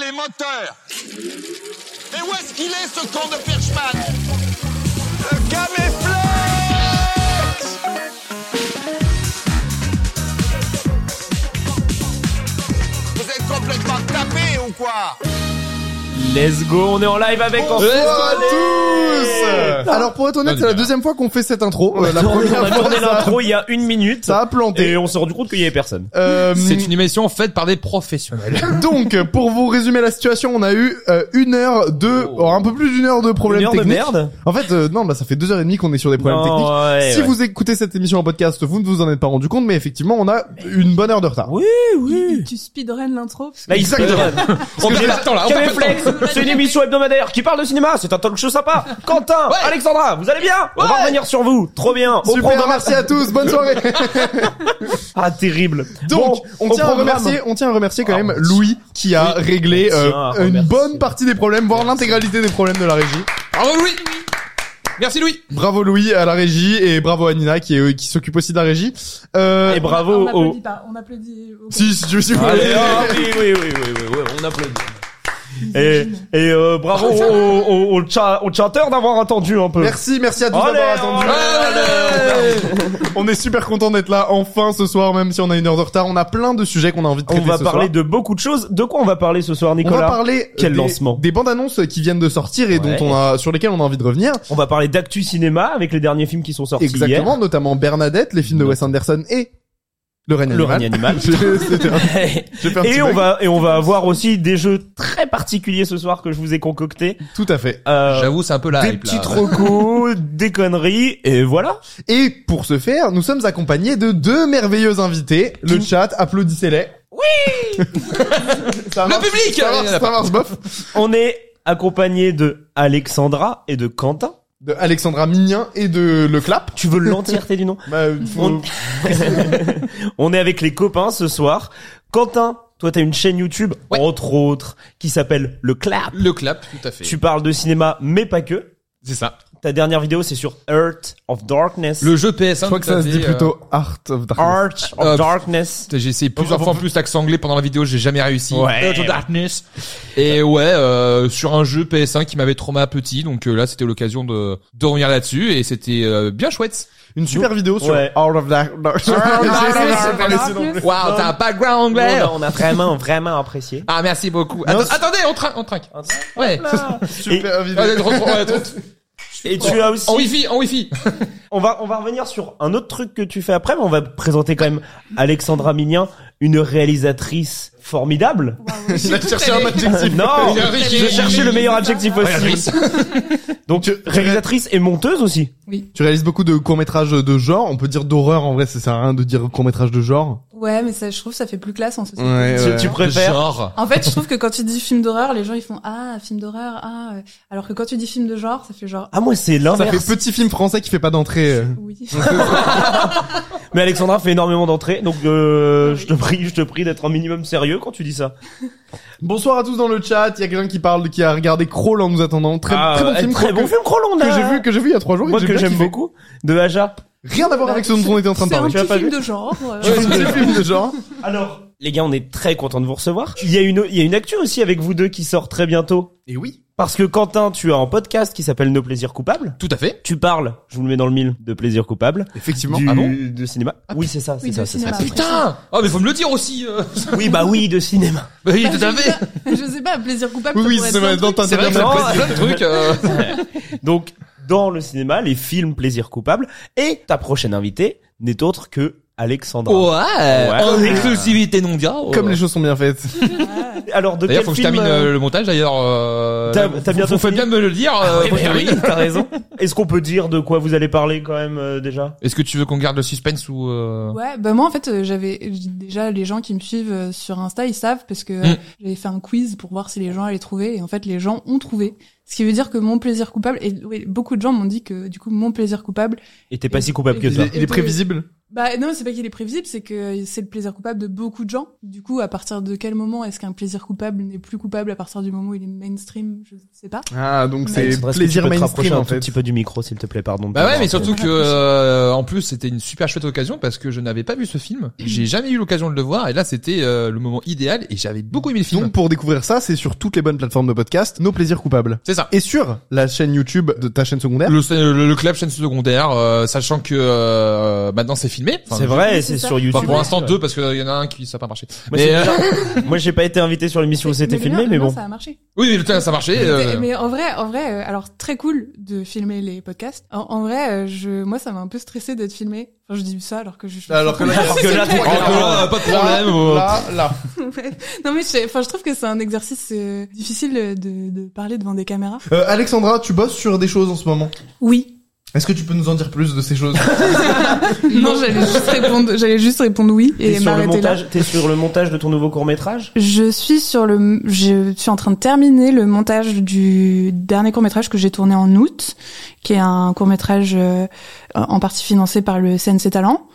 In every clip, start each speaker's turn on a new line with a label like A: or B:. A: les moteurs Mais où est-ce qu'il est ce camp de Perchman Le caméflex Vous êtes complètement tapés ou quoi
B: Let's go, on est en live avec
C: Hello à tous Alors pour être honnête, c'est la deuxième fois qu'on fait cette intro. Euh, La
B: On
C: première
B: a
C: fois,
B: tourné
C: ça,
B: l'intro il y a une minute
C: ça a planté.
B: et on s'est rendu compte qu'il y avait personne.
C: Euh,
D: C'est une émission faite par des
C: Ah,
D: professionnels.
C: Donc, pour vous résumer la situation, on a eu euh, une heure de, or, un peu plus d'une heure de problèmes
B: Oh. Une heure de
C: techniques.
B: merde.
C: En fait, euh, non, bah ça fait deux heures et demie qu'on est sur des problèmes
B: Non,
C: techniques.
B: ouais,
C: si
B: ouais.
C: vous écoutez cette émission en podcast, vous ne vous en êtes pas rendu compte, mais effectivement, on a une bonne heure de retard.
B: Oui, oui.
E: Tu speedrun l'intro parce que
B: Là, il se
C: Exactement.
B: donne.
D: On perd pas de temps là, on perd pas de temps.
B: Caméflex, c'est une émission hebdomadaire qui parle de cinéma. C'est un talk show sympa. Quentin, Alexandra, vous allez bien On va revenir sur vous. Trop bien. Au
C: Super,
B: programme-
C: merci à tous, bonne soirée.
B: Ah, terrible.
C: Donc,
B: Bon,
C: on
B: au
C: tient à
B: programme.
C: remercier, on tient à remercier quand
B: Ah,
C: même
B: on tient-
C: Louis qui a
B: Oui,
C: réglé
B: on tient
C: euh,
B: à
C: une
B: remercier.
C: bonne partie des problèmes, voire l'intégralité des problèmes de la régie.
D: Bravo Louis Merci Louis
C: Bravo Louis à la régie et bravo à Nina qui, est- qui s'occupe aussi de la régie. Euh,
B: Et
E: on-
B: bravo
E: On
B: au...
E: applaudit pas, on applaudit. au-
C: si, si tu veux, si vous
B: Allez,
C: voulez.
B: ah, oui, oui, oui, oui, oui, oui, on applaudit.
C: Eh.
B: Et, et euh, bravo au, au, au, cha- au chanteur d'avoir attendu un peu.
C: Merci, merci à tous
B: Allez,
C: d'avoir attendu.
B: allez,
C: On est super content d'être là enfin ce soir, même si on a une heure de retard. On a plein de sujets qu'on a envie de
B: On
C: traiter
B: va
C: ce
B: parler
C: soir.
B: de beaucoup de choses. De quoi on va parler ce soir,
C: On
B: Nicolas
C: va parler
B: Quel
C: des,
B: lancement.
C: des bandes annonces qui viennent de sortir
B: Ouais.
C: et dont on a, sur lesquelles on a envie de revenir.
B: On va parler d'actu cinéma avec les derniers films qui sont sortis
C: Exactement, notamment Bernadette, les films de Wes Anderson et Le règne
B: hier. Le
C: animal.
B: règne animal.
C: C'était un- j'ai fait un petit
B: et on
C: bug.
B: va et on va avoir aussi des jeux très particuliers ce soir que je vous ai concoctés.
C: Tout à fait.
B: Euh,
D: J'avoue, c'est un peu la
B: des
D: hype, là.
B: petits trocos, des conneries et voilà.
C: Et pour ce faire, nous sommes accompagnés de deux merveilleux invités. Le chat, applaudissez-les. Oui ça
D: Le public
C: Ça
D: Allez,
C: marche,
D: il y en a
C: ça marche, bof.
B: On est accompagné de Alexandra et de Quentin.
C: De Alexandra Mignin et de Le Clap.
B: Tu veux l'entièreté du nom
C: Bah,
D: Oh,
C: faut-
B: On- On est avec les copains ce soir. Quentin, toi t'as une chaîne YouTube,
D: Ouais.
B: entre autres, qui s'appelle Le Clap.
D: Le clap, tout à fait.
B: Tu parles de cinéma, mais pas que.
D: C'est ça.
B: Ta dernière vidéo, c'est sur Earth of Darkness.
D: Le jeu PS1.
C: Je crois que ça se dit plutôt Art of Darkness.
B: Arch of
D: Euh,
B: Darkness.
D: J'ai essayé plusieurs fois en plus l'accent anglais pendant la vidéo, j'ai jamais réussi.
B: Ouais.
D: Out of Darkness. Et ouais, euh, sur un jeu PS1 qui m'avait trauma petit, donc euh, là c'était l'occasion de, de revenir là-dessus et c'était euh, bien chouette.
C: Une super vidéo sur
B: Ouais.
C: Art of Dark- Dark- J'ai
D: Art of
C: essayé de
D: Darkness.
C: parler sinon.
D: Waouh, t'as un background
B: On
D: anglais.
B: a, on a vraiment, vraiment apprécié.
D: Ah merci beaucoup. Attends-
B: c'est-
D: attendez, on trinque, on trinque. Ouais.
C: Super vidéo.
D: Allez, trop- ouais, trop-
B: Et tu as aussi,
D: En wifi, en wifi.
B: on va, on va revenir sur un autre truc que tu fais après, mais on va présenter quand même Alexandra Mignin, une réalisatrice formidable.
C: Il a cherché un adjectif.
B: non,
D: Il a ri-
B: je cherchais le meilleur adjectif
D: Réalisatrice.
B: possible.
C: Donc tu,
B: Réalisatrice et monteuse aussi.
C: tu réalises beaucoup de courts-métrages de genre. On peut dire d'horreur en vrai, ça sert à rien de dire court-métrage de genre.
E: Ouais, mais ça, je trouve, ça fait plus classe en société.
B: Tu- tu préfères
D: Genre.
E: En fait, je trouve que quand tu dis film d'horreur, les gens ils font ah film d'horreur ah euh. alors que quand tu dis film de genre, ça fait genre
B: Ah moi c'est
D: Oh,
C: Ça
B: l'inverse.
C: fait petit film français qui fait pas d'entrée. euh.
E: oui.
B: Mais Alexandra fait énormément d'entrées, donc euh, je te prie, je te prie d'être un minimum sérieux quand tu dis ça.
C: Bonsoir à tous dans le chat. Il y a quelqu'un qui parle, qui a regardé Crawl en nous attendant. Très,
B: Ah,
C: très bon
B: euh,
C: film.
B: très
C: Crawl
B: bon
C: que-
B: film Crawl, on
C: Que
B: a-
C: j'ai vu, que j'ai vu il y a trois jours. et
B: Moi
C: j'ai
B: que
C: bien
B: j'aime
C: kiffé.
B: beaucoup de Aja.
C: Rien à voir avec ce dont on était en train de
E: C'est un
C: parler.
B: Tu l'as
E: petit
B: pas
E: film
B: vu
E: de genre. euh.
C: C'est un petit film de genre.
B: Alors les gars, on est très content de vous recevoir. Il y a une il y a une actu aussi avec vous deux qui sort très bientôt.
C: Et oui.
B: Parce que Quentin, tu as un podcast qui s'appelle Nos plaisirs coupables.
D: Tout à fait.
B: Tu parles, je vous le mets dans le mille, de plaisirs coupables.
C: Effectivement.
B: Du,
C: Ah bon
B: de cinéma. oui, c'est ça, c'est
E: Oui,
B: ça,
E: de
B: c'est ça.
E: cinéma.
D: Putain Oh mais faut me le dire aussi euh.
B: Oui, bah oui, de cinéma.
D: Bah oui,
E: Bah,
D: tout à
E: je
D: fait
E: sais pas- Je sais pas, plaisir coupable.
C: Oui,
E: ça
C: oui,
E: pourrait
C: c'est
E: être
C: vrai,
E: plein
C: dans
E: de trucs.
C: ta-
D: C'est vrai que ça
B: Non.
D: me plaisir, plein de trucs euh.
B: Donc, dans le cinéma, les films plaisir coupable. Et ta prochaine invitée n'est autre que Alexandra.
D: Oh.
B: Ouais.
D: En exclusivité non dia
B: Oh.
C: Comme les choses sont bien faites.
B: Alors, de
D: D'ailleurs,
B: quel
D: faut que je
B: film
D: termine
B: euh,
D: euh, le montage d'ailleurs. Euh...
B: T'as-
D: vous-
B: t'as bientôt
D: vous faites
B: fini
D: bien de me le dire. euh,
B: Oui,
D: oui.
B: oui, t'as raison. Est-ce qu'on peut dire de quoi vous allez parler quand même euh, déjà
D: Est-ce que tu veux qu'on garde le suspense ou
B: hein.
D: euh...
E: Ouais, bah moi en fait euh, j'avais déjà les gens qui me suivent euh, sur Insta, ils savent parce que euh,
D: Mm.
E: j'avais fait un quiz pour voir si les gens allaient trouver et en fait les gens ont trouvé. Ce qui veut dire que mon plaisir coupable et oui, beaucoup de gens m'ont dit que du coup mon plaisir coupable
B: Et t'es pas si coupable que
C: Il
B: ça.
C: est, il est prévisible.
E: Bah non, c'est pas qu'il est prévisible, c'est que c'est le plaisir coupable de beaucoup de gens. Du coup, à partir de quel moment est-ce qu'un plaisir coupable n'est plus coupable à partir du moment où il est mainstream Je sais pas.
C: Ah, donc
E: Mais
C: c'est
B: Alexandra, est-ce que tu
C: plaisir
B: peux te rapprocher
C: mainstream, en
B: un tout
C: fait.
B: petit peu du micro, s'il te plaît, pardon.
D: Bah ouais,
B: Pardon.
D: mais surtout que euh, en plus c'était une super chouette occasion parce que je n'avais pas vu ce film, j'ai jamais eu l'occasion de le voir et là c'était euh, le moment idéal et j'avais beaucoup aimé le film.
C: Donc, pour découvrir ça, c'est sur toutes les bonnes plateformes de podcast, Nos Plaisirs Coupables.
D: C'est ça.
C: Et sur la chaîne YouTube de ta chaîne secondaire.
D: Le, le, le club chaîne secondaire, euh, sachant que euh, maintenant c'est filmé. Enfin,
B: C'est vrai,
E: Oui,
B: c'est
E: c'est ça.
B: sur YouTube.
D: Enfin, Bah, pour l'instant deux parce qu'il y en a un qui ça a pas marché.
B: Moi,
D: mais
B: c'est
D: euh,
B: bizarre. Moi, j'ai pas été invité sur l'émission où c'était
E: le
B: filmé,
E: mien-
B: mais
E: le mien,
B: bon.
E: Ça a marché.
D: oui, mais le temps, ça marchait.
E: Mais,
D: euh,
E: mais en vrai, en vrai, euh, alors très cool de filmer les podcasts. En, en vrai, euh, je, moi, ça m'a un peu stressé d'être filmé. Enfin, je dis ça alors que je.
C: Alors que là,
B: Alors que là, t'es-
D: oh, là, pas de problème. euh,
C: Là, là.
E: Ouais. non mais, je, enfin, je trouve que c'est un exercice euh, difficile de, de parler devant des caméras.
C: Euh, Alexandra, tu bosses sur des choses en ce moment.
E: Oui.
C: Est-ce que tu peux nous en dire plus de ces choses
E: Non, j'allais juste répondre, j'allais juste répondre oui
B: T'es sur
E: et
B: le
E: m'arrêter là.
B: montage, t'es sur le montage de ton nouveau court métrage?
E: Je suis sur le, je suis en train de terminer le montage du dernier court métrage que j'ai tourné en août, qui est un court métrage en partie financé par le CNC Talent.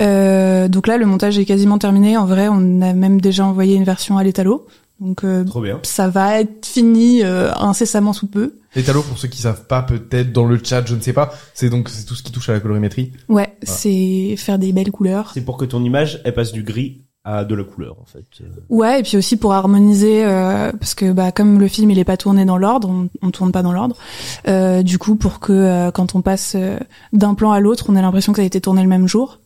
E: Euh, donc là, le montage est quasiment terminé. En vrai, on a même déjà envoyé une version à l'étalo. Donc euh,
B: Trop bien.
E: ça va être fini euh, incessamment sous peu.
C: Les talos, pour ceux qui savent pas, peut-être dans le chat, je ne sais pas. C'est donc c'est tout ce qui touche à la colorimétrie.
E: Ouais, c'est faire des belles couleurs.
B: C'est pour que ton image, elle passe du gris à de la couleur, en fait.
E: Ouais, et puis aussi pour harmoniser, euh, parce que bah comme le film il est pas tourné dans l'ordre, on, on tourne pas dans l'ordre. Euh, du coup, pour que euh, quand on passe euh, d'un plan à l'autre, on ait l'impression que ça a été tourné le même jour.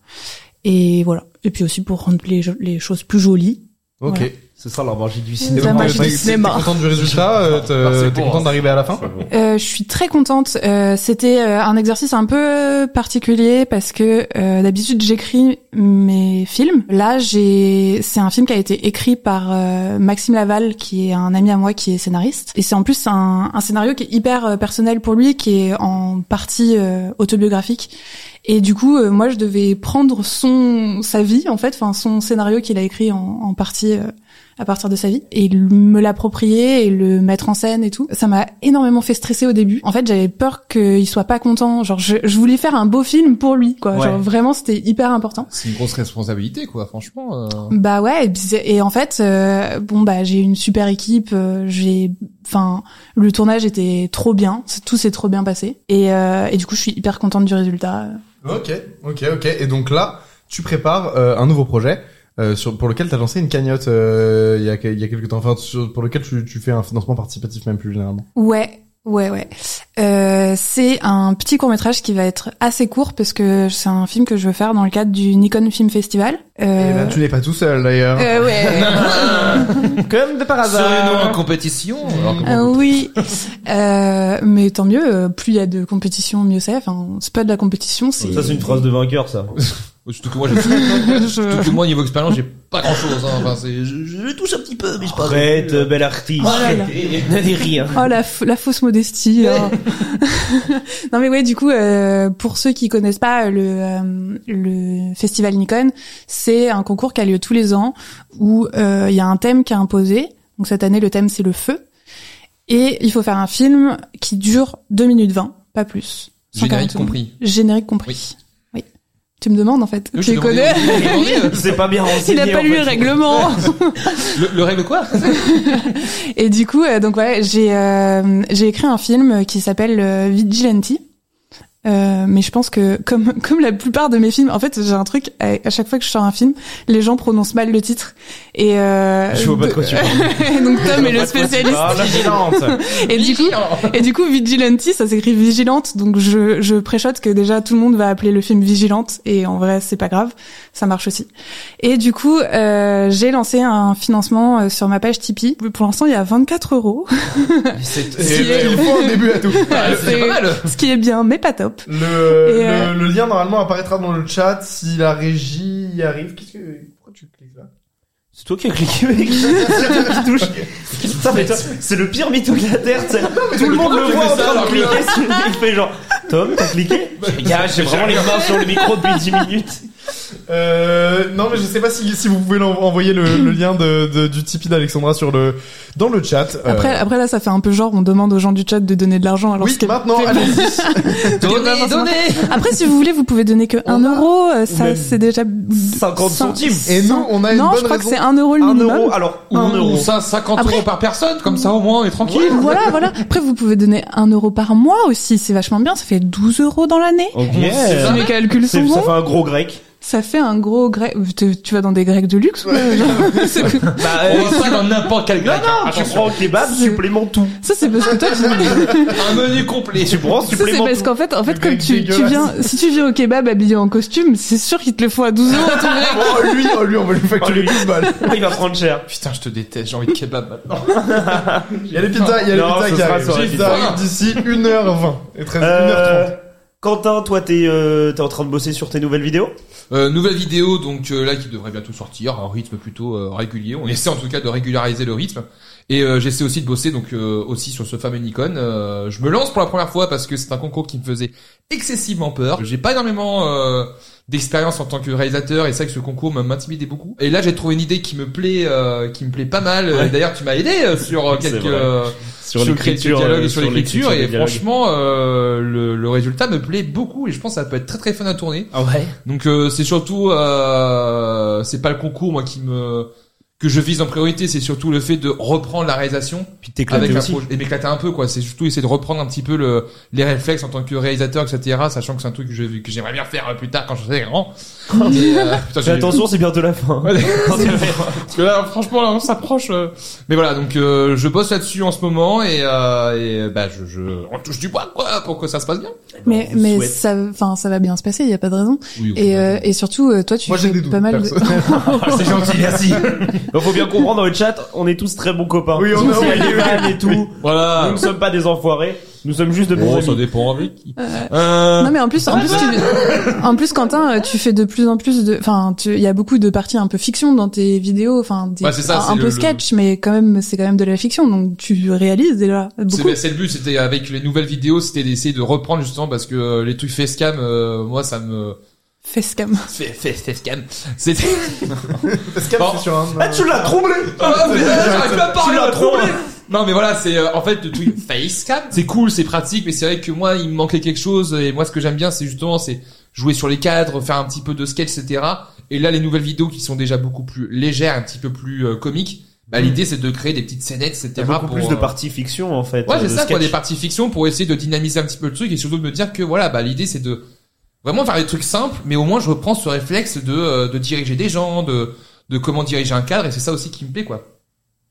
E: Et voilà. Et puis aussi pour rendre les, jo- les choses plus jolies.
C: Ok.
E: Voilà.
B: Ce sera la magie du
E: La
B: cinéma.
C: donc,
E: magie
C: t'es-
E: du
C: t'es-
E: cinéma.
C: T'es contente du résultat euh,
D: Ah,
C: T'es
D: c'est
C: t'es
D: Bah, bon,
C: contente
D: hein.
C: d'arriver à la fin
E: Euh, je suis très contente. Euh, C'était euh, un exercice un peu particulier parce que euh, d'habitude j'écris mes films. Là, j'ai c'est un film qui a été écrit par euh, Maxime Laval, qui est un ami à moi qui est scénariste. Et c'est en plus un, un scénario qui est hyper euh, personnel pour lui, qui est en partie euh, autobiographique. Et du coup, euh, moi, je devais prendre son sa vie en fait, enfin son scénario qu'il a écrit en, en partie euh, à partir de sa vie et l- me l'approprier et le mettre en scène et tout. Ça m'a énormément fait stresser au début. En fait, j'avais peur qu'il soit pas content. Genre, je, je voulais faire un beau film pour lui, quoi.
B: Ouais.
E: Genre, vraiment, c'était hyper important.
D: C'est une grosse responsabilité, quoi. Franchement. euh.
E: Bah ouais, et, puis c'est- et en fait, euh, bon bah j'ai une super équipe, euh, j'ai, enfin, le tournage était trop bien, c'est- tout s'est trop bien passé, et, euh, et du coup je suis hyper contente du résultat.
C: Ok, ok, ok. Et donc là, tu prépares euh, un nouveau projet euh, sur, pour lequel tu as lancé une cagnotte euh, il y, a, que- il y a quelques temps, enfin, sur- pour lequel tu, tu fais un financement participatif même plus généralement.
E: Ouais, ouais, ouais. Euh, c'est un petit court métrage qui va être assez court parce que c'est un film que je veux faire dans le cadre du Nikon Film Festival.
B: Euh.
C: Et là, tu n'es pas tout seul d'ailleurs.
E: euh, ouais.
B: Comme de par
D: Serions-nous en
B: hasard.
D: compétition alors que-
E: bah. Ah oui, Euh, mais tant mieux. euh, Plus il y a de compétition, mieux c'est. Enfin, c'est pas de la compétition, c'est.
B: Ça, c'est une phrase de vainqueur, ça.
D: euh, Surtout que moi, j'ai- surtout que moi niveau expérience, j'ai pas grand chose. Enfin, c'est je- je-
B: Prête, bel artiste.
E: Oh là là.
B: N'avez rien.
E: Oh la, f- la fausse modestie. hein. non mais ouais, du coup, euh, pour ceux qui connaissent pas le euh, le festival Nikon, c'est un concours qui a lieu tous les ans où euh, il y a un thème qui est imposé. Donc cette année, le thème c'est le feu, et il faut faire un film qui dure 2 minutes 20, pas plus.
D: générique
E: 140 secondes.
D: compris.
E: Générique compris. Oui. Tu me demandes en fait.
D: Oui,
E: tu
D: je
E: les
D: t'ai demandé-
E: connais.
D: je t'ai demandé, euh,
B: C'est pas bien
E: Il
B: renseigné.
E: n'a pas
B: en
E: lu
B: fait.
E: le règlement.
D: Le, le règle quoi
E: Et du coup, euh, donc voilà, j'ai euh, j'ai écrit un film qui s'appelle euh, Vigilante. Euh, mais je pense que comme comme la plupart de mes films, en fait, j'ai un truc à, à chaque fois que je sors un film, les gens prononcent mal le titre et euh,
B: Je vois pas de quoi tu parles.
E: donc Tom
B: Je vois pas
E: est le
B: de quoi tu
E: spécialiste
B: parles. La gênante.
E: et du coup et du coup Vigilante, ça s'écrit vigilante, donc je je préchote que déjà tout le monde va appeler le film Vigilante et en vrai c'est pas grave, ça marche aussi. Et du coup euh, j'ai lancé un financement euh, sur ma page Tipeee. Pour l'instant il y a 24 euros.
C: Et
E: Si-
C: il faut un début à tout.
D: Bah, C'est pas mal.
E: ce qui est bien, mais pas top.
C: Le,
E: Et,
C: le,
E: euh,
C: le lien normalement apparaîtra dans le chat si la régie y arrive. Qu'est-ce que pourquoi tu cliques là
B: C'est toi qui as cliqué, mec. C'est toi qui touche. Putain, mais toi, c'est le pire mitocratère, tu sais. Tout le monde le
D: tu
B: voit
D: fais
B: en
D: ça
B: train de
D: alors que-
B: cliquer sur le mec, il fait genre, Tom, t'as cliqué? Gars, j'ai vraiment les mains sur le micro depuis 10 minutes.
C: Euh, non, mais je sais pas si, si vous pouvez l'en- envoyer le, le lien de, de- du Tipeee d'Alexandra sur le, dans le chat. Euh,
E: Après, après là, ça fait un peu genre, on demande aux gens du chat de donner de l'argent. Alors
C: oui, bah.
E: ce qui est-
C: maintenant,
E: c'est-
C: allez-y.
D: Donnez, donnez
E: Après, si vous voulez, vous pouvez donner que 1 euro. euh, Ça,
B: même
E: c'est déjà
B: 50
E: cin-
B: centimes.
C: Et nous, on a une
E: non,
C: bonne
E: je crois que
C: raison.
E: c'est 1 euro le
B: 1
E: minimum.
B: euro, alors, ou 1 euro.
D: Ou ça, 50
E: Après-
D: euros par personne, comme ça au moins on est tranquille.
E: Voilà, voilà. Après, vous pouvez donner 1 euro par mois aussi. C'est vachement bien. Ça fait 12 euros dans l'année.
B: Ok.
D: C'est-
E: Si mes calculs sont
B: C'est- Ça
E: bons,
B: fait un gros grec.
E: ça fait un gros grec. Tu tu vas dans des grecs de luxe quoi, genre. C'est que-
B: Bah,
D: On va pas dans n'importe quel grec. hein.
B: Ah, tu
D: Attention.
B: prends kebab,
E: C'est-
B: supplément tout.
E: Ça, c'est parce que toi, tu...
D: un menu complet.
B: Tu prends
E: Ça, c'est
B: supplément
E: parce
B: tout.
E: qu'en fait, en fait,
C: Le
E: comme
C: grec
E: tu, tu
C: dégueulasse.
E: viens, si tu viens au kebab habillé en costume, c'est sûr qu'ils te le font à 12 euros. ton grec.
C: Oh, lui, oh, lui, on va lui
B: Oh,
C: facturer
B: lui.
C: 12 balles.
B: Il va prendre cher.
D: Putain, je te déteste, j'ai envie de kebab maintenant.
C: Il y a les pizzas, il y a les
B: Non,
C: pizzas
B: ce
C: qui
B: sera
C: arrivent.
B: sur la
C: Pizza
D: pizza.
C: arrive d'ici 1h20 et 13,
B: Euh,
C: 1h30.
B: Quentin, toi, t'es euh, t'es en train de bosser sur tes nouvelles vidéos
D: Euh, nouvelle vidéo donc euh, là qui devrait bientôt sortir, un rythme plutôt euh, régulier. On essaie en tout cas de régulariser le rythme et euh, j'essaie aussi de bosser donc euh, aussi sur ce fameux Nikon. Euh, je me lance pour la première fois parce que c'est un concours qui me faisait excessivement peur. J'ai pas énormément euh, d'expérience en tant que réalisateur et c'est vrai que ce concours m'a- m'intimidait beaucoup. Et là j'ai trouvé une idée qui me plaît, euh, qui me plaît pas mal.
B: Ouais.
D: Et D'ailleurs tu m'as aidé euh, sur euh,
B: C'est
D: quelques
B: vrai.
D: euh,
B: Sur
D: quelques dialogues,
B: euh,
D: sur l'écriture
B: des
D: et
B: dialogues.
D: franchement euh, le, le résultat me plaît beaucoup et je pense que ça peut être très très fun à tourner.
B: Ah ouais
D: Donc euh, c'est surtout euh, c'est pas le concours moi qui me que je vise en priorité, c'est surtout le fait de reprendre la réalisation
B: Puis
D: avec
B: t'éclates
D: un
B: aussi.
D: projet et m'éclater un peu quoi. C'est surtout essayer de reprendre un petit peu le les réflexes en tant que réalisateur etc. Sachant que c'est un truc que je que j'aimerais bien faire euh, plus tard quand je serai grand. Mais, euh, putain,
B: Fais
D: j'ai-
B: attention, c'est bientôt la fin.
D: Ouais, parce que là franchement là, on s'approche. euh. Mais voilà donc euh, je bosse là-dessus en ce moment et, euh, et bah je, je on touche du bois quoi pour que ça se passe bien.
E: Mais,
B: On vous
E: mais
B: souhaite.
E: ça, enfin, ça va bien se passer. Il y a pas de raison.
D: Oui, Ah,
E: Et, euh, et surtout, euh, toi, tu
C: Moi, j'ai
E: fais
C: des doutes,
E: pas mal.
C: perso.
D: c'est gentil merci.
B: Donc, faut bien comprendre dans le chat, on est tous très bons copains.
C: Oui, on
B: Nous,
C: est-
B: il y a
C: oui.
B: des vannes et tout.
D: voilà.
B: Nous ne sommes pas des enfoirés, nous sommes juste de bons
D: Bon, ça
B: amis.
D: dépend avec qui. Euh,
E: Non mais en plus,
D: Ah,
E: en plus, tu, en plus, Quentin, euh, tu fais de plus en plus de, enfin, tu- il y a beaucoup de parties un peu fiction dans tes vidéos, enfin, des-
D: Ouais, c'est ça,
E: un,
D: c'est
E: un
D: le-
E: peu sketch, mais quand même, c'est quand même de la fiction, donc tu réalises déjà beaucoup.
D: C'est c'est le but, c'était avec les nouvelles vidéos, c'était d'essayer de reprendre justement parce que euh, les trucs facecam, euh, moi ça me
E: Fais ce cam.
D: fait fait facecam. C'était.
C: Parce qu'elle,
D: Bon.
C: c'est sur un.
B: Ah, tu l'as troublé
D: Ah, mais là, j'arrive pas à parler,
B: Tu l'as
D: là,
B: troublé.
D: troublé. Non mais voilà, c'est euh, en fait le truc facecam, c'est cool, c'est pratique, mais c'est vrai que moi il me manquait quelque chose et moi ce que j'aime bien c'est justement c'est jouer sur les cadres, faire un petit peu de sketch, etc. Et là les nouvelles vidéos qui sont déjà beaucoup plus légères, un petit peu plus euh, comiques. Bah,
B: Mm.
D: l'idée c'est de créer des petites scénettes, etc.
B: T'as beaucoup
D: pour,
B: plus de
D: euh,
B: parties fiction en fait.
D: Ouais,
B: euh,
D: c'est
B: de
D: ça, quoi,
B: sketch.
D: des parties fiction pour essayer de dynamiser un petit peu le truc et surtout de me dire que voilà, bah l'idée c'est de vraiment faire des trucs simples, mais au moins je reprends ce réflexe de, euh, de diriger des gens, de, de comment diriger un cadre et c'est ça aussi qui me plaît, quoi.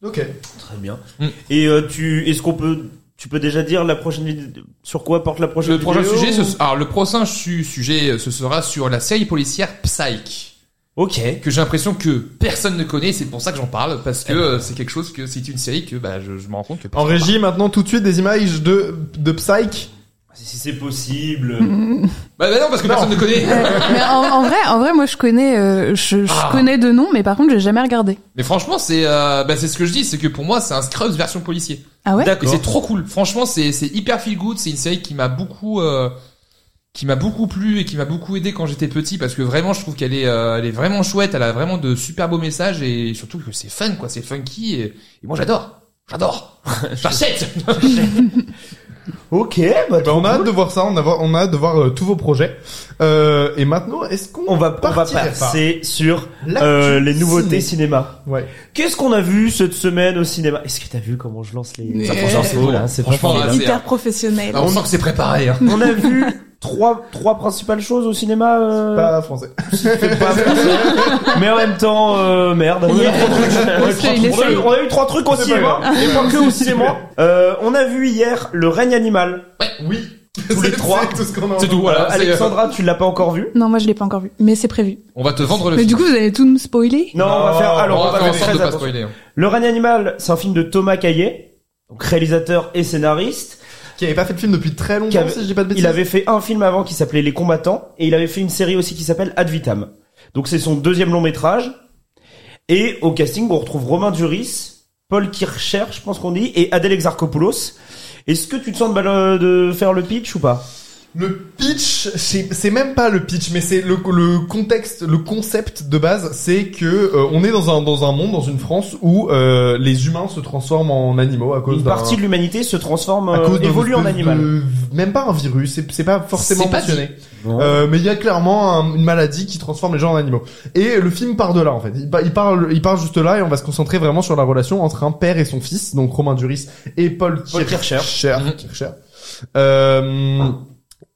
C: Ok.
B: Très bien.
D: Mm.
B: Et euh, tu, est-ce qu'on peut, tu peux déjà dire la prochaine vidéo, sur quoi porte la prochaine
D: Le prochain
B: vidéo
D: sujet, ce- alors le prochain su- sujet, euh, ce sera sur la série policière Psyche
B: Ok.
D: que j'ai l'impression que personne ne connaît, c'est pour ça que j'en parle parce que euh, c'est quelque chose que c'est une série que bah je, je me rends compte que
C: En
D: personne
C: régie, maintenant, tout de suite, des images de, de Psyche.
B: Si c'est possible.
D: parle. Bah, bah non parce que personne ne connaît.
E: Euh, mais en, en vrai, en vrai, moi, je connais, euh, je, je
D: Ah.
E: connais de nom, mais par contre, j'ai jamais regardé.
D: Mais franchement, c'est euh, bah c'est ce que je dis, c'est que pour moi c'est un Scrubs version policier.
E: Ah ouais.
D: Et c'est trop cool. Franchement, c'est c'est hyper feel good. C'est une série qui m'a beaucoup euh, qui m'a beaucoup plu et qui m'a beaucoup aidé quand j'étais petit parce que vraiment, je trouve qu'elle est euh, elle est vraiment chouette. Elle a vraiment de super beaux messages et surtout que c'est fun quoi. C'est funky et, et moi j'adore. J'adore. J'achète.
B: Ok, bah,
C: Eh ben, on a hâte de voir ça, on a, voir- on a hâte de voir euh, tous vos projets. Euh, et maintenant, est-ce qu'on
B: on va, on va
C: partirait
B: passer sur
C: L'actu
B: euh, les nouveautés cinéma.
C: pas Ouais.
B: Qu'est-ce qu'on a vu cette semaine au cinéma Est-ce que t'as vu comment je lance les
E: Ça,
D: franchement, c'est beau,
B: là,
D: hein.
B: c'est
D: Franchement,
B: franchement.
D: là, c'est- Ah,
E: Hyper professionnel.
D: on sent que c'est préparé. Hein.
B: On a vu trois trois principales choses au cinéma. euh,
C: Pas français.
B: c'est pas français. mais en même temps, euh, merde.
D: On a eu trois
B: On a eu trois
E: Il essaye.
B: trucs. On a eu trois trucs au
C: C'est pas
B: cinéma.
C: grave.
B: Et pas que au cinéma. Euh, On a vu hier Le règne animal.
C: Oui.
B: Tous les
C: C'est-
B: trois.
C: C'est tout ce qu'on a.
D: C'est tout.
B: Euh,
D: Voilà. c'est-
B: Alexandra, tu l'as pas encore vu
E: Non, moi, je l'ai pas encore vu, mais c'est prévu.
D: On va te vendre le.
E: Mais
D: film.
E: du coup, vous allez tout me spoiler.
B: Non, on va faire. Alors,
D: on va faire
B: faire
D: en sorte de
B: très
D: pas
B: attention.
D: spoiler. hein.
B: Le règne animal, c'est un film de Thomas Caillet, donc réalisateur et scénariste.
C: Qui avait pas fait de film depuis très
B: Qui
C: longtemps,
B: avait-
C: si je dis pas de bêtises.
B: Il avait fait un film avant qui s'appelait Les combattants et il avait fait une série aussi qui s'appelle Ad Vitam. Donc c'est son deuxième long métrage. Et au casting, on retrouve Romain Duris, Paul Kircher, je pense qu'on dit, et Adèle Exarchopoulos. Est-ce que tu te sens de, mal- euh, de faire le pitch ou pas
C: Le pitch, c'est c'est même pas le pitch, mais c'est le, le contexte, le concept de base, c'est que euh, on est dans un dans un monde, dans une France où euh, les humains se transforment en animaux à cause
B: Une
C: d'un
B: partie de l'humanité se transforme,
C: à
B: euh,
C: cause d'un
B: évolue en
C: espèce
B: animal.
C: de- même pas un virus, c'est c'est pas forcément
D: C'est pas
C: mentionné.
B: Non.
C: Euh, mais il y a clairement un- une maladie qui transforme les gens en animaux. Et le film part de là en fait. Il, pa- il parle, il part juste là et on va se concentrer vraiment sur la relation entre un père et son fils, donc Romain Duris et Paul,
B: Paul Kircher.
C: Kircher.
D: Mhm.
C: Kircher. Euh,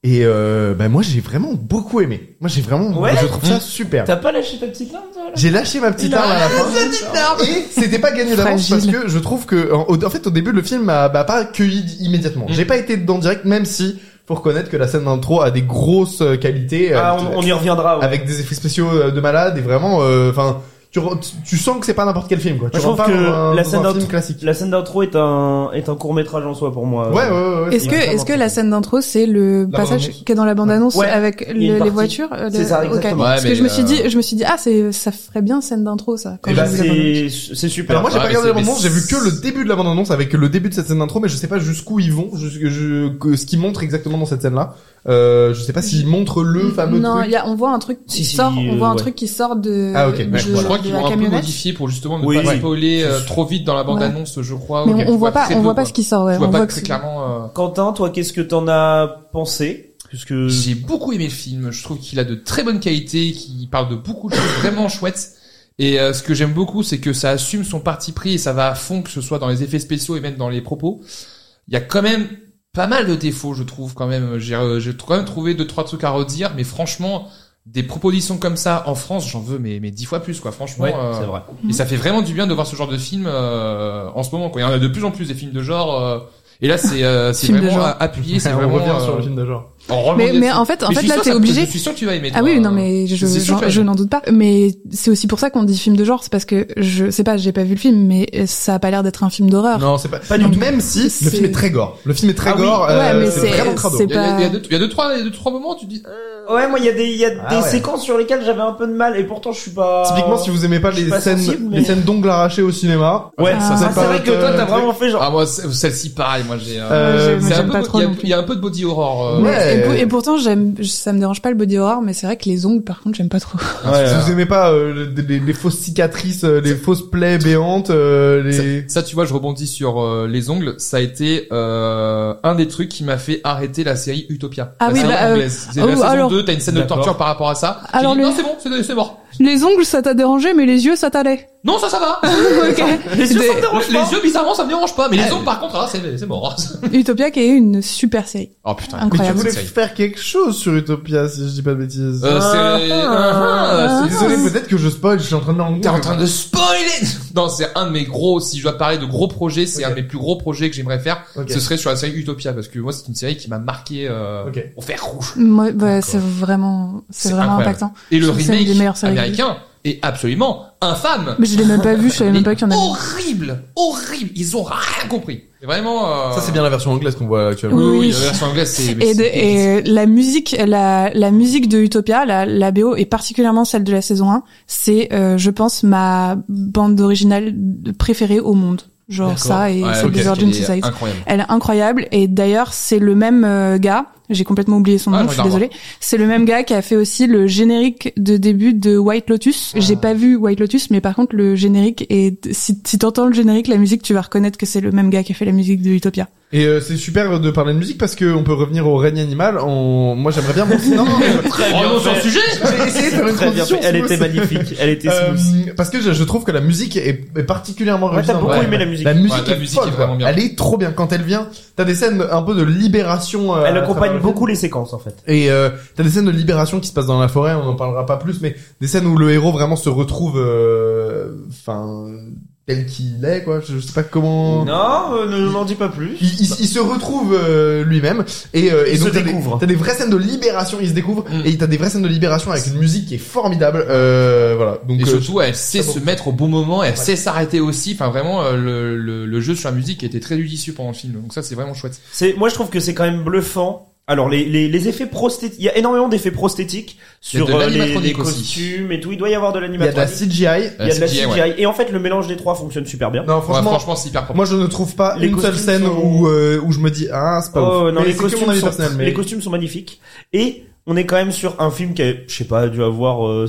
C: et euh, bah, moi j'ai vraiment beaucoup aimé. Moi j'ai vraiment,
B: Ouais. Mhm.
C: je trouve ça super.
B: T'as pas lâché ta petite larme, toi, là
C: J'ai lâché ma petite
B: Il a
C: arme à la fin.
D: Putain.
C: Et c'était pas gagné d'avance parce
E: Fragile.
C: que je trouve que en, au- en fait au début le film m'a m'a pas accueilli immédiatement.
D: Mm.
C: J'ai pas été dedans direct même si faut reconnaître que la scène d'intro a des grosses euh, qualités euh,
B: Ah, on, on y reviendra. ouais.
C: avec des effets spéciaux euh, de malade et vraiment euh, enfin tu, re- tu- tu sens que c'est pas n'importe quel film quoi. Tu
B: Moi, je
C: rentres
B: trouve
C: pas
B: que
C: dans un,
B: la
C: dans
B: scène
C: un film
B: d'intro-
C: classique.
B: La scène d'intro est un, est un court-métrage en soi pour moi.
C: Ouais ouais ouais. ouais,
E: Est-ce
C: c'est
E: que,
C: vraiment
E: est-ce que
C: cool.
E: la scène d'intro, c'est le
D: La
E: passage
D: bande-annonce.
E: qui est dans la bande-annonce
B: Ouais.
E: avec
B: Il y a une
E: le- les
B: partie.
E: voitures euh,
B: C'est
E: le-
B: ça,
E: ok.
B: exactement.
D: Ouais,
E: Parce que
D: mais,
E: je me suis
D: euh, Eh ben,
E: dit, je me suis dit, ah, c'est, ça ferait bien scène d'intro, ça. Quand
B: Et
E: j'ai
B: bah,
E: vu la bande-annonce.
B: c'est, c'est super.
C: Alors moi j'ai
D: Ouais,
C: pas
D: mais
C: regardé
D: c'est-
C: la bande annonce, j'ai
D: mais
C: vu que le
D: c'est-
C: début de la bande annonce avec le début de cette scène d'intro, mais je sais pas jusqu'où ils vont, jus- je- que- ce qu'ils montrent exactement dans cette scène là. Euh, je sais pas s'ils montrent le fameux
E: non,
C: truc.
E: il y a, on voit un truc qui
B: Si, si,
E: sort,
B: euh,
E: on voit un
B: ouais.
E: truc qui sort de,
C: Ah, ok,
E: de-
C: d'accord,
D: je
E: de
D: crois qu'ils
E: la
D: vont un peu
E: camionnette.
D: modifier pour justement ne
B: Oui.
D: pas spoiler euh, trop vite dans la
E: Ouais.
D: bande-annonce, je crois. Ah,
E: Mais
D: Ok, tu
E: on, on voit
D: vois
E: pas,
D: très
E: on
D: peu,
E: voit pas
D: quoi.
E: ce qui sort, ouais.
D: Tu vois
E: on
D: pas
E: voit
D: très
E: que-
D: clairement. euh,
B: Quentin, toi, qu'est-ce que t'en as pensé? Parce que...
D: J'ai beaucoup aimé le film. Je trouve qu'il a de très bonnes qualités, qu'il parle de beaucoup de choses vraiment chouettes. Et euh, ce que j'aime beaucoup, c'est que ça assume son parti pris et ça va à fond, que ce soit dans les effets spéciaux et même dans les propos. Il y a quand même pas mal de défauts, je trouve quand même. J'ai euh, j'ai quand même trouvé deux trois trucs à redire, mais franchement, des propositions comme ça en France, j'en veux mais mais dix fois plus quoi. Franchement,
B: Ouais,
D: euh,
B: c'est vrai.
D: et ça fait vraiment du bien de voir ce genre de film euh, en ce moment. Quoi. Il y en a de plus en plus des films de genre. euh, et là, c'est euh, c'est
E: Films de
D: vraiment
E: genre.
D: appuyé. C'est
C: on
D: vraiment.
C: revient
D: euh,
C: sur le film de genre.
D: on
E: Mais,
D: rebondit
E: mais
D: là-dessus.
E: en fait, en
D: Mais je
E: fait,
D: suis
E: là,
D: sûr,
E: t'es
D: ça-
E: obligé.
D: Je suis sûr que tu vas aimer.
E: Ah
D: toi,
E: oui, non,
D: euh,
E: mais je,
D: c'est sûr que tu
E: j'en-
D: vas
E: je
D: aimer.
E: n'en doute pas. Mais c'est aussi pour ça qu'on dit film de genre, c'est parce que je sais pas, j'ai pas vu le film, mais ça a pas l'air d'être un film d'horreur.
C: Non, c'est pas,
B: Pas du tout.
C: Même si le
E: C'est-
C: film est très gore. Le film est très
B: Ah oui.
C: gore,
E: Ouais,
C: euh,
E: mais
C: c'est
E: c'est-
C: vraiment crado.
E: c'est-
D: Il y, a, il y a
E: pas-
D: deux, il y a deux trois, il y a deux trois moments, tu dis. euh,
B: Ouais, moi, il y a des, il y a
C: Ah
B: des
C: ouais.
B: séquences sur lesquelles j'avais un peu de mal, et pourtant, je suis pas...
C: Typiquement, si vous aimez pas
B: je suis
C: les
B: pas
C: scènes,
B: sensible, mais-
C: les scènes d'ongles arrachés au cinéma,
B: Ouais,
E: Ah.
B: ça,
E: Ça
B: c'est
C: parle
B: vrai que
C: de-
B: toi, t'as vraiment fait genre...
D: Ah moi, c'est- celle-ci pareil. Moi, j'ai. euh,
C: euh,
D: c'est
E: j'ai- moi,
D: un
E: j'aime
D: peu-
E: pas trop
D: Il y a-
E: non plus.
D: il y, a un peu de body horror. euh,
C: Ouais.
E: Et, pour- et pourtant, j'aime, je- ça me dérange pas le body horror, mais c'est vrai que les ongles, par contre, j'aime pas trop.
C: si
B: Ouais.
C: vous aimez pas euh, les, les- les fausses cicatrices, euh, les fausses plaies béantes, euh, les...
D: Ça, tu vois, je rebondis sur euh, les ongles. Ça a été euh, un des trucs qui m'a fait arrêter la série Utopia.
E: Ah
D: la
E: oui,
D: série
E: bah, euh,
D: anglaise. C'est
E: oh,
D: la saison
E: alors-
D: 2, t'as une scène de
B: D'accord.
D: torture par rapport à ça. J'ai
E: Alors
D: dit,
E: le-
D: Non, c'est bon, c'est c'est mort.
E: Les ongles, ça t'a dérangé, mais les yeux, ça t'allait.
D: Non, ça, ça va.
E: ok.
B: Les yeux, ça me
E: Des-
B: dérange
D: les
B: pas.
D: yeux, bizarrement, ça me dérange pas. Mais les ongles, par contre, ah, c'est c'est mort.
E: Utopia qui est une super série.
D: Oh putain.
C: Mais tu
E: Incroyable.
C: voulais
D: cette série.
C: faire quelque chose sur Utopia, si je dis pas de bêtises.
D: Euh, c'est-
B: Ah.
D: c'est-
C: Désolé, peut-être que je spoil, je suis en train de m'en
D: T'es en train de spoiler Non, c'est un de mes gros, si je dois parler de gros projets, c'est
C: Ok.
D: un de mes plus gros projets que j'aimerais faire.
C: Ok.
D: Ce serait sur la série Utopia, parce que moi, c'est une série qui m'a marqué euh,
C: Ok.
D: au fer rouge.
E: Moi, ouais, c'est vraiment, c'est
D: C'est
E: vraiment
D: incroyable.
E: impactant.
D: Et le
E: trouve que c'est une
D: remake
E: des meilleures séries que j'ai vues.
D: américain est absolument infâme.
E: Mais je l'ai même pas vu, je savais même
D: Mais
E: pas qu'il y en avait.
D: horrible, horrible. Ils ont rien compris. Vraiment. euh,
C: Ça, c'est bien la version anglaise qu'on voit actuellement.
D: Oui, oui,
E: Oui.
D: la version anglaise, c'est.
E: Et, de-
D: c'est-
E: et euh, la musique, la, la musique de Utopia, la, la BO et particulièrement celle de la saison 1, c'est, euh, je pense, ma bande originale préférée au monde. Genre ça et
D: Ouais,
E: celle
D: ok.
E: des Virgin
D: Elle est
E: Society.
D: Incroyable.
E: Elle est incroyable et d'ailleurs c'est le même euh, gars. J'ai complètement oublié son
D: Ah,
E: nom,
D: je
E: je suis
D: regarde.
E: désolée. C'est le même gars qui a fait aussi le générique de début de White Lotus.
D: Ah.
E: J'ai pas vu White Lotus, mais par contre le générique et si, si t'entends le générique, la musique, tu vas reconnaître que c'est le même gars qui a fait la musique de Utopia.
C: Et euh, c'est super de parler de musique parce qu'on peut revenir au règne animal. On... Moi, j'aimerais bien... mon- Non, non, mais-
B: Très bien
D: Revenons sur le
B: fait.
D: sujet.
C: j'ai essayé de faire une
B: Très bien
C: transition
B: fait. Elle était
C: smooth.
B: magnifique. Elle était
C: Euh,
B: smooth.
C: parce que je, je trouve que la musique est, est particulièrement
B: Ouais,
C: réussie
B: t'as
C: dans-
B: beaucoup
D: ouais,
B: aimé la musique.
C: La musique,
D: Ouais, la
C: est,
D: musique
C: folle,
D: est
C: quoi.
D: vraiment bien.
C: Elle est trop bien quand elle vient. T'as des scènes un peu de libération. euh,
B: Elle
C: à travers
B: accompagne
C: le
B: beaucoup les séquences, en fait.
C: film. Et euh, t'as des scènes de libération qui se passent dans la forêt. On en parlera pas plus, mais des scènes où le héros vraiment se retrouve, euh, enfin, tel qu'il est, quoi. Je, je sais pas comment.
B: Non, euh, ne m'en dis pas plus.
C: Il, il- il se retrouve euh, lui-même et, euh, et
B: Il
C: donc
B: se
C: t'as des,
B: découvre.
C: t'as des vraies scènes de libération. Il se découvre
D: Mm.
C: et t'as des vraies scènes de libération avec une musique qui est formidable. Euh, voilà. Donc
D: Et
C: euh,
D: surtout, elle sait
C: bon.
D: se mettre au bon moment, elle sait s'arrêter aussi. Enfin, vraiment, euh, le, le, le jeu sur la musique était très judicieux pendant le film. Donc ça, c'est vraiment chouette.
B: C'est, moi, je trouve que c'est quand même bluffant Alors les, les, les effets prosthétiques, il y a énormément d'effets prosthétiques
D: Il y
B: sur
D: a de
B: euh, les, les
D: l'animatronique aussi.
B: costumes et tout. Il doit y avoir de
C: Il y a de la
B: l'animatronique.
C: CGI.
B: Il y a de la
D: CGI,
B: CGI.
D: ouais.
B: Et en fait, le mélange des trois fonctionne super bien.
C: Non,
D: Ouais,
C: franchement,
D: franchement, c'est hyper propre.
C: moi je ne trouve pas
B: Les
C: une seule
B: costumes
C: scène
B: sont-
C: où, euh, où je me dis ah c'est pas
B: Oh,
C: ouf.
B: non,
C: Mais
B: les
C: c'est que mon
B: costumes,
C: avis
B: sont,
C: personnel, mais-
B: les costumes sont magnifiques. Et on est quand même sur un film qui a, je sais pas, dû avoir euh,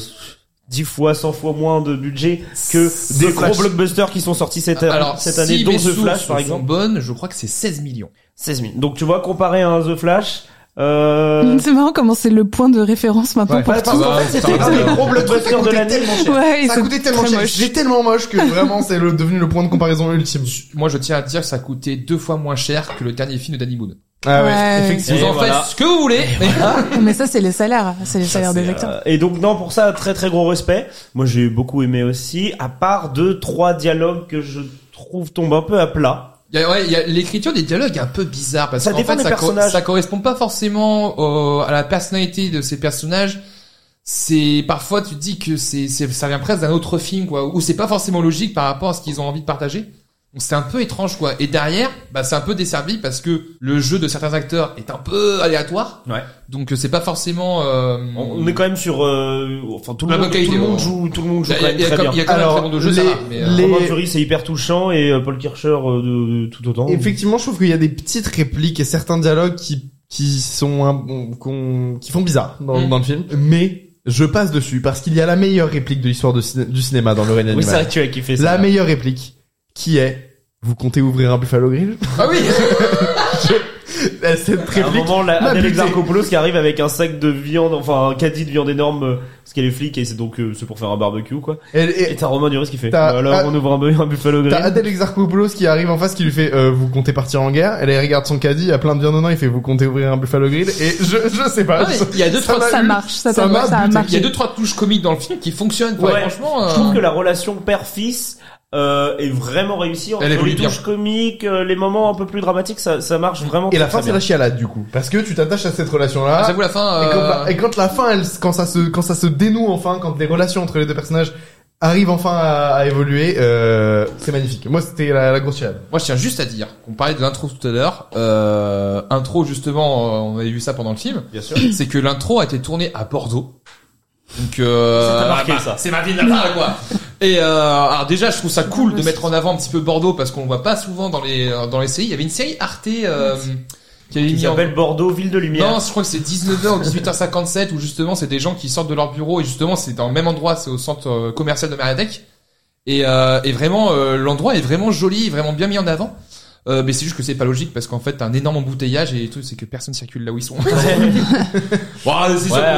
B: 10 fois, 100 fois moins de budget que
C: The
B: des
C: Flash.
B: gros blockbusters qui sont sortis cette, euh,
D: Alors,
B: cette année,
D: si
B: dont
D: mes
B: The
D: sources
B: Flash par
D: sont
B: exemple.
D: bonnes, je crois que c'est 16 millions.
B: 16 000. Donc tu vois, comparé à un The Flash, euh...
E: C'est marrant comment c'est le point de référence maintenant
C: Ouais.
E: pour
B: ouais, parce
E: tout.
B: qu'en
D: bah,
B: fait,
D: ça
B: c'était
D: va.
B: un des
C: Ah,
B: gros
C: le truc
B: blockbusters de
C: coûtait
B: l'année.
C: tellement cher.
E: Ouais, et
C: ça
E: c'est
C: a coûté tellement
E: très
C: cher.
E: moche.
C: J'ai tellement moche que vraiment c'est le, devenu le point de comparaison ultime.
D: Moi, je tiens à dire que ça coûtait deux fois moins cher que le dernier film de Danny Boone.
C: Ah ouais,
E: Ouais.
C: effectivement.
D: Vous
B: Et
D: en
B: voilà.
D: faites ce que vous voulez, mais
E: Ah, Mais ça, c'est les salaires. C'est les salaires des
B: C'est,
E: acteurs.
B: euh, et donc non pour ça très très gros respect. Moi j'ai beaucoup aimé aussi. À part deux trois dialogues que je trouve tombent un peu à plat.
D: Il y a- ouais, il y a l'écriture des dialogues est un peu bizarre parce
B: Ça
D: qu'en
B: dépend
D: fait
B: des
D: ça, co-
B: personnages.
D: ça correspond pas forcément au- à la personnalité de ces personnages. C'est parfois tu te dis que c'est c'est- ça vient presque d'un autre film quoi ou c'est pas forcément logique par rapport à ce qu'ils ont envie de partager. Donc c'est un peu étrange quoi. Et derrière, bah c'est un peu desservi parce que le jeu de certains acteurs est un peu aléatoire.
B: Ouais.
D: Donc euh, c'est pas forcément euh,
B: On, on est quand même sur euh, enfin tout le
D: La
B: monde,
D: bonne
B: tout le
D: qualité,
B: monde
D: ouais.
B: joue tout le monde joue
D: il y
B: quand
D: a,
B: même
D: il y a
B: très
D: comme-
B: bien.
D: il y a quand même un
C: Alors,
D: très bon de jeu ça
C: les-
D: va, mais, euh,
C: les-
B: Romain Duris c'est hyper touchant et euh, Paul Kircher euh, de, de- tout autant.
C: Effectivement, je trouve qu'il y a des petites répliques et certains dialogues qui qui sont un- qu'on- qui font bizarre dans,
D: Mm.
C: dans le film, mais je passe dessus parce qu'il y a la meilleure réplique de l'histoire de ciné- du cinéma dans le règne
B: Oui c'est vrai
C: animal.
B: que tu as kiffé ça.
C: la meilleure réplique qui est vous comptez ouvrir un Buffalo Grill
D: Ah oui.
C: Cette
B: à un
C: réplique
B: moment, la,
C: m'a
B: Adèle
C: buté.
B: Exarchopoulos qui arrive avec un sac de viande, enfin un caddie de viande énorme, euh, parce qu'elle est flic et c'est donc euh, c'est pour faire un barbecue quoi.
C: Elle-
B: Et
C: et-
B: t'as Romain Duris qui fait.
C: T'as-
B: Bah, alors
C: ah.
B: on ouvre un, bu- un buffalo grill.
C: T'as Adèle Exarchopoulos qui arrive en face, qui lui fait euh, vous comptez partir en guerre. Elle elle regarde son caddie, il y a plein de viande dedans. Il fait vous comptez ouvrir un Buffalo Grill. Et je je sais pas.
D: Ah oui, il y a deux, trois-
C: m'a
E: Ça
C: eu.
E: marche, ça,
C: euh, Ça
E: t'a-
C: m'a
E: ça a
C: buté.
D: Il y a
E: marché.
D: deux trois touches comiques dans le film qui fonctionnent quoi.
B: Ouais.
D: Franchement.
B: Je trouve
D: euh,
B: que la relation père-fils euh, est vraiment réussie entre
D: Elle évolue
B: les touches comiques, euh, les moments un peu plus dramatiques, ça, ça marche vraiment.
C: Et la
B: très,
C: fin
B: très
C: c'est
B: bien.
C: la
B: Ah,
C: chialade du coup, parce que tu t'attaches à cette relation là.
D: J'avoue la fin.
C: Et quand,
D: euh,
C: la, et quand la fin, elle, quand ça se, quand ça se dénoue enfin, quand les relations entre les deux personnages arrivent enfin à, à évoluer, euh, c'est magnifique. Moi, c'était la, la grosse chiale.
D: Moi, je tiens juste à dire qu'on parlait de l'intro tout à l'heure. Euh, intro, justement, euh, on avait vu ça pendant le film.
B: Bien sûr.
D: C'est que l'intro a été tournée à Bordeaux. Donc, euh,
B: Ça t'a marqué,
D: bah,
B: ça.
D: C'est ma ville natale, quoi. Et euh, alors déjà, je trouve ça cool de mettre en avant un petit peu Bordeaux parce qu'on le voit pas souvent dans les euh, dans les séries. Il y avait une série Arte euh, qui avait
B: Il
D: mis en
B: s'appelle Bordeaux, ville de lumière.
D: non, je crois que c'est 19h ou 18h57 où justement c'est des gens qui sortent de leur bureau et justement c'est dans le même endroit, c'est au centre euh, commercial de Mariadec. Et, euh, et vraiment, euh, l'endroit est vraiment joli, vraiment bien mis en avant. Euh, mais c'est juste que c'est pas logique parce qu'en fait t'as un énorme embouteillage et tout, c'est que personne circule là où ils sont. Ouais,
B: Ouais,
D: c'est sûr, on va-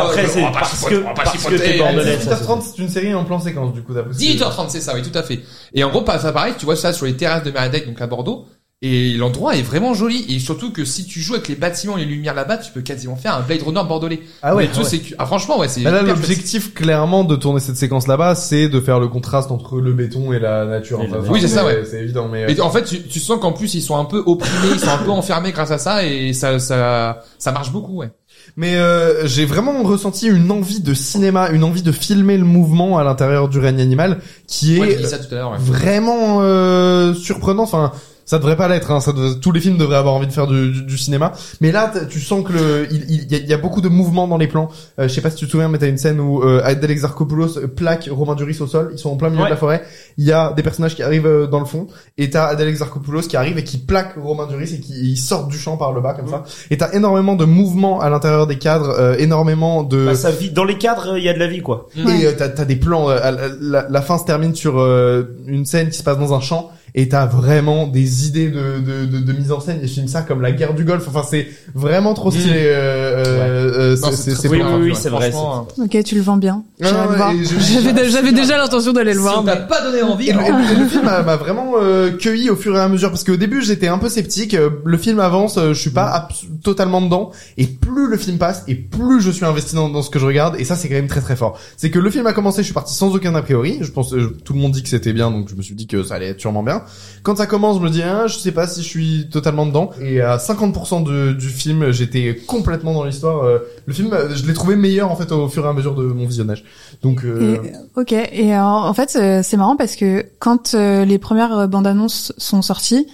B: après,
D: on va
B: c'est
D: pas
B: parce
D: chipoter,
B: que-
D: on va pas
B: parce que
D: chipoter. euh.
B: t'es bordelais. ça, c'est
C: 18h30, c'est une série en plan séquence, du coup, d'après. ce que-
D: 18h30, c'est ça, oui, tout à fait. Et en gros, pa- ça pareil, tu vois ça sur les terrasses de Meredith, donc à Bordeaux. Et l'endroit est vraiment joli. Et surtout que si tu joues avec les bâtiments et les lumières là-bas, tu peux quasiment faire un Blade Runner bordelais.
C: Ah ouais.
D: Mais tout,
C: ah ouais.
D: c'est que- ah, franchement, ouais, c'est.
C: Bah là,
D: hyper
C: l'objectif clairement de tourner cette séquence là-bas, c'est de faire le contraste entre le béton et la nature.
B: Et
C: enfin,
B: la-
C: enfin,
D: Oui, c'est ça, ouais.
C: C'est évident, mais. euh,
D: facile. Et en fait, tu, tu sens qu'en plus ils sont un peu opprimés, ils sont un peu enfermés grâce à ça, et ça, ça, ça marche beaucoup, ouais.
C: Mais euh, j'ai vraiment ressenti une envie de cinéma, une envie de filmer le mouvement à l'intérieur du règne animal, qui est
D: ouais, je disais ça tout à l'heure. Ouais.
C: vraiment euh, surprenant. Enfin, ça devrait pas l'être. Hein. Ça dev- Tous les films devraient avoir envie de faire du, du- du cinéma. Mais là, t'as- tu sens que le, il, il y, a, il y a beaucoup de mouvements dans les plans. Euh, je sais pas si tu te souviens, mais t'as une scène où euh, Adèle Exarchopoulos plaque Romain Duris au sol. Ils sont en plein milieu
B: Ouais.
C: de la forêt. Il y a des personnages qui arrivent euh, dans le fond, et t'as Adèle Exarchopoulos qui arrive et qui plaque Romain Duris et qui et ils sortent du champ par le bas comme
B: Mmh.
C: ça. Et t'as énormément de mouvements à l'intérieur des cadres, euh, énormément de
B: Bah, ça vit dans les cadres, il y a de la vie quoi.
D: Ouais.
C: et euh, t'as t'as des plans. euh, à la, la- la fin se termine sur euh, une scène qui se passe dans un champ. Et t'as vraiment des idées de, de, de, de mise en scène. Et je filme ça comme la guerre du Golfe. Enfin, c'est vraiment trop stylé.
D: Mmh.
C: Euh, euh, euh,
D: Non,
C: c'est-
D: c'est
C: c'est
D: très
C: c'est
D: bien
B: oui,
C: pas-
D: foutu,
B: oui,
D: ouais.
B: c'est vrai,
D: Franchement, hein.
E: Ok, tu le vends bien.
C: Ah,
E: J'irai le
C: ouais,
E: voir.
C: et je-
E: J'avais dé- j'avais déjà l'intention d'aller le
D: Si on
E: voir.
D: t'a pas donné envie.
C: Et le,
D: hein.
E: Euh,
D: alors-
C: et le- le film m'a m'a vraiment euh, cueilli au fur et à mesure parce qu'au début j'étais un peu sceptique. euh, Le film avance, euh, je suis pas abs- totalement dedans. Et plus le film passe, et plus je suis investi dans, dans ce que je regarde. Et ça c'est quand même très très fort. C'est que le film a commencé, je suis parti sans aucun a priori. Je pense euh, tout le monde dit que c'était bien, donc je me suis dit que ça allait être sûrement bien. Quand ça commence, je me dis ah, je sais pas si je suis totalement dedans. Et à 50% de- du film, j'étais complètement dans l'histoire. euh, Le film, euh, je l'ai trouvé meilleur en fait au fur et à mesure de mon visionnage. Donc euh,
E: Et, ok, et en, en fait, euh, c'est marrant parce que quand euh, les premières euh, bandes annonces sont sorties,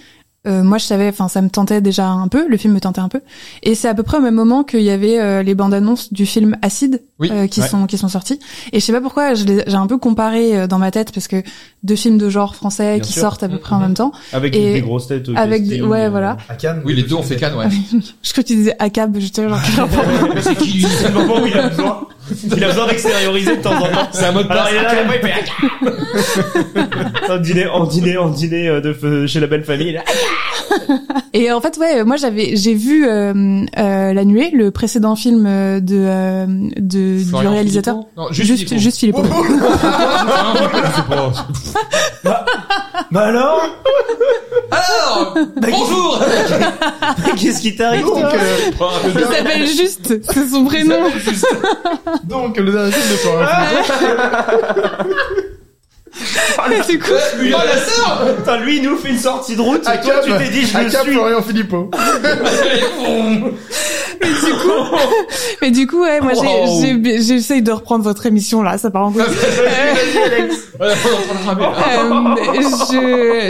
E: Euh, moi, je savais, enfin, ça me tentait déjà un peu. Le film me tentait un peu. Et c'est à peu près au même moment qu'il y avait euh, les bandes annonces du film Acide
D: Oui,
E: euh, qui
B: ouais.
E: sont qui sont sorties. Et je sais pas pourquoi, je les- j'ai un peu comparé euh, dans ma tête parce que deux films de genre français
B: Bien
E: qui
B: sûr.
E: sortent à peu près en
D: Mhm.
E: même temps.
B: Avec
E: Et
B: des grosses têtes. au
E: avec
B: casting,
E: des- ouais,
B: euh,
E: voilà.
C: À Cannes.
D: Oui, les deux ont fait Cannes, ouais.
E: Je crois que tu disais ACAB, j'étais genre.
D: Mais c'est qui lui
B: C'est le moment où il a besoin, il a besoin d'extérioriser de temps en temps.
D: C'est un mot de
B: Alors,
D: passe.
B: il est là, il fait- en dîner, en dîner, en dîner euh, de f- chez la belle famille. là. ah,
E: Et en fait, ouais, euh, moi j'avais, j'ai vu euh, euh, La Nuée, le précédent film euh, de, euh, de du
D: Florian
E: réalisateur.
D: Philippot Non, juste, Oh.
E: Juste,
D: Philippot.
E: juste
C: Oh,
E: Philippot.
B: Bah alors,
D: Alors,
E: Bah,
D: bonjour
B: qu'est-ce qui t'arrive
C: Donc,
B: toi
C: euh, le
E: Il
C: dernier-
E: s'appelle Juste, c'est son prénom.
D: Juste.
C: donc, le dernier film de Florian
B: Ah,
E: Et du coup,
B: Euh,
D: Oh, la sœur
B: Putain, lui, il nous fait une sortie de route.
C: À
B: toi,
C: Cap,
B: tu t'es dit, je
C: à
B: le
C: Cap,
B: suis.
C: Florian Philippot.
E: mais du coup, ouais, moi j'ai-
D: Wow.
E: j'ai- j'essaye de reprendre votre émission là, ça part en couille.
D: Voilà, on est en train de ramer, là.
E: Euh,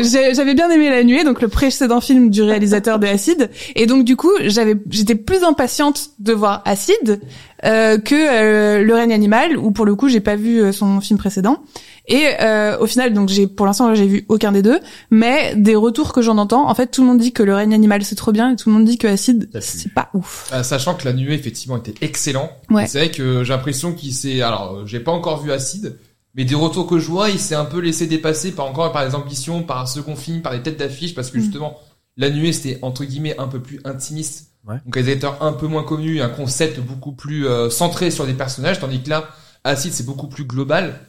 E: je- j'ai- j'avais bien aimé La Nuée, donc le précédent film du réalisateur de Acide, et donc du coup j'avais, j'étais plus impatiente de voir Acide euh, que euh, Le règne animal, où pour le coup j'ai pas vu euh, son film précédent. Et euh, au final, donc j'ai, pour l'instant j'ai vu aucun des deux, mais des retours que j'en entends, en fait tout le monde dit que Le règne animal c'est trop bien, et tout le monde dit que Acide
B: Ça pue.
E: c'est pas ouf.
D: Euh, sachant que la nuée effectivement était excellent.
E: Ouais.
D: Et C'est vrai que j'ai l'impression qu'il s'est. Alors, euh, j'ai pas encore vu Acide, mais des retours que je vois, il s'est un peu laissé dépasser par encore par les ambitions, par un second film, par les têtes d'affiche, parce que
E: Mm.
D: justement, la nuée c'était entre guillemets un peu plus intimiste.
B: Ouais.
D: Donc des acteurs un peu moins connus, un concept beaucoup plus euh, centré sur des personnages, tandis que là, Acide c'est beaucoup plus global.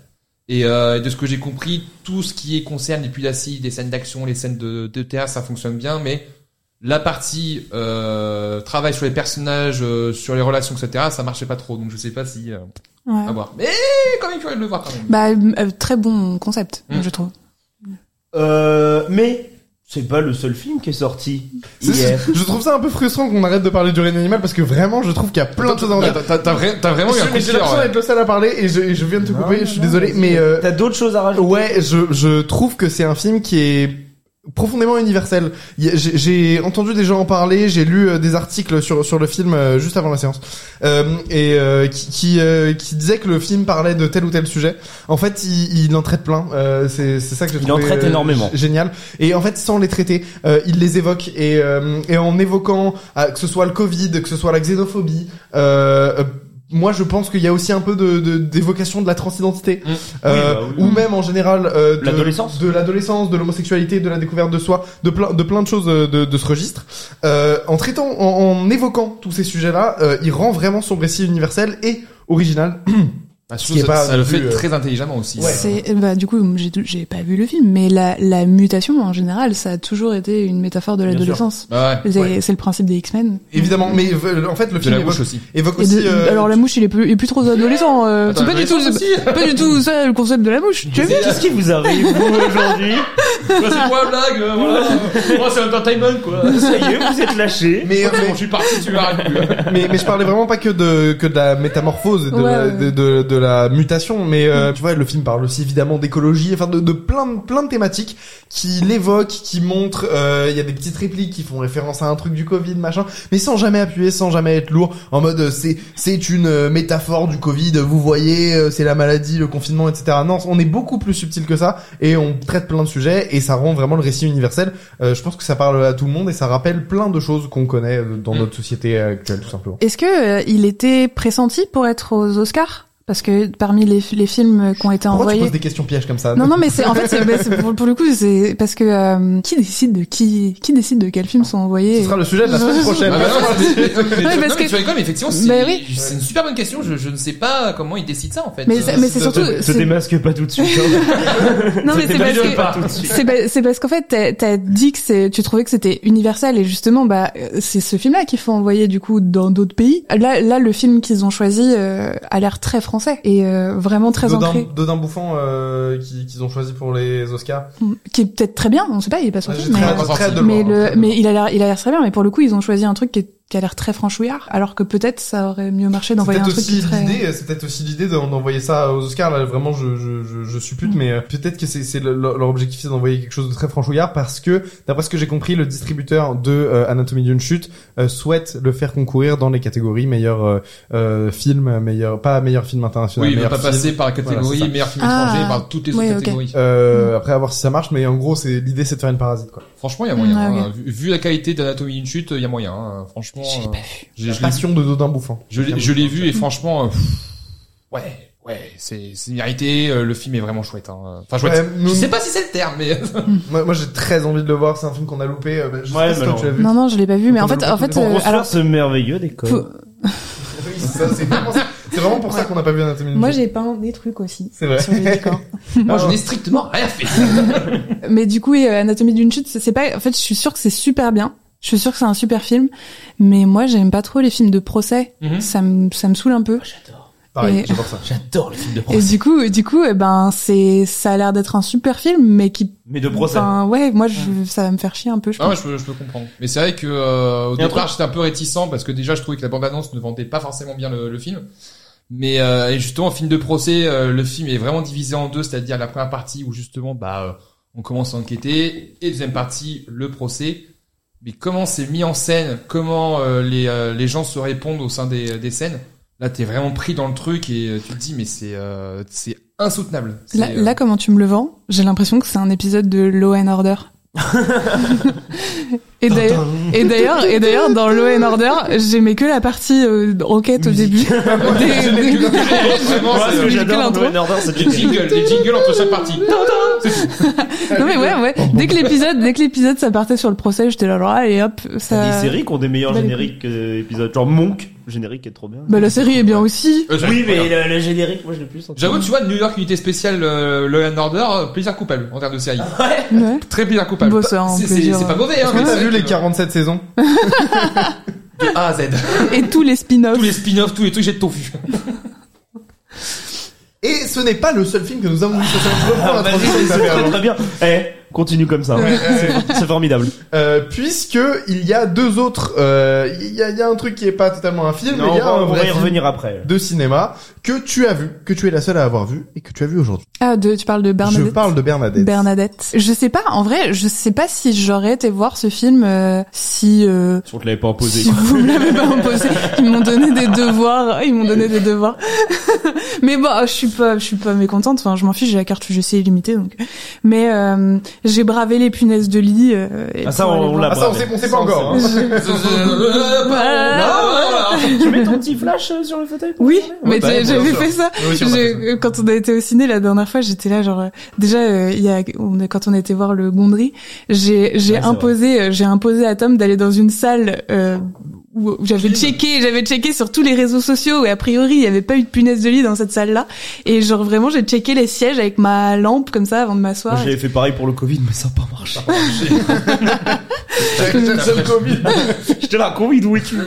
D: Et euh, de ce que j'ai compris, tout ce qui est concerne les puits acide, les scènes d'action, les scènes de, de théâtre, ça fonctionne bien, mais la partie euh, travail sur les personnages, euh, sur les relations, etc., ça marchait pas trop. Donc je sais pas si euh,
E: Ouais.
D: à voir. Mais quand même curieux de le voir quand même.
E: Bah euh, très bon concept,
D: Mm.
E: je trouve.
B: Euh, mais c'est pas le seul film qui est sorti
C: C'est-
B: hier.
C: Je trouve ça un peu frustrant qu'on arrête de parler du règne animal parce que vraiment, je trouve qu'il y a plein de choses à en
D: T'as-
C: dire.
D: t'as- T'as t'as vrai- t'as vraiment eu un
C: Je-
D: coup
C: mais
D: de
C: J'ai
D: cœur. euh.
C: l'impression
D: ouais.
C: d'être le seul à parler et je, et je viens de te
B: Non,
C: couper,
B: non,
C: je suis
B: non,
C: désolé,
E: Ah,
B: c'est-
C: mais euh,
B: T'as d'autres choses à rajouter
C: ouais, je, je trouve que c'est un film qui est profondément universel. Il y a- J'ai j'ai entendu des gens en parler, j'ai lu euh, des articles sur sur le film euh, juste avant la séance euh, et euh, qui qui, euh, qui disaient que le film parlait de tel ou tel sujet. En fait, il, il en traite plein. Euh, c'est c'est ça que j'ai
B: Il
C: trouvé
B: en traite
C: euh,
B: énormément.
C: g- génial. Et en fait, sans les traiter, euh, il les évoque et euh, et en évoquant ah, que ce soit le Covid, que ce soit la xénophobie. Euh, euh, moi, je pense qu'il y a aussi un peu de de- d'évocation de, la transidentité,
D: Mm.
B: Oui,
C: Euh,
B: bah oui.
C: ou même en général euh, de-
B: L'adolescence.
C: de l'adolescence, de l'homosexualité, de la découverte de soi, de plein de plein de choses euh, de, de ce registre. Euh, en traitant, en, en évoquant tous ces sujets-là, euh, il rend vraiment son récit universel et original.
D: Bah, surtout,
C: qui est
D: ça,
C: pas
D: ça le
C: non
D: fait
C: plus, euh,
D: très intelligemment aussi.
C: Ouais.
D: ça.
E: C'est bah, du coup j'ai j'ai pas vu le film mais la la mutation en général ça a toujours été une métaphore de
B: Bien sûr.
E: l'adolescence.
D: Bah ouais.
E: C'est
C: Ouais.
E: c'est le principe des X-Men.
C: Évidemment, mais euh, en fait, le
D: De
C: film
D: la
C: évoque,
D: bouche aussi.
C: évoque
E: Et
C: aussi.
E: de-
C: euh,
E: alors la mouche il est plus il est plus trop adolescent. euh,
D: Attends,
E: c'est pas du tout
D: l'adolescence
E: pas du tout ça le concept de la mouche. Tu as vu
B: Qu'est-ce qui vous arrive vous, aujourd'hui
D: Bah, c'est quoi la blague euh, Voilà. Moi c'est entertainment quoi.
B: Ça y est, vous êtes lâchés.
C: mais,
D: Bon, je suis parti, tu m'arrêtes plus. hein.
C: mais, mais mais je parlais vraiment pas que de que de la métamorphose, de,
E: Ouais,
C: la,
E: ouais.
C: de, de- de la mutation, mais euh, tu vois le film parle aussi évidemment d'écologie, enfin de, de plein de plein de thématiques qui l'évoquent, qui montrent. euh, Il y a des petites répliques qui font référence à un truc du Covid machin, mais sans jamais appuyer, sans jamais être lourd, en mode euh, c'est c'est une euh, métaphore du Covid, vous voyez, euh, c'est la maladie, le confinement, etc. Non, on est beaucoup plus subtil que ça et on traite plein de sujets et ça rend vraiment le récit universel. Euh, je pense que ça parle à tout le monde et ça rappelle plein de choses qu'on connaît euh, dans
D: Mm.
C: notre société actuelle tout simplement.
E: Est-ce que euh, il était pressenti pour être aux Oscars parce que parmi les les films qui ont été
C: Pourquoi tu
E: envoyés
C: poses des questions pièges comme ça
E: Non, non, mais c'est en fait c'est- bah, c'est- pour, pour le coup c'est parce que euh, qui décide de qui qui décide de quels films sont
C: Ce
E: envoyés.
C: sera le sujet de la semaine prochaine.
D: Ah bah non, c'est- mais tu-
E: parce
D: non, mais
E: que-
D: tu rigoles, mais effectivement, c'est
E: Bah oui.
D: c'est une super bonne question. Je, je ne sais pas comment ils décident ça en fait.
E: Mais
D: Euh,
E: c'est- mais c'est surtout
B: Se
E: c'est-
B: démasque pas tout de suite. hein.
E: non
B: Se
E: mais c'est parce
B: démasque
E: que
B: pas tout de suite.
E: C'est pa- c'est parce qu'en fait, t'as- t'as dit que c'est- tu trouvais que c'était universel et justement, bah, euh, c'est ce film-là qu'il faut envoyer du coup dans d'autres pays. Là, là, le film qu'ils ont choisi euh, a l'air très français et euh, vraiment très
C: Dodin,
E: ancré,
C: Dodin Bouffant euh, qui- qu'ils ont choisi pour les Oscars.
E: Mm. qui est peut-être très bien. On sait pas, il est pas sorti,
C: J'ai très
E: mais,
C: hâte- très hâte de le
E: mais
C: voir.
E: le, mais il a l'air, il a l'air très bien. Mais pour le coup, ils ont choisi un truc qui est qui a l'air très franchouillard, alors que peut-être ça aurait mieux marché
C: C'est
E: d'envoyer un
C: peut-être
E: truc
C: aussi
E: qui serait-
C: l'idée, euh, c'est peut-être aussi l'idée d'en- d'envoyer ça aux Oscars. Là, vraiment, je, je, je, je suppute,
E: Mm.
C: mais euh, peut-être que c'est c'est le- leur leur objectif, c'est d'envoyer quelque chose de très franchouillard parce que, d'après ce que j'ai compris, le distributeur de euh, Anatomie d'une chute euh, souhaite le faire concourir dans les catégories meilleur euh, euh, film, meilleur pas meilleur film international.
D: Oui, mais
C: meilleur
D: pas
C: film.
D: passer par la catégorie
C: Voilà, c'est ça.
D: meilleur film
E: Ah.
D: étranger, par toutes les
E: Oui,
D: autres
E: ok.
D: catégories.
C: Euh,
E: Mm.
C: Après, à voir si ça marche, mais en gros, c'est l'idée, c'est de faire une parasite. Quoi.
D: Franchement, il y a moyen.
E: Ouais, ok.
D: hein. vu, vu la qualité d'Anatomie d'une chute, il y a moyen. hein. Franchement,
E: Je
D: euh,
E: l'ai pas Mm. vu.
D: j'ai- je l'ai-
C: Passion de Dodin bouffant.
D: je l'ai- je l'ai vu et franchement, euh, pff, ouais, ouais, c'est c'est mérité. euh, Le film est vraiment chouette. hein. Enfin, chouette.
C: Ouais, nous-
D: Je sais pas si c'est le terme, mais
C: Moi, moi, j'ai très envie de le voir. C'est un film qu'on a loupé. euh, je sais
B: Ouais,
C: pas si
B: mais
C: toi,
B: non.
C: tu l'as vu.
E: Non, non, je l'ai pas vu,
C: Donc
E: mais en
C: on a
E: fait,
C: le
E: en fait,
B: Pour
E: euh,
B: refaire
E: alors,
B: ce merveilleux décor.
E: faut-
C: Oui, c'est ça, c'est vraiment, c'est vraiment pour ça qu'on n'a pas vu Anatomie d'une
E: moi
C: chute.
E: j'ai peint des trucs aussi.
C: C'est vrai.
E: Sur les décors.
D: moi, je n'ai strictement rien fait.
E: Mais du coup, oui, euh, Anatomie d'une chute, c'est- c'est pas. En fait, je suis sûre que c'est super bien. Je suis sûre que c'est un super film, mais moi, j'aime pas trop les films de procès.
D: Mhm.
E: Ça me, ça me saoule un peu.
C: Pareil,
E: Et-
C: j'adore ça.
B: J'adore les films de
E: Et du coup, du coup, eh ben, c'est, ça a l'air d'être un super film, mais qui,
B: Mais de procès.
E: enfin, ouais, moi, je, ça va me faire chier un peu, je
D: Ah ouais,
E: pense.
D: je peux, je peux comprendre. Mais c'est vrai que euh, au
B: Et un
D: départ, j'étais un peu réticent parce que déjà, je trouvais que la bande-annonce ne vendait pas forcément bien le, le film. Mais euh, et justement, film de procès, euh, le film est vraiment divisé en deux, c'est-à-dire la première partie où justement, bah, euh, on commence à enquêter, et deuxième partie, le procès. Mais comment c'est mis en scène, comment euh, les, euh, les gens se répondent au sein des, des scènes. Là, t'es vraiment pris dans le truc et euh, tu te dis, mais c'est euh, c'est insoutenable. C'est,
E: Là,
D: euh,
E: là, comment tu me le vends J'ai l'impression que c'est un épisode de Law and Order. et d'ailleurs, et d'ailleurs, et d'ailleurs, dans Law and Order, j'aimais que la partie euh, enquête au début.
B: Musique.
E: Des- des-
D: euh, Vraiment,
B: Moi, ce
D: c'est-
B: que
E: c'est
B: j'adore
E: l'intro.
B: dans Law and Order, c'est
D: Les
B: que-
D: jingles, les jingles entre chaque partie.
E: Non mais ouais, ouais. Dès que l'épisode, dès que l'épisode, ça partait sur le procès, j'étais là, genre, ah, et hop,
B: T'as des
E: ça.
B: séries qui ont des meilleurs
E: Bah, les-
B: génériques que des épisodes. Genre Monk, le générique est trop bien.
E: Bah la série est bien aussi.
D: Euh,
B: oui,
D: j'avoue,
B: mais
D: regarde.
B: le, le générique, moi je l'ai plus. en tout
D: J'avoue,
B: cas.
D: tu vois, New York Unité Spéciale, euh, Law and Order, euh, plaisir coupable en termes de série.
E: Ouais.
D: Très plaisir coupable.
E: Bon,
D: Pas-
E: ça, Ah. en
D: c'est, c'est-
E: plaisir,
D: c'est pas
E: euh,
D: mauvais, hein.
C: Est-ce que
D: mais
C: t'as
D: c'est
C: vu
D: vrai
C: les
D: que-
C: 47 saisons
D: de A à Z.
E: Et tous les spin-offs.
D: tous les spin-offs, tous les trucs, j'ai de ton vu.
C: Et ce n'est pas le seul film que nous avons vu sur cette
B: Ah,
C: reprends la
B: vas-y,
C: transition
B: c'est
C: que t'as fait
B: très
C: avant.
B: très bien. Eh, continue comme ça. C'est- C'est formidable.
C: Euh, Puisque il y a deux autres, euh, il y, a, il y a un truc qui est pas totalement un film, mais
B: Non,
C: il y a
B: on va-
C: un
B: on
C: vrai
B: va y
C: film
B: revenir après.
C: de cinéma que tu as vu, que tu es la seule à avoir vu et que tu as vu aujourd'hui.
E: Ah, de, tu parles de
C: Je
E: Bernadette.
C: parle de Bernadette.
E: Bernadette. Je sais pas, en vrai, je sais pas si j'aurais été voir ce film euh, si euh,
B: Si on te l'avait pas imposé.
E: si vous me l'avez pas imposé. Ils m'ont donné des devoirs, ils m'ont donné des devoirs. Mais bon, je suis pas je suis pas mécontente, enfin je m'en fiche, j'ai la carte UGC illimitée donc. Mais euh, j'ai bravé les punaises de lit euh, et
B: Ah, ça,
E: pour aller
B: on, on
E: voir-
B: l'a
C: Ah ça on
B: bravé.
C: sait, on sait
B: Ça,
C: pas
B: on
C: encore.
B: sait
C: hein.
D: Euh,
E: Ah Euh,
D: Ah,
E: Voilà.
B: Tu mets ton petit flash euh, sur le fauteuil pour
E: Oui,
B: regarder
E: mais
B: Ouais,
E: t'as-
B: bah,
E: j'avais
B: bien sûr.
E: fait ça.
C: Oui, oui, on a
E: J'ai-
C: fait
E: quand on a été au ciné la dernière fois, j'étais là genre euh, déjà euh, il y a on a- quand on a été voir le Gondry, j'ai j'ai
B: Ouais, c'est
E: imposé euh, j'ai imposé à Tom d'aller dans une salle euh, où où j'avais checké, j'avais checké sur tous les réseaux sociaux et a priori, il n'y avait pas eu de punaise de lit dans cette salle-là et genre vraiment j'ai checké les sièges avec ma lampe comme ça avant de m'asseoir.
B: Moi, j'avais fait pareil pour le Covid, mais ça n'a pas marché.
C: J'ai- j'ai le seul Covid.
B: J'étais là, Covid, où es-tu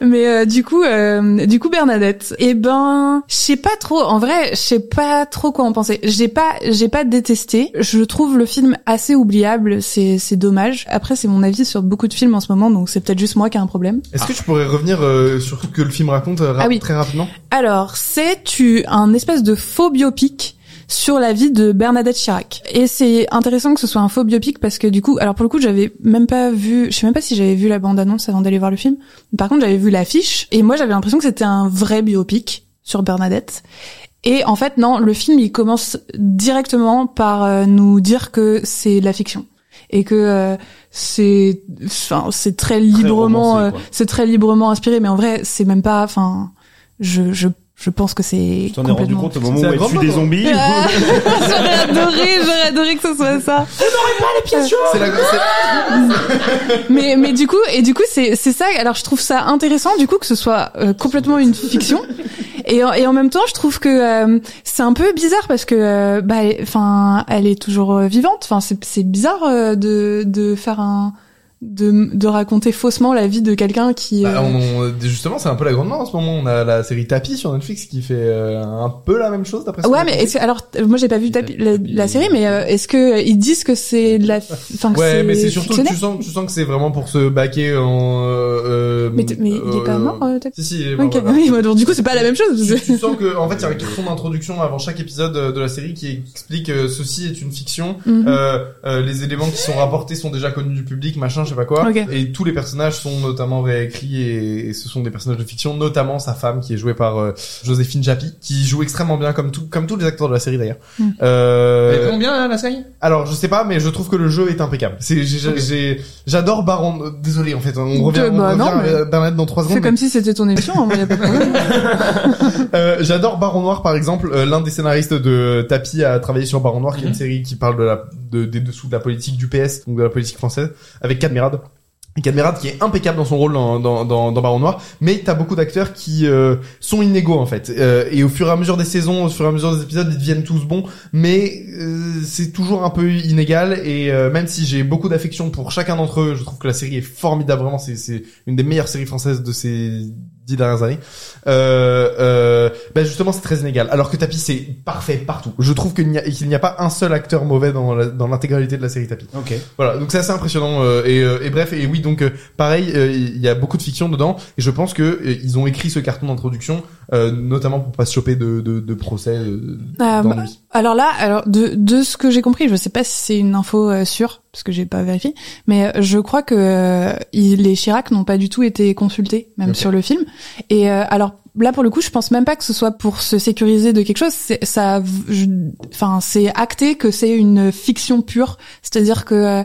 E: Mais euh, du coup, euh, du coup Bernadette, eh ben, je sais pas trop. En vrai, je sais pas trop quoi en penser. J'ai pas, j'ai pas détesté. Je trouve le film assez oubliable. C'est, c'est dommage. Après, c'est mon avis sur beaucoup de films en ce moment, donc c'est peut-être juste moi qui ai un problème.
C: Est-ce que tu pourrais revenir euh, sur ce que le film raconte euh, rap-
E: Ah oui.
C: très rapidement
E: Alors, c'est tu- un espèce de faux biopic sur la vie de Bernadette Chirac. Et c'est intéressant que ce soit un faux biopic parce que du coup, alors pour le coup, j'avais même pas vu, je sais même pas si j'avais vu la bande-annonce avant d'aller voir le film. Par contre, j'avais vu l'affiche et moi j'avais l'impression que c'était un vrai biopic sur Bernadette. Et en fait, non, le film, il commence directement par euh, nous dire que c'est de la fiction et que euh, c'est enfin, c'est très librement
B: romancé,
E: euh,
B: quoi.
E: c'est très librement inspiré mais en vrai, c'est même pas enfin je, je, je pense que c'est
B: Tu t'en es
E: complètement...
B: rendu compte au moment
C: C'est
B: où
C: un
B: elle
C: grand
B: tue des
C: moment.
B: zombies
E: Ah, j'aurais adoré, j'aurais adoré que ce soit ça.
C: C'est la c'est-
E: Mais mais du coup et du coup c'est c'est ça. Alors je trouve ça intéressant du coup que ce soit euh, complètement une fiction et en, et en même temps je trouve que euh, c'est un peu bizarre parce que euh, bah enfin elle est toujours euh, vivante. Enfin c'est c'est bizarre euh, de de faire un de, de raconter faussement la vie de quelqu'un qui.
C: Bah,
E: euh,
C: on- on- justement, c'est un peu la grande main en ce moment. On a la série Tapi sur Netflix qui fait euh, un peu la même chose d'après ce
E: Ouais,
C: qu'on a
E: mais
C: compris.
E: est-ce que- alors t- moi j'ai pas vu ta- la, la série, mais euh, est-ce que euh, ils disent que c'est de la, enfin que
C: Ouais, mais c'est surtout que
E: fictionnel
C: tu sens, tu sens que c'est vraiment pour se baquer en. euh, euh,
E: Mais, t- mais il est pas
C: euh,
E: mort. Euh, Tapi
C: Si si. il est mort,
E: Ok,
C: voilà.
E: oui, bah, donc du coup c'est pas la même chose.
C: Tu,
E: parce que-
C: tu sens que en fait il y a un carton d'introduction avant chaque épisode euh, de la série qui explique euh, ceci est une fiction,
E: Mhm.
C: euh, euh, les éléments qui sont rapportés sont déjà connus du public, machin, je sais pas quoi,
E: Ok.
C: et tous les personnages sont notamment réécrits et, et ce sont des personnages de fiction, notamment sa femme qui est jouée par euh, Joséphine Japy, qui joue extrêmement bien comme tout comme tous les acteurs de la série d'ailleurs.
E: Mhm.
C: Euh,
D: Elle est vraiment bien hein, la série
C: alors je sais pas, mais je trouve que le jeu est impeccable. C'est j'ai-
D: Ok.
C: j'ai- j'adore Baron. euh, Désolé en fait, on
E: De-
C: revient, on
E: bah
C: revient
E: non, mais-
C: euh, d'un mètre dans trois secondes.
E: C'est comme si c'était ton émission. hein, moi, y a pas de problème.
C: Euh, J'adore Baron Noir par exemple. Euh, L'un des scénaristes de Tapi a travaillé sur Baron Noir, qui est une série qui parle de la, de- des dessous de la politique du PS, donc de la politique française, avec Cadmerade. Cadmerade qui est impeccable dans son rôle dans, dans, dans, dans Baron Noir, mais t'as beaucoup d'acteurs qui euh, sont inégaux en fait. Euh, et au fur et à mesure des saisons, au fur et à mesure des épisodes, ils deviennent tous bons, mais euh, c'est toujours un peu inégal. Et euh, même si j'ai beaucoup d'affection pour chacun d'entre eux, je trouve que la série est formidable. Vraiment, c'est- c'est une des meilleures séries françaises de ces dix dernières années euh, euh, ben justement c'est très inégal. Alors que Tapi c'est parfait partout. Je trouve qu'il n'y a, qu'il n'y a pas un seul acteur mauvais dans la- dans l'intégralité de la série Tapi.
B: Ok.
C: Voilà, donc c'est assez impressionnant. euh, et, euh, et bref, et oui, donc euh, pareil, euh, il y a beaucoup de fiction dedans, et je pense que euh, ils ont écrit ce carton d'introduction, euh, notamment pour pas se choper de, de, de procès. euh,
E: Ah,
C: d'ennui.
E: bah, alors là, alors de, de ce que j'ai compris, je sais pas si c'est une info euh, sûre parce que j'ai pas vérifié, mais euh, je crois que euh, il- les Chirac n'ont pas du tout été consultés, même
C: Ok.
E: sur le film. Et euh, alors là, pour le coup, je pense même pas que ce soit pour se sécuriser de quelque chose. C'est ça, je- enfin, c'est acté que c'est une fiction pure, c'est-à-dire que euh,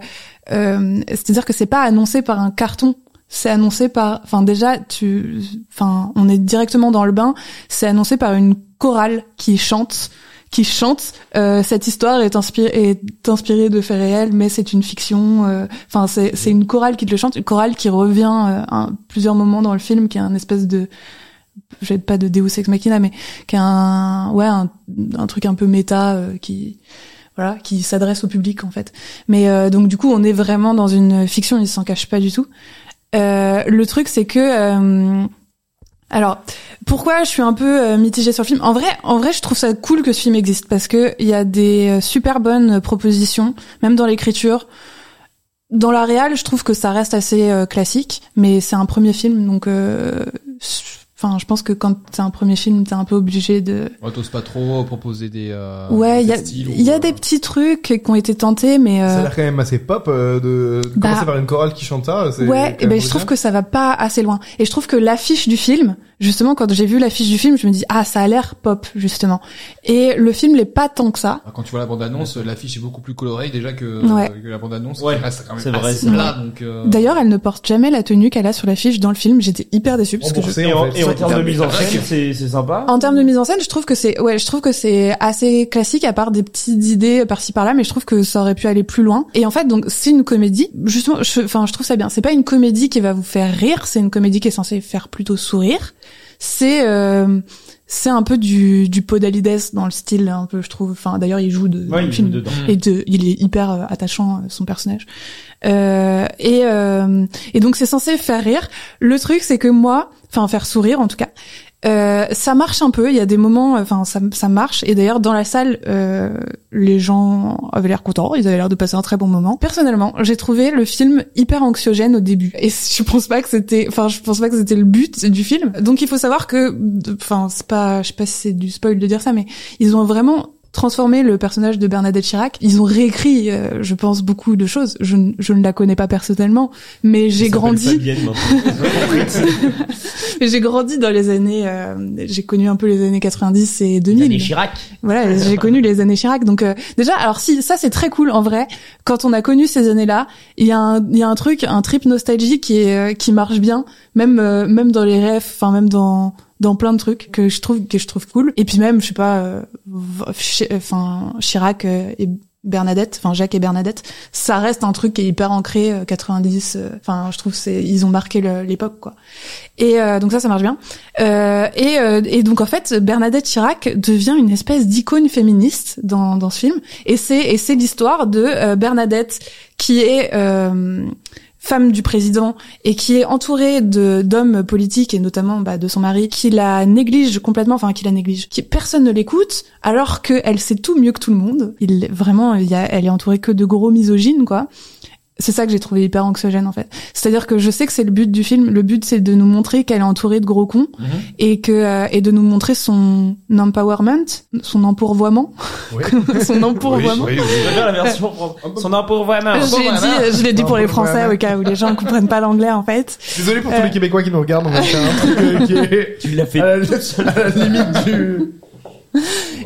E: euh, c'est-à-dire que c'est pas annoncé par un carton. C'est annoncé par, enfin déjà, tu, enfin, on est directement dans le bain. C'est annoncé par une chorale qui chante, qui chante. euh, cette histoire est inspirée, est inspirée de faits réels, mais c'est une fiction. euh, Enfin, c'est c'est une chorale qui le chante, une chorale qui revient euh, un- plusieurs moments dans le film, qui est un espèce de, je vais pas de Deus ex machina, mais qui est un, ouais, un, un truc un peu méta euh, qui. Voilà, qui s'adresse au public en fait. Mais euh, donc du coup, on est vraiment dans une fiction, il s'en cache pas du tout. Euh, le truc, c'est que euh, alors, pourquoi je suis un peu euh, mitigée sur le film En vrai, en vrai, je trouve ça cool que ce film existe parce que il y a des euh, super bonnes euh, propositions, même dans l'écriture. Dans la réal, je trouve que ça reste assez euh, classique, mais c'est un premier film, donc, euh, je- enfin, je pense que quand c'est un premier film, t'es un peu obligé de.
D: On t'ose pas trop proposer des. euh,
E: ouais, il y a,
D: des styles
E: il y a
D: ou,
E: des
D: euh,
E: petits trucs qui ont été tentés, mais
C: Ça a
E: euh,
C: l'air quand même assez pop euh, de, de
E: Bah.
C: commencer par une chorale qui chante ça. c'est
E: Ouais,
C: quand
E: et ben
C: même
E: je trouve
C: original.
E: que ça va pas assez loin. Et je trouve que l'affiche du film, justement, quand j'ai vu l'affiche du film, je me dis ah ça a l'air pop justement. Et le film l'est pas tant que ça.
D: Ah, Quand tu vois la bande-annonce, l'affiche est beaucoup plus colorée déjà que, euh,
E: Ouais.
D: que la bande-annonce.
B: Ouais.
D: Elle reste quand même
B: C'est vrai,
D: assez
B: c'est
D: plat, donc. euh,
E: D'ailleurs, elle ne porte jamais la tenue qu'elle a sur l'affiche dans le film. J'étais hyper déçue parce que je-
C: Remboursé,
B: Et
C: en
B: en,
C: fait.
B: et en
E: Ça-
B: termes de mise en
D: Ah,
B: scène,
D: ok.
B: c'est c'est sympa.
E: En termes de mise en scène, je trouve que c'est ouais, je trouve que c'est assez classique à part des petites idées par-ci par-là, mais je trouve que ça aurait pu aller plus loin. Et en fait, donc c'est une comédie. Justement, je, enfin, je trouve ça bien. C'est pas une comédie qui va vous faire rire, c'est une comédie qui est censée faire plutôt sourire. C'est euh, c'est un peu du du Podalides dans le style un peu, je trouve. Enfin, d'ailleurs, il joue de dans
B: Ouais,
E: le
B: il
E: film.
B: joue dedans.
D: Mm.
E: Et de, il est hyper euh, attachant euh, son personnage. Euh, et, euh, et donc c'est censé faire rire. Le truc c'est que moi, enfin faire sourire en tout cas, euh, ça marche un peu. Il y a des moments, euh, enfin ça, ça marche. Et d'ailleurs dans la salle, euh, les gens avaient l'air contents. Ils avaient l'air de passer un très bon moment. Personnellement, j'ai trouvé le film hyper anxiogène au début. Et je pense pas que c'était, enfin je pense pas que c'était le but du film. Donc il faut savoir que, enfin c'est pas, je sais pas si c'est du spoil de dire ça, mais ils ont vraiment transformé le personnage de Bernadette Chirac. Ils ont réécrit, euh, je pense, beaucoup de choses. Je, ne- je ne la connais pas personnellement, mais j'ai grandi. mais J'ai grandi dans les années. euh, j'ai connu un peu les années 90 et 2000.
B: Chirac.
E: Voilà, j'ai connu les années Chirac. Donc euh, déjà, alors si ça c'est très cool en vrai. Quand on a connu ces années-là, il y a un il y a un truc, un trip nostalgie qui est euh, qui marche bien, même euh, même dans les rêves, enfin même dans dans plein de trucs que je trouve que je trouve cool. Et puis même, je sais pas, euh, v- chi- euh, enfin Chirac euh, et Bernadette, enfin Jacques et Bernadette, ça reste un truc qui est hyper ancré euh, 90. euh, Enfin, je trouve que c'est ils ont marqué le- l'époque quoi. Et euh, donc ça, ça marche bien. Euh, et, euh, et donc en fait, Bernadette Chirac devient une espèce d'icône féministe dans, dans ce film. Et c'est et c'est l'histoire de euh, Bernadette qui est euh, femme du président et qui est entourée de d'hommes politiques et notamment bah, de son mari qui la néglige complètement, enfin qui la néglige, qui personne ne l'écoute alors qu'elle sait tout mieux que tout le monde. Il vraiment, il y a, elle est entourée que de gros misogynes quoi. C'est ça que j'ai trouvé hyper anxiogène en fait. C'est-à-dire que je sais que c'est le but du film. Le but c'est de nous montrer qu'elle est entourée de gros cons
D: Mhm.
E: et que euh, et de nous montrer son empowerment, son empourvoiement,
C: Oui.
E: son empourvoiement.
B: J'adore la version propre. Son empourvoiement.
E: Je l'ai
D: Empowerment.
E: dit, je l'ai dit pour les
C: Empowerment.
E: Français au cas où les gens ne comprennent pas l'anglais en fait.
C: Désolé pour tous
E: Euh.
C: les Québécois qui nous regardent, on va faire un truc euh, qui est
B: Tu l'as fait.
C: à la, à la limite du...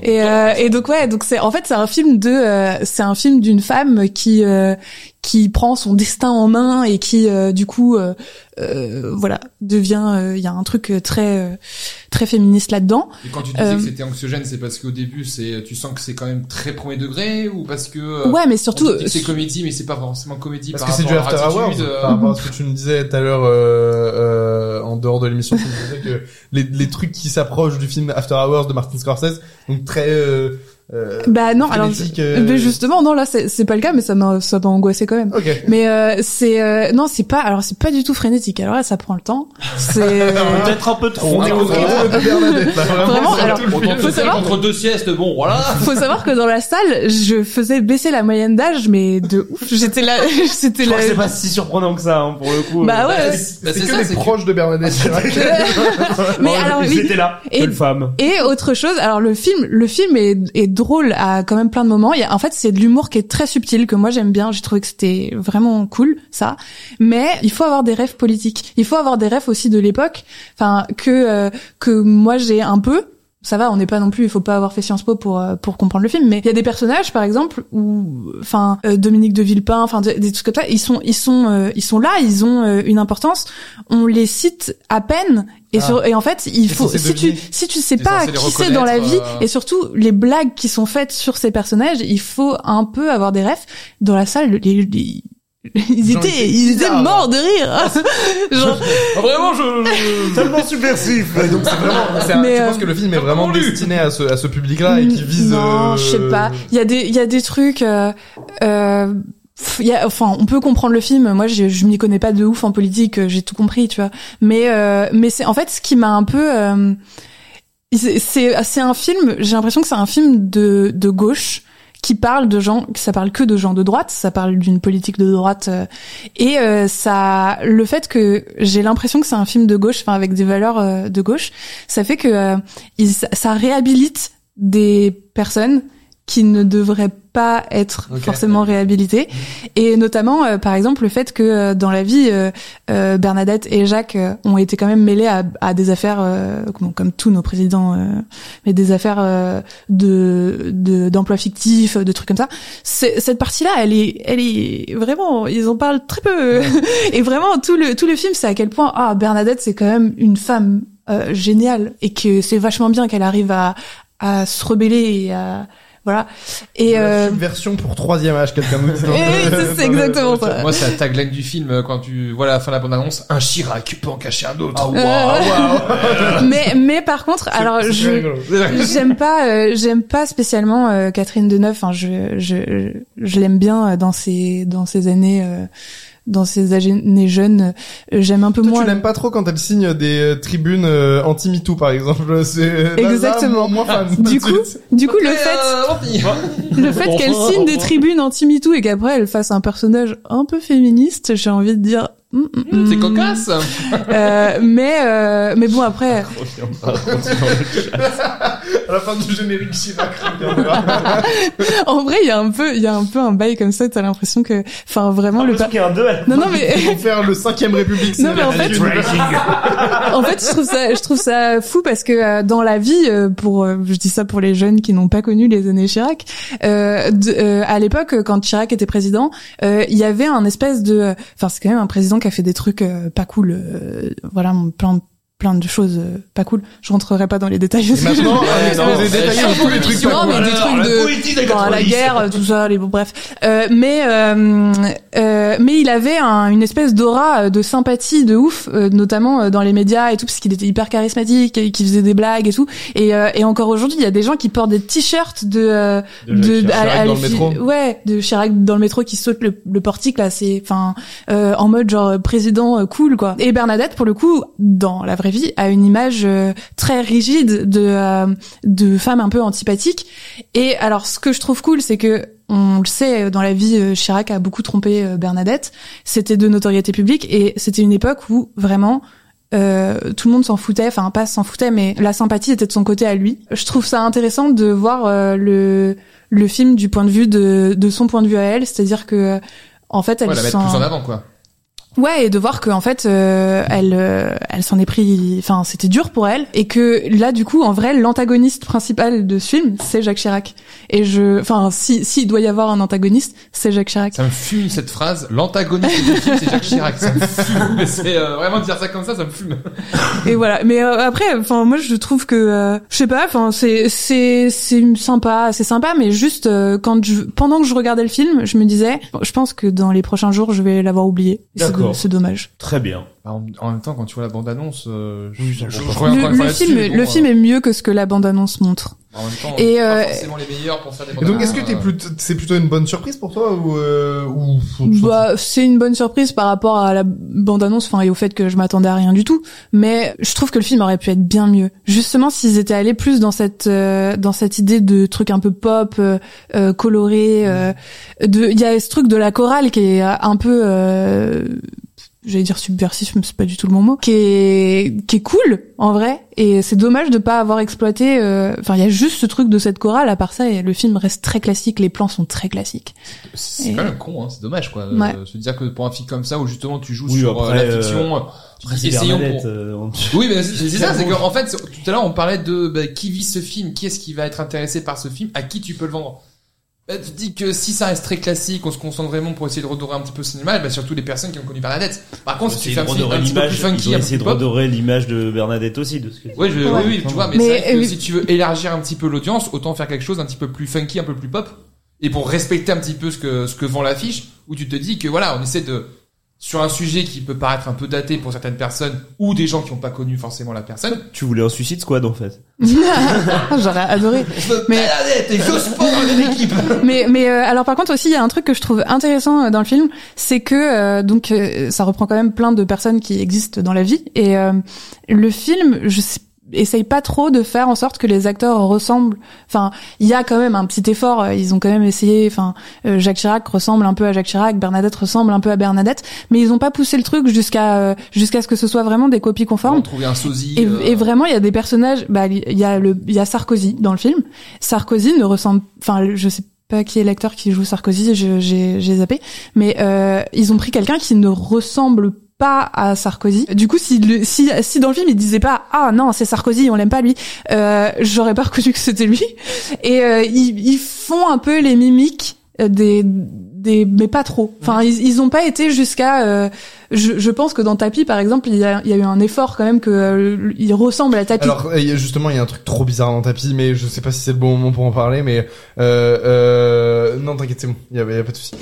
E: Et, euh, et donc ouais, donc c'est en fait c'est un film de euh, c'est un film d'une femme qui euh, qui prend son destin en main et qui euh, du coup euh, euh, voilà devient euh, il y a un truc euh, très euh, très féministe là-dedans.
D: Et quand tu disais
E: Euh,
D: que c'était anxiogène, c'est parce qu'au début, c'est tu sens que c'est quand même très premier degré ou parce que euh,
E: ouais, mais
D: on
E: surtout
D: te dit que c'est comédie, mais c'est pas forcément comédie
C: Parce
D: par
C: que c'est du
D: rapport à
C: after
D: leur
C: hours,
D: attitude, euh,
C: par rapport à ce que tu nous disais tout à l'heure euh, euh, en dehors de l'émission, tu nous disais que les, les trucs qui s'approchent du film After Hours de Martin Scorsese, donc très... Euh, euh,
E: bah non, alors
C: frénétique, euh,
E: mais justement non là c'est c'est pas le cas mais ça m'a ça m'a angoissé quand même.
C: Ok.
E: Mais euh, c'est euh, non, c'est pas alors c'est pas du tout frénétique. Alors là, ça prend le temps. C'est euh,
B: Peut-être un peu trop.
C: On est au
B: Vraiment.
C: contrôle de Bernadette, là, vraiment.
E: Vraiment,
C: c'est
E: alors,
C: tout le
D: autant
C: film.
D: te
E: faut
D: dire
E: savoir-
D: qu'entre deux siestes, bon, voilà.
E: faut savoir que dans la salle, je faisais baisser la moyenne d'âge, mais de ouf. J'étais là, j'étais
B: Je
E: là.
B: crois que c'est pas si surprenant que ça, hein, pour le coup.
E: Bah
B: Euh,
E: ouais.
D: Bah,
C: C'est
D: c'est
C: que
D: ça,
C: les
D: c'est que-
C: proches de Bernadette. c'est vrai que-
E: Mais
B: bon,
E: alors
B: ils
E: oui.
B: étaient là.
E: Et-
B: Quelle femme.
E: Et autre chose, alors le film, le film est, est drôle à quand même plein de moments. Il y a, en fait, c'est de l'humour qui est très subtil que moi j'aime bien. J'ai trouvé que c'était vraiment cool ça. Mais il faut avoir des rêves politiques. Il faut avoir des rêves aussi de l'époque. Enfin que euh, que moi j'ai un peu. Ça va, on n'est pas non plus. Il faut pas avoir fait Sciences Po pour euh, pour comprendre le film. Mais il y a des personnages, par exemple, où enfin euh, Dominique de Villepin, enfin des, des trucs comme ça. Ils sont ils sont euh, ils sont là. Ils ont euh, une importance. On les cite à peine. Et,
C: Ah.
E: sur, et en fait, il
C: T'es
E: faut
C: censé
E: si tu
C: deviner.
E: si tu sais
D: T'es
E: pas
D: censé les
E: qui c'est dans la vie
D: reconnaître, euh.
E: et surtout les blagues qui sont faites sur ces personnages, il faut un peu avoir des refs. Dans la salle, les- les- ils
C: Genre, ils étaient
E: étaient, ils étaient
C: bizarres.
E: morts de
D: Ah,
E: rire. Genre,
D: Vraiment, je.
B: Tellement subversif.
C: Ouais, donc c'est vraiment, c'est un-
E: Mais,
C: je
E: euh,
C: pense que le film est
D: t'as
C: vraiment
D: vraiment lu.
C: destiné à ce, à ce public-là et qui vise.
E: Non,
C: euh,
E: je sais pas. Il y a des, il y a des trucs. euh, euh, pff, il y a- enfin, on peut comprendre le film. Moi, je, je m'y connais pas de ouf en politique. euh, J'ai tout compris, tu vois. Mais, euh, mais c'est en fait ce qui m'a un peu. euh, c'est- c'est, c'est un film. J'ai l'impression que c'est un film de, de gauche qui parle de gens, que ça parle que de gens de droite, ça parle d'une politique de droite euh, et euh, ça, le fait que j'ai l'impression que c'est un film de gauche, enfin avec des valeurs euh, de gauche, ça fait que euh, il- ça réhabilite des personnes qui ne devraient pas être
D: Ok.
E: forcément réhabilitées et notamment euh, par exemple le fait que euh, dans la vie euh, euh, Bernadette et Jacques euh, ont été quand même mêlés à, à des affaires euh, comme, comme tous nos présidents euh, mais des affaires euh, de de- d'emplois fictifs de trucs comme ça C'est- cette partie là elle est elle est vraiment ils en parlent très peu et vraiment tout le tout le film c'est à quel point ah Bernadette c'est quand même une femme euh, géniale et que c'est vachement bien qu'elle arrive à à se rebeller et à voilà et
C: La
E: euh,
C: subversion pour troisième âge, quelqu'un nous dit.
E: eh oui, c'est- c'est exactement ça.
D: Moi, c'est la tagline du film euh, quand tu vois la fin de la bande-annonce. Un Chirac peut en cacher un autre.
E: Euh, mais mais par contre alors je j'aime pas euh, j'aime pas spécialement euh, Catherine Deneuve enfin je je je l'aime bien euh, dans ses dans ses années euh, dans ses années jeunes Euh, j'aime un peu
C: Toi,
E: moins
C: tu l'aimes pas trop quand elle signe des euh, tribunes euh, anti-MeToo, par exemple. C'est euh, là- là,
E: Exactement.
C: moins fan.
E: du coup du coup le
D: Mais,
E: fait
D: euh, tant pis.
E: Le fait qu'elle
B: Oh.
E: signe des tribunes anti-MeToo et qu'après elle fasse un personnage un peu féministe, j'ai envie de dire. hum, hum, hum.
D: C'est cocasse.
E: Euh, mais euh, mais bon après.
C: à la fin du générique, Chirac reviendra.
E: En vrai, il y a un peu, il y a un peu un bail comme ça. T'as l'impression que, enfin vraiment hein,
C: Ah,
E: le.
B: Le
E: pa- Ah,
B: truc est un 2 à la
E: Non non mais
C: Ils vont faire le cinquième République.
E: Non,
C: c'est
E: mais en
C: la
E: fait-
C: tribune.
E: Oh, en fait, je trouve ça, je trouve ça fou parce que euh, dans la vie, euh, pour, euh, je dis ça pour les jeunes qui n'ont pas connu les années Chirac, euh, de- euh, à l'époque, euh, quand Chirac était président, euh, il y avait un espèce de, enfin, c'est quand même un président qui a fait des trucs euh, pas cool, euh, voilà, mon plan plein de choses euh, pas cool. Je rentrerai pas dans les détails.
C: Et maintenant, un exposé détaillé de tous les trucs pas
E: Non, mais
C: cool.
E: des trucs
B: la
E: de
B: politique des
E: bon, à la
B: 90.
E: guerre, euh, tout ça, les bon, bref. Euh, mais euh, euh, mais il avait un- une espèce d'aura euh, de sympathie de ouf, euh, notamment euh, dans les médias et tout, parce qu'il était hyper charismatique, et qu'il faisait des blagues et tout. Et, euh, et encore aujourd'hui, il y a des gens qui portent des t-shirts de euh,
B: De Jacques Chirac.
C: Chirac dans le
E: les fi-
C: métro.
E: ouais, de Chirac dans le métro qui saute le, le portique là, c'est enfin euh, en mode genre euh, président euh, cool quoi. Et Bernadette pour le coup dans la vraie vie a une image euh, très rigide de euh, de femme un peu antipathique. Et alors ce que je trouve cool c'est que on le sait dans la vie euh, Chirac a beaucoup trompé euh, Bernadette, c'était de notoriété publique et c'était une époque où vraiment euh, tout le monde s'en foutait, enfin pas s'en foutait, mais la sympathie était de son côté à lui. Je trouve ça intéressant de voir euh, le le film du point de vue de de son point de vue à elle, c'est-à-dire que en fait elle
D: Ouais, la
E: sent
D: mettre plus en avant, quoi.
E: Ouais, et de voir que en fait, euh, elle, euh, elle s'en est pris. Enfin, c'était dur pour elle, et que là, du coup, en vrai, l'antagoniste principal de ce film, c'est Jacques Chirac. Et je, enfin, si, s'il doit y avoir un antagoniste, c'est Jacques Chirac.
D: Ça me fume cette phrase. L'antagoniste du film, c'est Jacques Chirac. Ça me fume. Mais c'est euh, vraiment dire ça comme ça, ça me fume.
E: Et voilà. Mais euh, après, enfin, moi, je trouve que, euh, je sais pas, enfin, c'est, c'est, c'est sympa, c'est sympa, mais juste euh, quand je, pendant que je regardais le film, je me disais, bon, je pense que dans les prochains jours, je vais l'avoir oublié. Et c'est do-
B: D'accord.
E: C'est dommage.
B: Très bien.
D: Bah, en, en même temps, quand tu vois la bande-annonce, euh, je,
B: Oui,
D: je,
B: d'accord.
D: je
B: Le-
D: reviens
E: Le,
D: encore une fois
E: le
D: là-dessus,
E: film,
D: mais bon,
E: le
D: euh,
E: film est mieux que ce que la bande-annonce montre.
D: En même temps,
E: Et,
D: on est
E: euh,
D: pas forcément les meilleurs pour faire des
C: Et donc,
D: bandes-annonces,
C: est-ce que t'es
D: euh,
C: plutôt, c'est plutôt une bonne surprise pour toi ou, euh, ou faut- faut-
E: Bah, c'est une bonne surprise par rapport à la bande-annonce, enfin, et au fait que je m'attendais à rien du tout. Mais je trouve que le film aurait pu être bien mieux. Justement, s'ils étaient allés plus dans cette euh, dans cette idée de truc un peu pop, euh, euh, coloré, euh, de, il y a ce truc de la chorale qui est euh, un peu euh, J'allais dire subversif, mais c'est pas du tout le bon mot. Qui est, qui est cool, en vrai. Et c'est dommage de pas avoir exploité, euh, enfin, il y a juste ce truc de cette chorale. À part ça, et le film reste très classique, les plans sont très classiques.
D: C'est
E: Et-
D: quand même con, hein, c'est dommage quoi.
E: Ouais.
D: Euh, se dire que pour un film comme ça où justement tu joues
B: Oui,
D: sur euh,
B: après,
D: la fiction, tu dis,
B: Après, c'est
D: essayons
B: Bernadette,
D: pour-
B: euh, on-
D: Oui, mais c'est c'est ça, c'est que en fait c'est- tout à l'heure on parlait de bah, qui vit ce film, qui est-ce qui va être intéressé par ce film, à qui tu peux le vendre. Bah, tu te dis que si ça reste très classique, on se concentre vraiment pour essayer de redorer un petit peu le cinéma, bah, surtout les personnes qui ont connu Bernadette. Par contre, si tu
B: Essayer
D: fais un
B: Bah, de
D: film un
B: redorer
D: petit peu plus
B: l'image.
D: funky,
B: ils ont
D: un peu
B: essayé
D: plus
B: de
D: pop,
B: redorer l'image de Bernadette aussi, de ce que
D: Ouais, je,
E: Ouais.
D: oui, oui, tu vois, mais,
E: Mais,
D: c'est vrai que
E: euh,
D: si tu veux élargir un petit peu l'audience, autant faire quelque chose un petit peu plus funky, un peu plus pop, et pour respecter un petit peu ce que ce que vend l'affiche, où tu te dis que voilà, on essaie de sur un sujet qui peut paraître un peu daté pour certaines personnes ou des gens qui n'ont pas connu forcément la personne.
B: Tu voulais un Suicide Squad, en fait.
E: J'aurais adoré. Mais-
D: Bernadette, et j'ose pas dans une équipe.
E: Mais mais euh, alors par contre aussi il y a un truc que je trouve intéressant euh, dans le film, c'est que euh, donc euh, ça reprend quand même plein de personnes qui existent dans la vie et euh, le film je sais- essaye pas trop de faire en sorte que les acteurs ressemblent. Enfin, il y a quand même un petit effort. euh, Ils ont quand même essayé. Enfin, euh, Jacques Chirac ressemble un peu à Jacques Chirac, Bernadette ressemble un peu à Bernadette, mais ils ont pas poussé le truc jusqu'à euh, jusqu'à ce que ce soit vraiment des copies
D: On
E: conformes.
D: trouver un sosie.
E: Et,
D: euh,
E: et vraiment, il y a des personnages. Bah, il y a le, il y a Sarkozy dans le film. Sarkozy ne ressemble, enfin, je sais pas qui est l'acteur qui joue Sarkozy. je- J'ai j'ai zappé. Mais euh, ils ont pris quelqu'un qui ne ressemble pas à Sarkozy. Du coup, si, le- si, si dans le film il disait pas ah non c'est Sarkozy, on l'aime pas lui, euh, j'aurais pas reconnu que c'était lui. Et euh, ils, ils font un peu les mimiques euh, des des mais pas trop. Enfin ils, ils ont pas été jusqu'à euh, je, je pense que dans Tapi par exemple il y a, il y a eu un effort quand même que euh, il ressemble à Tapi.
C: Alors euh, y a- justement, il y a un truc trop bizarre dans tapis, mais je sais pas si c'est le bon moment pour en parler, mais euh, euh, non, t'inquiète, c'est bon, il y a, y a pas de souci.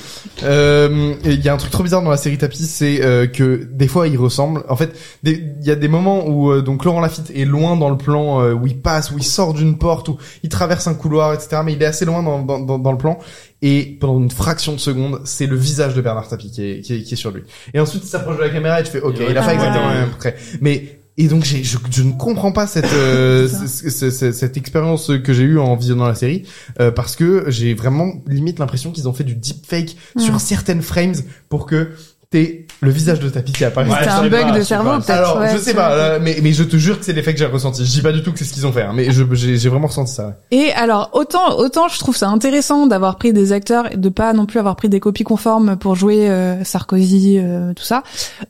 C: Euh, et Il y a un truc trop bizarre dans la série tapis, c'est euh, que des fois il ressemble. En fait, des- il y a des moments où euh, donc Laurent Lafitte est loin dans le plan euh, où il passe, où il sort d'une porte, où il traverse un couloir, etc. Mais il est assez loin dans, dans, dans, dans le plan. Et pendant une fraction de seconde, c'est le visage de Bernard Tapie qui est, qui est, qui est sur lui. Et ensuite, il s'approche de la caméra et tu fais, ok,
D: Et ouais,
C: il a pas
E: ouais.
C: exactement la même près. Mais et donc j'ai- je, je ne comprends pas cette euh,
E: C'est ça.
C: ce- ce- ce- cette expérience que j'ai eue en visionnant la série euh, parce que j'ai vraiment limite l'impression qu'ils ont fait du deepfake
E: Mm.
C: sur certaines frames pour que t'aies le visage de tapis qui apparaisse.
B: Ouais,
E: C'était
B: je
E: un
B: sais
E: bug
B: pas,
E: de
B: je sais
E: cerveau
B: pas.
E: peut-être.
C: Alors
E: ouais,
C: je sais
E: c'est
C: pas,
E: vrai.
C: euh, mais mais je te jure que c'est l'effet que j'ai ressenti. Je dis pas du tout que c'est ce qu'ils ont fait, hein, mais je j'ai j'ai vraiment ressenti ça. ouais.
E: Et alors autant autant je trouve ça intéressant d'avoir pris des acteurs et de pas non plus avoir pris des copies conformes pour jouer euh, Sarkozy euh, tout ça.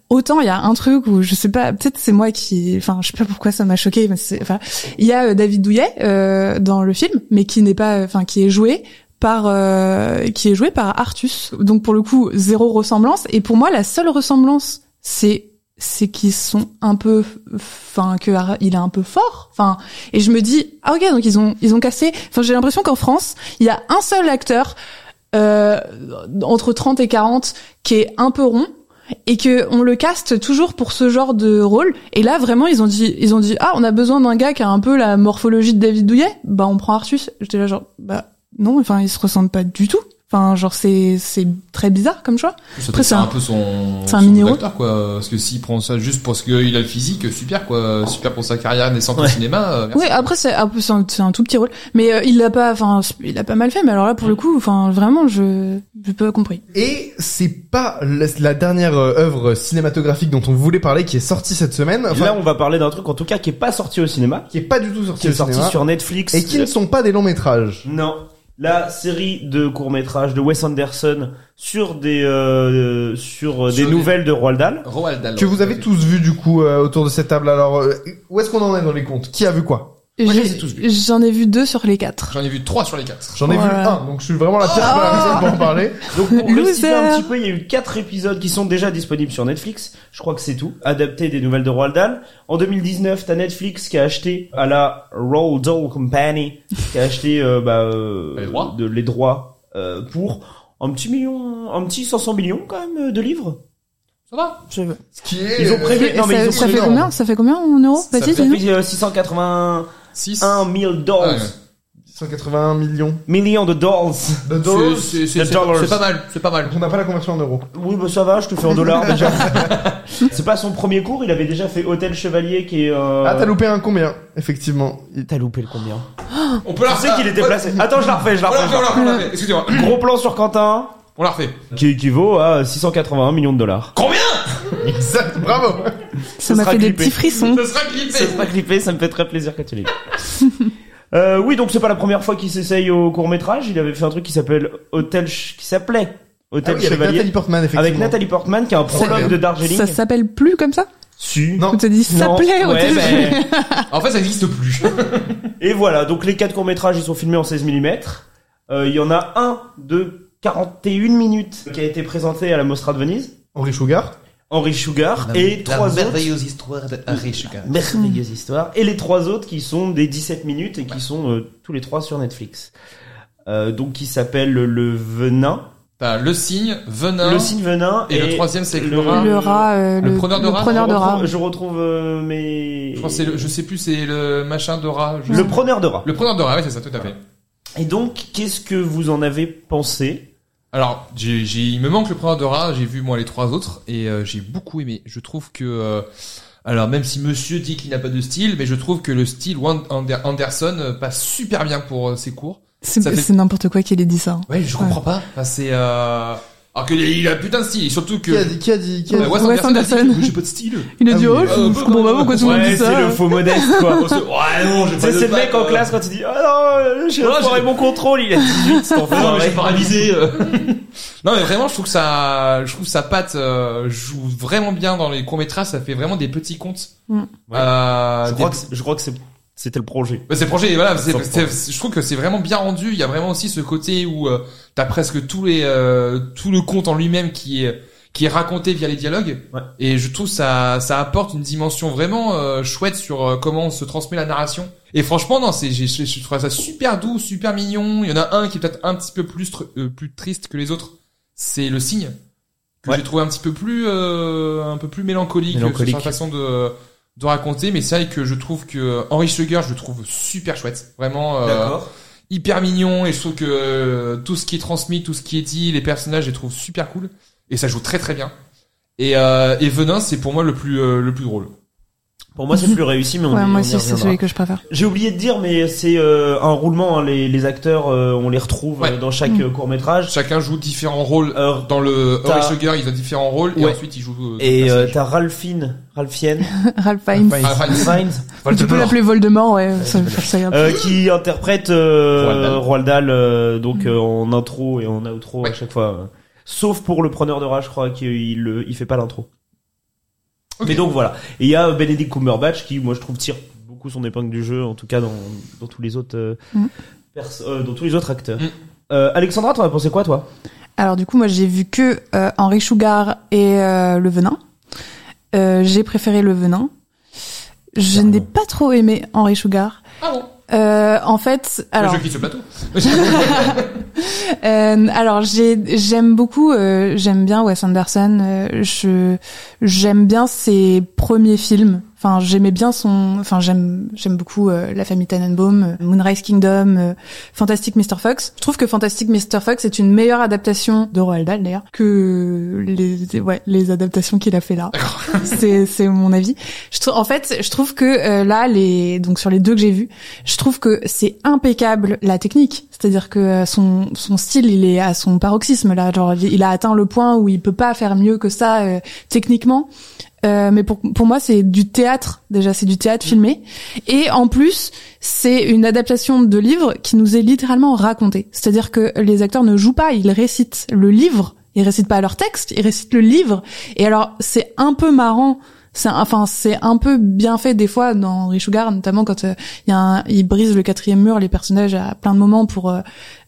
E: Autant il y a un truc où je sais pas peut-être c'est moi qui enfin je sais pas pourquoi ça m'a choqué mais c'est enfin il y a euh, David Douillet euh, dans le film mais qui n'est pas enfin qui est joué par euh, qui est joué par Artus. Donc pour le coup zéro ressemblance et pour moi la seule ressemblance c'est c'est qu'ils sont un peu, enfin que Har- il est un peu fort, enfin et je me dis ah ok donc ils ont ils ont cassé, enfin j'ai l'impression qu'en France il y a un seul acteur euh, entre 30 et 40 qui est un peu rond et que on le caste toujours pour ce genre de rôle et là vraiment ils ont dit ils ont dit ah on a besoin d'un gars qui a un peu la morphologie de David Douillet bah on prend Artus j'étais là genre bah non enfin ils se ressemblent pas du tout enfin genre c'est c'est très bizarre comme choix
D: Ça
E: Après,
D: doit
E: c'est
D: faire
E: un-
D: un peu son,
E: c'est un
D: son
E: minéraux.
D: acteur, quoi. Parce que s'il prend ça juste parce qu'il a le physique, super, quoi. Super pour sa carrière naissante au cinéma. euh, merci.
E: Oui, après c'est un, peu- c'est un, c'est un tout petit rôle, mais euh, il l'a pas, enfin il l'a pas mal fait. Mais alors là pour le coup, enfin vraiment je je peux pas compris.
C: Et c'est pas la, la dernière euh, œuvre cinématographique dont on voulait parler qui est sortie cette semaine,
B: Et
C: enfin,
B: là, on va parler d'un truc, en tout cas, qui est pas sorti au cinéma,
C: qui est pas du tout sortie
B: qui
C: au
B: est sorti
C: cinéma,
B: sur Netflix.
C: et qui ne sont pas des longs métrages.
B: Non. La série de courts-métrages de Wes Anderson sur des, euh, sur, des
D: des-
B: nouvelles de Roald Dahl.
D: Roald Dahl.
C: Que vous avez tous vu du coup euh, autour de cette table. Alors, euh, où est-ce qu'on en est dans les comptes Qui a vu quoi
D: Moi, je
E: J'ai-
D: les ai tous vus.
E: J'en ai vu deux sur les quatre.
D: J'en ai vu trois sur les quatre.
C: J'en ai vu
E: Voilà.
C: un, donc je suis vraiment la pire pour la maison pour en parler.
B: Donc pour le citer un
E: Loser.
B: petit peu, il y a eu quatre épisodes qui sont déjà disponibles sur Netflix. Je crois que c'est tout. Adapté des nouvelles de Roald Dahl. En 2019, t'as Netfix qui a acheté à la Roald Dahl Company, qui a acheté euh, bah, euh,
D: Les droits.
B: de, les droits euh, pour un petit million, un petit 500 millions quand même euh, de livres.
D: Ça va
C: Ce qui est,
B: Ils ont
C: euh,
B: prévu.
E: Et
B: non mais
E: ça,
B: ils ont
E: ça
B: prévu.
E: fait combien Ça fait combien en euros
D: Ça
E: Baptiste
D: fait-
E: dis-nous
B: prévu, euh, 681
D: Six.
B: 000 dollars.
D: Ah ouais.
C: 181 millions
B: Millions de dollars.
C: de
D: C'est-
C: dollars.
D: C'est c'est-
B: The
D: c'est
B: dollars.
D: pas c'est pas mal, c'est pas mal.
C: On n'a pas la conversion en euros.
B: Oui, bah ça va, je te fais en dollars déjà. c'est pas son premier cours, il avait déjà fait Hôtel Chevalier qui est... euh,
C: Ah, t'as loupé un combien Effectivement. Il-
B: T'as loupé le combien
D: On peut la
B: Je sais qu'il était placé. Attends, je la refais, je la
D: On la refait,
B: refais.
D: on la refait, on la refait. Excusez-moi.
B: Gros plan sur Quentin,
D: On la refait.
B: qui équivaut à euh, 681 millions de dollars.
D: Combien
C: Exact, bravo Ah
B: ce
E: Ça m'a
B: sera
E: fait des
B: clippé.
E: petits frissons.
D: Ça sera
B: Ça
D: clippé.
B: sera clippé, ça me fait très plaisir quand tu l'as dit. Euh, oui, donc c'est pas la première fois qu'il s'essaye au court métrage. Il avait fait un truc qui s'appelle Hôtel, Ch- qui s'appelait
C: Ah
B: Hôtel
C: oui, Avec
B: Chevalier,
C: Nathalie Portman, effectivement.
B: avec Nathalie Portman, qui a un prologue
C: bien.
B: de Darjeeling.
E: Ça s'appelle plus comme ça
B: Su.
C: Non.
E: On t'a dit ça
B: Non.
E: plaît au
B: Ouais,
E: téléphone.
B: ben,
D: En fait, ça n'existe plus.
B: Et voilà, donc les quatre courts-métrages, ils sont filmés en 16 mm. Euh, Il y en a un de 41 minutes qui a été présenté à la Mostra de Venise,
C: Henri Sugar.
B: Henri Sugar, et trois autres...
F: histoire de Harry Sugar.
B: Merveilleuse histoire. Et les trois autres qui sont des 17 minutes et qui sont euh, tous les trois sur Netflix. Euh, donc qui s'appelle Le Venin,
D: T'as le signe, venin.
B: Le Signe Venin,
D: Et, le troisième, c'est avec
B: le-
D: le rat.
E: Le rat, euh,
D: Le
E: le,
D: preneur de
E: le
D: rat,
E: preneur
B: je
E: de rat.
B: retrouve, je retrouve, euh, mes...
D: Je pense que c'est le- je sais plus, c'est le machin de rat. je sais
B: Le
D: plus.
B: preneur de rat.
D: le preneur de rat, ouais, c'est ça, tout à fait.
B: Et donc, qu'est-ce que vous en avez pensé
D: Alors, j'ai, j'ai- il me manque le preneur de rat, j'ai vu moi les trois autres et euh, j'ai beaucoup aimé. Je trouve que euh, alors même si monsieur dit qu'il n'a pas de style, mais je trouve que le style Wan- Ander- Anderson euh, passe super bien pour euh, ses cours.
E: C'est
D: Ça fait-
E: c'est n'importe quoi qu'il ait dit ça. hein.
D: Ouais, je comprends pas. Enfin, c'est euh... alors qu'il il a putain de style et surtout que
C: Qui a dit, qui a dit, qui a
D: Bah,
C: dit-
D: Wes
E: Wes
D: Anderson, a dit
E: Anderson.
D: que j'ai pas de style.
E: Il a
C: Ah
E: dit
C: oui,
E: oh je,
D: euh,
E: je comprends pas pourquoi tout le monde
B: Ouais,
E: dit
B: c'est
E: ça.
B: le faux modeste, quoi.
D: Oh, c'est- ouais non, j'ai
B: Tu
D: pas
B: sais,
D: de
B: c'est le mec
D: patte,
B: en
D: euh,
B: classe quand il dit Ah non, j'ai
D: Non,
B: foiré
D: j'ai-
B: mon contrôle, il a 18, cet
D: Ah non,
B: enfoiré.
D: mais j'ai paralysé. euh. non mais vraiment, je trouve que ça, je trouve que sa patte euh, joue vraiment bien dans les courts métrages. Ça fait vraiment des petits contes.
E: Mm.
D: Euh,
B: Je
D: des
B: crois que c'est- je crois que c'est- c'était le projet.
D: Bah, c'est le projet, voilà. c'est-
B: Sauf
D: c'est- c'est- je trouve que c'est vraiment bien rendu. Il y a vraiment aussi ce côté où euh, t'as presque tous les euh, tout le conte en lui-même qui est qui est raconté via les dialogues.
B: Ouais.
D: Et je trouve ça ça apporte une dimension vraiment euh, chouette sur euh, comment se transmet la narration. Et franchement, non, c'est j'ai- je, je trouve ça super doux, super mignon. Il y en a un qui est peut-être un petit peu plus tr- euh, plus triste que les autres. C'est le signe que
B: Ouais.
D: j'ai trouvé un petit peu plus euh, un peu plus mélancolique, euh,
B: Mélancolique.
D: sur la façon de de raconter, mais c'est vrai que je trouve que Henry Sugar, je le trouve super chouette, vraiment euh, hyper mignon, et je trouve que euh, tout ce qui est transmis, tout ce qui est dit, les personnages, je les trouve super cool, et ça joue très très bien. Et, euh, et Venin, c'est pour moi le plus euh, le plus drôle.
B: Pour moi, c'est plus réussi, mais on
E: Ouais,
B: y-
E: moi
B: on y
E: aussi c'est
B: reviendra.
E: celui que je préfère.
B: J'ai oublié de dire, mais c'est euh, un roulement. hein, Les, les acteurs, euh, on les retrouve
D: Ouais.
B: euh, dans chaque
E: Mm.
B: court métrage.
D: Chacun joue différents rôles
B: Euh,
D: dans le
B: T'as-
D: Henry Sugar, il a différents rôles, et
B: Ouais.
D: ensuite il joue. euh,
B: et euh,
D: personnages.
B: t'as Ralphine, Ralphienne,
E: Ralph Fiennes.
D: Ah, Ralph Fiennes.
B: Fiennes,
E: Tu peux l'appeler Voldemort ouais. Ça, ça ira.
B: euh, qui interprète euh, Roald
D: Roald Dahl.
B: Dahl, euh,
E: Mm.
B: donc euh, en intro et en outro à
D: Ouais.
B: chaque fois. euh. Sauf pour le preneur de rage, je crois qu'il le- il fait pas l'intro.
D: Ok.
B: Mais donc voilà. Et il y a Benedict Cumberbatch qui, moi, je trouve tire beaucoup son épingle du jeu, en tout cas dans, dans tous les autres euh,
E: Mm.
B: perso- euh, dans tous les autres acteurs.
D: Mm.
B: Euh, Alexandra, t'en as pensé quoi, toi
E: Alors du coup, moi j'ai vu que euh, Henri Sugar et euh, Le Venin. Euh, j'ai préféré Le Venin. Je n'ai pas trop aimé Henri Sugar.
D: Ah bon
E: Euh, en fait, alors,
D: Je quitte ce plateau.
E: euh, alors j'ai, j'aime beaucoup, euh, j'aime bien Wes Anderson. euh, je, j'aime bien ses premiers films. Enfin, j'aimais bien son, enfin j'aime, j'aime beaucoup euh, La famille Tannenbaum, euh, Moonrise Kingdom, euh, Fantastic Mr Fox. Je trouve que Fantastic Mr Fox est une meilleure adaptation de Roald Dahl d'ailleurs que les, ouais, les adaptations qu'il a fait là. c'est, c'est mon avis. Je trou- en fait, je trouve que euh, là, les, donc sur les deux que j'ai vus, je trouve que c'est impeccable la technique. C'est-à-dire que euh, son, son style, il est à son paroxysme là. Genre, il a atteint le point où il peut pas faire mieux que ça euh, techniquement. Euh, mais pour, pour moi, c'est du théâtre déjà, c'est du théâtre filmé. Et en plus, c'est une adaptation de livre qui nous est littéralement racontée. C'est-à-dire que les acteurs ne jouent pas, ils récitent le livre. Ils récitent pas leur texte, ils récitent le livre. Et alors, c'est un peu marrant. C'est enfin c'est un peu bien fait des fois dans Richougar notamment quand euh, il y a un, il brise le quatrième mur les personnages à plein de moments pour euh,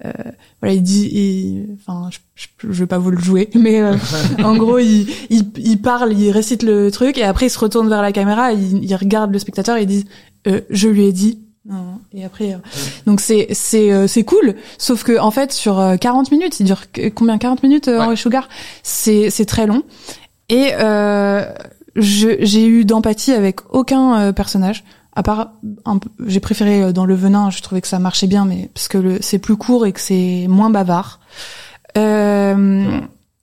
E: euh, voilà il dit il- enfin je, je, je vais pas vous le jouer mais euh, en gros il, il il parle il récite le truc et après il se retourne vers la caméra il, il regarde le spectateur et il dit euh, je lui ai dit Non. et après euh, donc c'est c'est euh, c'est cool sauf que en fait sur euh, 40 minutes il dure que- combien 40 minutes euh,
D: Ouais.
E: Henri Sugar c'est c'est très long et euh, je- j'ai eu d'empathie avec aucun euh, personnage. À part, un peu- j'ai préféré euh, dans Le Venin, je trouvais que ça marchait bien, mais parce que le- c'est plus court et que c'est moins bavard. Euh,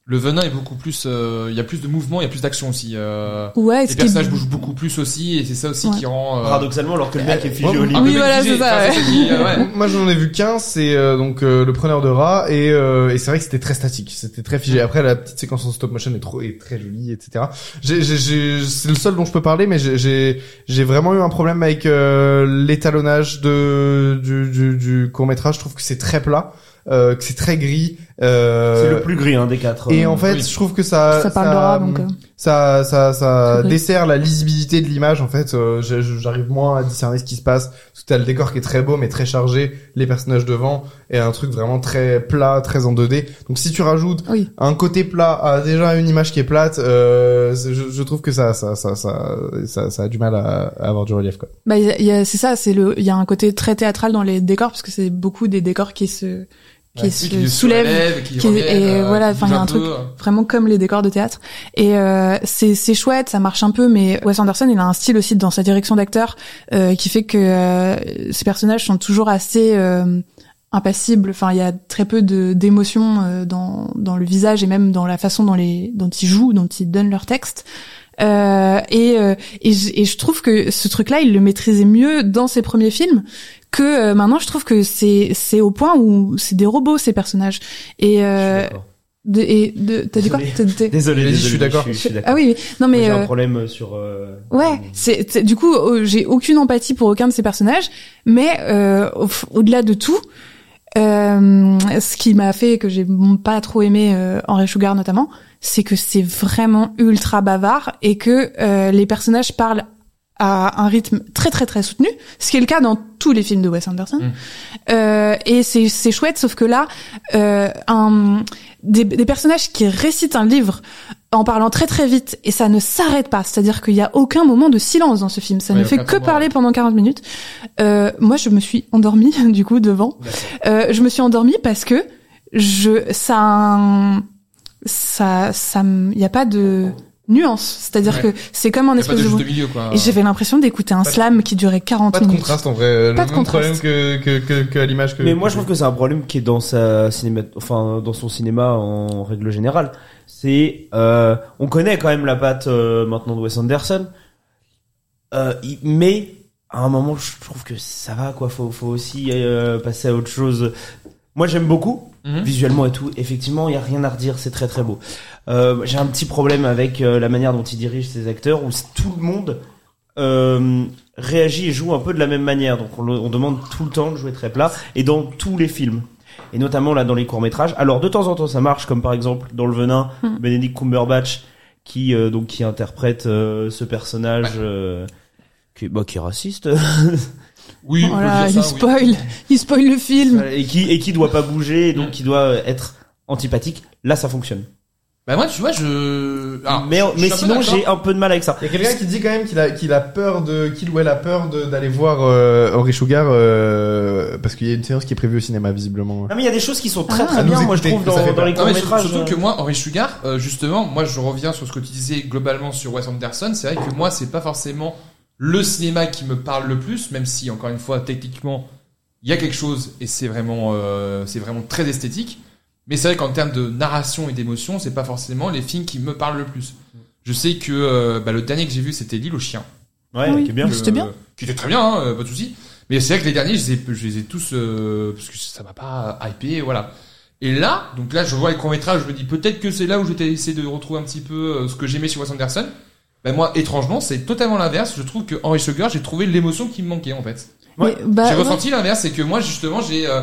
D: Le venin est beaucoup plus. euh, Il y a plus de mouvement, il y a plus d'action aussi. euh,
E: ouais,
D: les
E: ce qui est-
D: personnages bougent beaucoup plus aussi, et c'est ça aussi
E: Ouais.
D: qui rend. euh,
B: Paradoxalement, alors que le mec est
C: ouais,
B: figé au lit.
D: un peu
E: Ah Oui, voilà,
D: maîtrisé.
E: c'est ça,
D: Enfin,
E: ouais.
D: c'est qui, euh, ouais.
C: Moi j'en ai vu qu'un, c'est euh, donc euh, le preneur de rats et, euh, et c'est vrai que c'était très statique, c'était très figé. Après la petite séquence en stop motion est trop est très jolie, etc. J'ai- j'ai- j'ai- C'est le seul dont je peux parler, mais j'ai- j'ai j'ai vraiment eu un problème avec euh, l'étalonnage de du, du, court métrage. Je trouve que c'est très plat, euh, que c'est très gris. euh,
B: C'est le plus gris hein, des quatre.
C: Et en fait,
D: Oui.
C: je trouve que ça hum,
E: ça parlera donc. euh.
C: ça ça ça
E: C'est vrai.
C: dessert la lisibilité de l'image en fait euh, je- je- j'arrive moins à discerner ce qui se passe tout à le décor qui est très beau mais très chargé les personnages devant et un truc vraiment très plat très en 2D donc si tu rajoutes
E: Oui.
C: un côté plat à déjà une image qui est plate euh, c'est- je, je trouve que ça ça ça ça ça, ça a du mal à, à avoir du relief quoi
E: Bah, il y a- il y a- c'est ça, c'est le, il y a un côté très théâtral dans les décors parce que c'est beaucoup des décors qui se qui
D: Ouais,
E: se
D: oui, qui le
E: soulèvent
D: qui
E: qui-
D: relève,
E: et
D: euh,
E: voilà,
D: qui
E: enfin, il y a
D: bouge
E: un
D: peu. hein.
E: vraiment comme les décors de théâtre. Et euh, c'est c'est chouette, ça marche un peu, mais Wes Anderson, il a un style aussi dans sa direction d'acteur euh, qui fait que euh, ses personnages sont toujours assez euh, impassibles. Enfin, il y a très peu de d'émotions euh, dans dans le visage et même dans la façon dont les dont ils jouent, dont ils donnent leur texte. Euh, et, euh, et, je, et je trouve que ce truc-là, il le maîtrisait mieux dans ses premiers films que euh, maintenant. Je trouve que c'est c'est au point où c'est des robots ces personnages. Et, euh, de, et de, t'as dit quoi
B: Désolé.
E: T'as- t'as-
B: Désolé,
C: Vas-y,
B: désolé,
C: je suis d'accord.
B: Je suis d'accord.
E: Ah oui, oui. non mais
B: J'ai
E: euh,
B: un problème sur. euh,
E: ouais, c'est c'est- du coup euh, j'ai aucune empathie pour aucun de ces personnages, mais euh, au- au-delà de tout, euh, ce qui m'a fait que j'ai pas trop aimé euh, Henry Sugar notamment, c'est que c'est vraiment ultra bavard et que euh, les personnages parlent à un rythme très très très soutenu, ce qui est le cas dans tous les films de Wes Anderson.
D: Mm.
E: Euh, et c'est c'est chouette, sauf que là, euh, un, des, des personnages qui récitent un livre en parlant très très vite et ça ne s'arrête pas, c'est-à-dire qu'il y a aucun moment de silence dans ce film, ça
D: Ouais,
E: ne fait
D: aucun
E: que
D: moment,
E: parler pendant 40 minutes. Euh, moi, je me suis endormie du coup devant. Euh, je me suis endormie parce que je ça a un- ça ça il y a pas de nuance, c'est-à-dire
D: Ouais.
E: que c'est comme un
D: Il y a pas
E: espèce
D: de
E: de,
D: juste milieu, quoi.
E: et j'avais l'impression d'écouter un
C: Pas de-
E: slam qui durait 40
C: pas de
E: minutes.
C: contraste en vrai Euh,
E: Pas
C: le
E: de
C: même
E: contraste.
C: problème que que que, que à l'image que
B: Mais moi, je trouve que c'est un problème qui est dans sa cinéma, enfin, dans son cinéma en règle générale. C'est, euh, on connaît quand même la patte euh, maintenant de Wes Anderson, Euh, il- mais à un moment, je trouve que ça va quoi. Faut, faut aussi euh, passer à autre chose. Moi, j'aime beaucoup
D: Mhm.
B: visuellement et tout. Effectivement, il y a rien à redire. C'est très très beau. Euh, J'ai un petit problème avec euh, la manière dont il dirige ses acteurs, où c'est- tout le monde euh, réagit et joue un peu de la même manière. Donc on, le- on demande tout le temps de jouer très plat, et dans tous les films. Et notamment là dans les courts métrages. Alors de temps en temps ça marche, comme par exemple dans Le Venin, Benedict Cumberbatch qui euh, donc qui interprète euh, ce personnage euh, qui, bah, qui est raciste
D: Oui, on peut dire
E: Voilà, il
D: ça, oui.
E: spoil, il spoil le film.
B: euh, et qui et qui doit pas bouger et donc qui doit être antipathique. Là ça fonctionne.
D: Bah moi, tu vois, je. ah. Alors,
B: mais
D: je suis
B: mais
D: un peu
B: sinon,
D: d'accord.
B: j'ai un peu de mal avec ça.
C: Il y a quelqu'un qui dit quand même qu'il a, qu'il a peur de, qu'il ou elle a peur de- d'aller voir euh, Henry Sugar euh, parce qu'il y a une séance qui est prévue au cinéma visiblement.
B: Non, mais il y a des choses qui sont très
E: Ah.
B: très
C: Ça
B: bien,
C: nous
B: moi je
C: écoutait,
B: trouve,
C: ça
B: dans,
C: fait
B: dans les
D: Non, mais
B: courts-métrages. euh,
D: surtout que moi, Henry Sugar, euh, justement, moi je reviens sur ce que tu disais globalement sur Wes Anderson. C'est vrai que moi, c'est pas forcément le cinéma qui me parle le plus, même si encore une fois, techniquement, il y a quelque chose et c'est vraiment, euh, c'est vraiment très esthétique. Mais c'est vrai qu'en termes de narration et d'émotion, c'est pas forcément les films qui me parlent le plus. Je sais que euh, bah, le dernier que j'ai vu, c'était L'île aux chiens.
B: Ouais,
E: Oui.
B: qui est bien.
E: Ah, Mais c'était
D: Euh,
E: bien.
D: Qui était très bien, hein, euh, pas de souci. Mais c'est vrai que les derniers, je les ai, je les ai tous euh, parce que ça m'a pas hypé, voilà. Et là, donc là, je vois les courts métrages, je me dis peut-être que c'est là où je vais essayer de retrouver un petit peu euh, ce que j'aimais chez Wes Anderson. Ben moi, étrangement, c'est totalement l'inverse. Je trouve que Henry Sugar, j'ai trouvé l'émotion qui me manquait en fait.
B: Ouais.
E: Mais, bah,
D: j'ai
E: ouais.
D: ressenti l'inverse, c'est que moi, justement, j'ai, euh,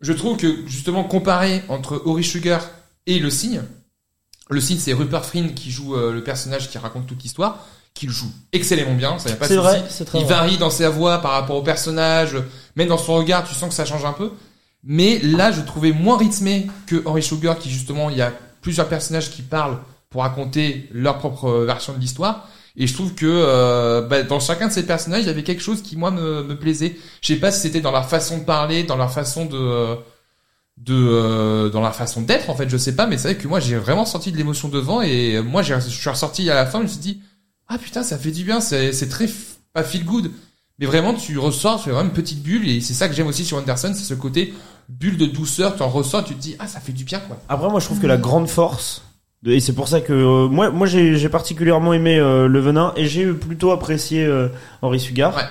D: je trouve que justement comparé entre Henry Sugar et Le Cygne, Le Cygne, c'est Rupert Friend qui joue euh, le personnage qui raconte toute l'histoire, qui le joue excellemment bien. Ça y a pas de
B: C'est
D: souci.
B: vrai, c'est très
D: Il
B: vrai.
D: varie dans sa voix par rapport au personnage, même dans son regard, tu sens que ça change un peu. Mais là, je trouvais moins rythmé que Henry Sugar, qui justement, il y a plusieurs personnages qui parlent pour raconter leur propre euh, version de l'histoire. Et je trouve que euh, bah, dans chacun de ces personnages, il y avait quelque chose qui moi me, me plaisait. Je sais pas si c'était dans leur façon de parler, dans leur façon de euh, de euh, dans leur façon d'être en fait, je sais pas. Mais c'est vrai que moi j'ai vraiment sorti de l'émotion devant et euh, moi j'ai- je suis ressorti à la fin, je me suis dit ah putain ça fait du bien, c'est c'est très f- pas feel good, mais vraiment tu ressors, c'est vraiment une petite bulle et c'est ça que j'aime aussi sur Anderson, c'est ce côté bulle de douceur, tu en ressors, tu te dis ah ça fait du bien quoi.
B: Après, moi, je trouve que la grande force, de- et c'est pour ça que euh, moi, moi, j'ai j'ai particulièrement aimé euh, Le Venin et j'ai plutôt apprécié euh, Henri Sugar.
D: Ouais.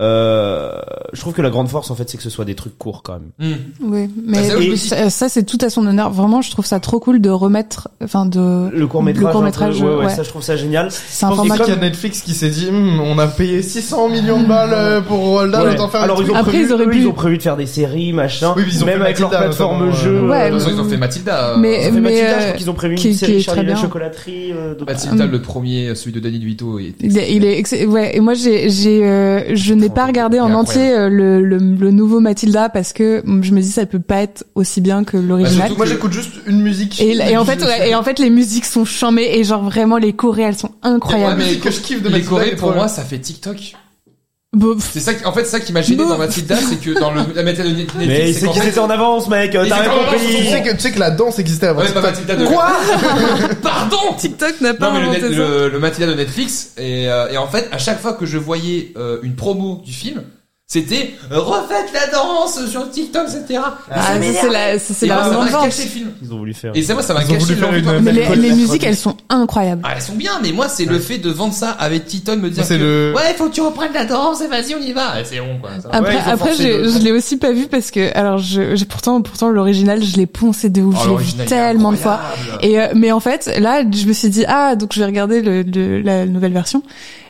B: Euh, je trouve que la grande force, en fait, c'est que ce soit des trucs courts quand même.
D: Hmm.
E: Oui, mais
D: ça, oui.
E: mais ça, ça, c'est tout à son honneur. Vraiment, je trouve ça trop cool de remettre, enfin de,
B: Le court métrage,
E: Le court-métrage,
B: ouais, ouais,
E: ouais.
B: ça, je trouve ça génial.
E: c'est un
C: Je pense
E: format
C: qu'il
E: qui.
C: y a Netflix qui s'est dit, Hum, on a payé 600 millions de balles euh, pour Roald Dahl,
B: Ouais.
C: autant faire un
B: Alors,
C: truc.
B: ils ont
E: Après,
B: prévu,
E: ils auraient
B: eux,
E: pu-
B: ils ont prévu de faire des séries, machin.
C: Oui, mais ils ont
B: même
C: fait
B: avec leur
C: Matilda,
B: plateforme
C: notamment,
B: jeu.
C: euh,
E: Ouais,
B: euh,
D: De toute façon, ils ont fait Mathilda. euh,
B: ils
E: Mais-
B: ont fait Matilda, je
E: euh,
B: crois qu'ils ont prévu
E: qui-
B: une
E: qui est
B: série
E: très
B: Charlie la
E: bien.
B: chocolaterie. euh, d'autres-
D: Mathilda,
E: Hum.
D: le premier, celui de Danny DeVito, et
E: Il est, il est ex- ouais, et moi j'ai, j'ai, euh, je n'ai pas regardé en entier euh, le, le, le nouveau Mathilda parce que mm, je me dis ça peut pas être aussi bien que l'original.
D: Bah, surtout
C: Moi,
D: que-
C: j'écoute juste une musique.
E: Et, et en
C: Une
E: fait,
C: musique
E: ouais, et en fait, les musiques sont chamées et genre vraiment les chorés, elles sont incroyables.
D: Ouais, mais
C: que je kiffe de
D: les
C: Matilda,
D: Corées,
C: les
D: pour
C: trois.
D: moi, ça fait TikTok.
E: Bon, pff,
D: C'est ça, qui- en fait, ça qui m'a gêné
E: Bon.
D: dans Matilda, c'est que dans le, la méthode de Netflix,
B: Mais
D: c'est
B: c'est
D: qu'en
B: qu'ils
D: fait-
B: étaient en avance, mec. euh,
D: Ils
B: T'as
D: étaient
B: rien
D: en avance,
B: compris.
C: Tu sais que, tu sais que la danse existait avant.
D: Ouais, bah, pas Matilda de
C: Quoi
D: Pardon
E: TikTok n'a pas
D: Non, mais le,
E: inventé
D: net-
E: ça.
D: le- le Matilda de Netflix, et, euh, et en fait, à chaque fois que je voyais euh, une promo du film, c'était euh, refaites la danse sur TikTok, etc.
E: Ah, ça, c'est la, ça, c'est
D: et moi,
E: la
D: ça
E: grande
D: m'a
E: vente.
D: gâché le film.
B: Ils ont voulu faire.
D: Et ça, moi, ça m'a
C: Ils ont
D: gâché
C: voulu faire
D: l'envie
C: une-
D: de voir.
E: Mais les,
C: Nicole
E: les
C: Mercredi.
E: musiques, elles sont incroyables.
D: Ah, elles sont bien, mais moi, c'est le fait de vendre ça avec Titan, me dire
C: C'est
D: que,
C: le-
D: ouais, faut que tu reprennes la danse, et vas-y, on y va. Et C'est bon, quoi. ça va.
E: Après,
C: Ouais, ils ont
E: après,
C: forcé
E: j'ai-
C: de-
E: je l'ai aussi pas vu parce que, alors, je, j'ai pourtant, pourtant, l'original, je l'ai poncé de ouf,
D: Oh,
E: je l'ai
D: l'original, il
E: vu
D: est
E: tellement de fois.
D: incroyable.
E: Et euh, mais en fait, là, je me suis dit ah donc je vais regarder le, le- la nouvelle version.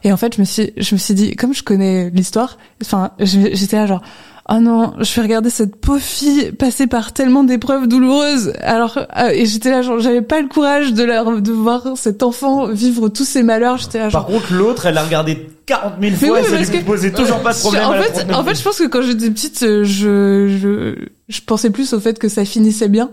E: Et en fait, je me suis je me suis dit comme je connais l'histoire, enfin je- j'étais là genre oh non, je vais regarder cette pauvre fille passer par tellement d'épreuves douloureuses. Alors euh, et j'étais là genre j'avais pas le courage de leur de voir cet enfant vivre tous ses malheurs. J'étais là
B: Par
E: genre
B: contre, l'autre, elle l'a regardé 40 000
E: Mais
B: fois
E: oui,
B: et ça
E: parce
B: lui
E: que-
B: posait toujours pas de problème.
E: en
B: à la
E: fait,
B: promenade.
E: en fait, je pense que quand j'étais petite, euh, je, je, je pensais plus au fait que ça finissait bien.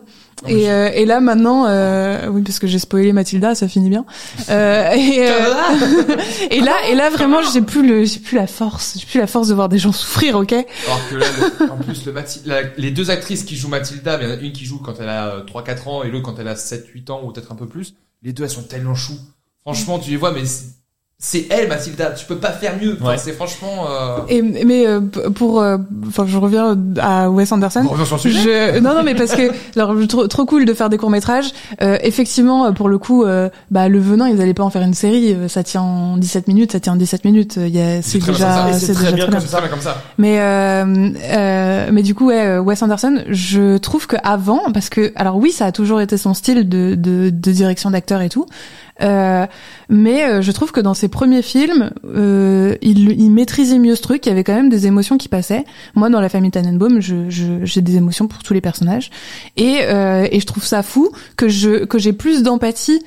E: Et, euh, et là maintenant, euh, oui parce que j'ai spoilé Mathilda, ça finit bien. Euh, et, euh, et là, et là vraiment, j'ai plus le, j'ai plus la force, j'ai plus la force de voir des gens souffrir, ok.
D: Alors que là, le- en plus, le Mati- la- les deux actrices qui jouent Mathilda, mais il y en a une qui joue quand elle a euh, 3-4 ans et l'autre quand elle a 7-8 ans ou peut-être un peu plus, les deux elles sont tellement chou. Franchement, tu les vois, mais c'est- c'est elle, Mathilda, tu peux pas faire mieux. Enfin,
B: Ouais.
D: C'est franchement... Euh...
E: Et mais euh, p- pour, euh, enfin, je reviens à Wes Anderson.
D: On revient sur le sujet.
E: Je... Non, non, mais parce que alors trop, trop cool de faire des courts métrages. effectivement, euh, pour le coup, euh, bah le venin, ils allaient pas en faire une série. euh, Ça tient en 17 minutes, ça tient en 17 minutes. euh, il y a- C'est
D: très bien
E: déjà,
D: comme ça,
B: et c'est
E: c'est
B: très
E: déjà
B: bien
E: très bien.
D: C'est ça, mais comme ça.
E: Mais euh, euh, mais du coup, ouais, euh, Wes Anderson, je trouve que avant, parce que alors oui, ça a toujours été son style de de, de direction d'acteur et tout. Euh, mais euh, je trouve que dans ses premiers films, euh, il, il maîtrisait mieux ce truc. Il y avait quand même des émotions qui passaient. Moi, dans la famille Tannenbaum, je- je- j'ai des émotions pour tous les personnages, et, euh, et je trouve ça fou que je que j'ai plus d'empathie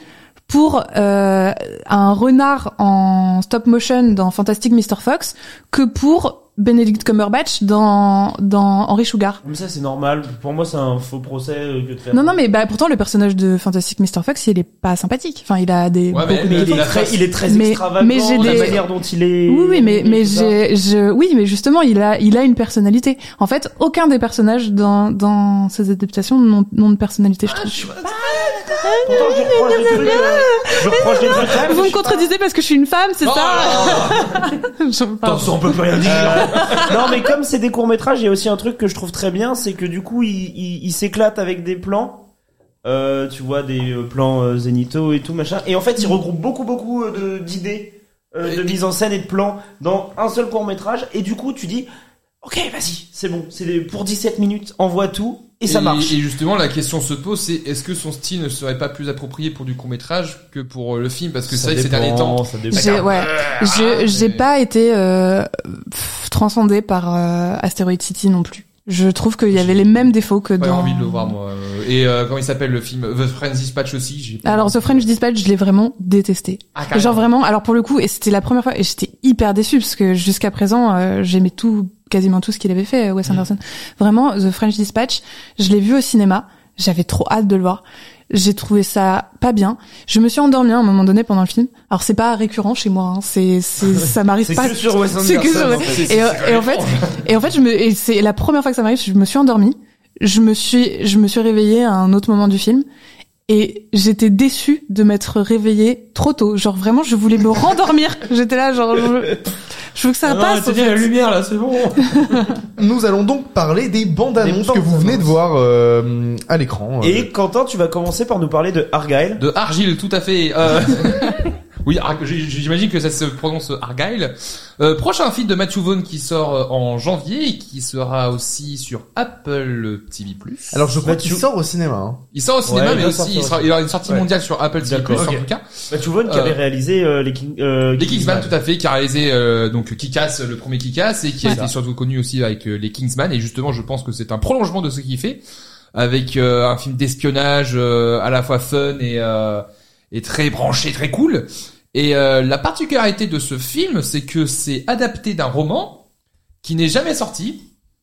E: pour euh, un renard en stop motion dans Fantastic Mr Fox que pour Benedict Cumberbatch dans, dans Henry Sugar.
B: Mais ça, c'est normal. Pour moi, c'est un faux procès euh, que de faire.
E: Non, non, mais bah, pourtant, le personnage de Fantastic Mr. Fox, il est pas sympathique. Enfin, il a des...
D: Ouais,
E: beaucoup
D: mais
E: de
B: il, est
E: défauts.
B: très, il est très
E: Mais-
B: extravagant,
E: mais j'ai
B: la
E: des-
B: manière dont il est...
E: Oui, oui, mais, mais
B: tout ça.
E: j'ai, je, oui, mais justement, il a, il a une personnalité. En fait, aucun des personnages dans, dans ces adaptations n'ont, n'ont de personnalité, je
B: Ah, je
E: trouve.
B: suis pas- Pourtant, je reproche des trucs... euh, Je reproche des trucs... quand même,
E: Vous
B: mais
E: me
B: je-
E: contredisez parce que je suis une femme, c'est
D: Oh
E: ça?
D: là là
E: J'en parle.
B: on peut plus rien dire. Euh, non, mais comme c'est des courts métrages, il y a aussi un truc que je trouve très bien, c'est que du coup, il, il, il s'éclate avec des plans. Euh, tu vois des euh, plans euh, zénithaux et tout machin. Et en fait, il regroupe beaucoup beaucoup euh, de- d'idées, euh, de mise en scène et de plans dans un seul court métrage. Et du coup, tu dis, ok, vas-y, c'est bon, c'est des- pour 17 minutes, envoie tout et ça marche.
D: Et justement, la question se pose, c'est est-ce que son style ne serait pas plus approprié pour du court métrage que pour euh, le film Parce que c'est vrai que ces derniers temps,
E: J'ai, ouais. Je, j'ai
D: Ah, mais-
E: pas été, euh, pff, transcendée par, euh, Asteroid City non plus. Je trouve qu'il y avait les mêmes défauts que
D: pas eu
E: dans...
D: envie de le voir moi. Et euh, comment il s'appelle le film The French Dispatch aussi. J'ai pas-
E: Alors, The French Dispatch, je l'ai vraiment détesté.
D: Ah, carrément.
E: Genre vraiment, alors pour le coup, et c'était la première fois, et j'étais hyper déçue parce que jusqu'à présent, euh, j'aimais tout, quasiment tout ce qu'il avait fait, euh,
B: Mm.
E: Wes Anderson. Vraiment, The French Dispatch, je l'ai vu au cinéma, j'avais trop hâte de le voir. J'ai trouvé ça pas bien. Je me suis endormie hein, à un moment donné pendant le film. Alors c'est pas récurrent chez moi, hein. c'est, c'est, ça m'arrive
B: C'est
E: pas.
B: que sur Wes
E: C'est que
B: Anderson,
E: sur-
B: en fait.
E: et, euh, et en fait, et en fait, je me, et c'est la première fois que ça m'arrive, je me suis endormie. Je me suis, je me suis réveillée à un autre moment du film. Et j'étais déçue de m'être réveillée trop tôt. Genre vraiment, je voulais me rendormir. J'étais là, genre, je, je veux que ça passe. en fait.
B: lumière là, c'est bon.
C: Nous allons donc parler des bandes annonces
B: Des
C: que vous venez de
B: bandes-annonces.
C: voir euh, à l'écran. euh.
B: Et Quentin, tu vas commencer par nous parler de Argyle.
D: De Argyle, tout à fait. euh, oui, Ar- j- j'imagine que ça se prononce Argyle. Euh, prochain film de Matthew Vaughn qui sort euh, en janvier et qui sera aussi sur Apple TV+.
C: Alors je crois qu'il
B: Mathieu-
C: sort au cinéma. hein.
D: il sort au cinéma,
B: Ouais, il
D: mais
B: va
D: aussi
B: sortir
D: il, sera-
B: aussi.
D: il aura une sortie
B: Ouais.
D: mondiale sur Apple TV+.
B: D'accord.
D: en
B: Ok.
D: tout cas.
B: Matthew Vaughn qui
D: Euh,
B: avait réalisé euh, les King, euh,
D: Les Kingsman,
B: Kingsman.
D: tout à fait, qui a réalisé euh, donc Kick-Ass, le premier Kick-Ass, et qui a
B: Ouais.
D: été surtout connu aussi avec euh, les Kingsman. Et justement, je pense que c'est un prolongement de ce qu'il fait, avec euh, un film d'espionnage euh, à la fois fun et, euh, et très branché, très cool. Et euh, la particularité de ce film, c'est que c'est adapté d'un roman qui n'est jamais sorti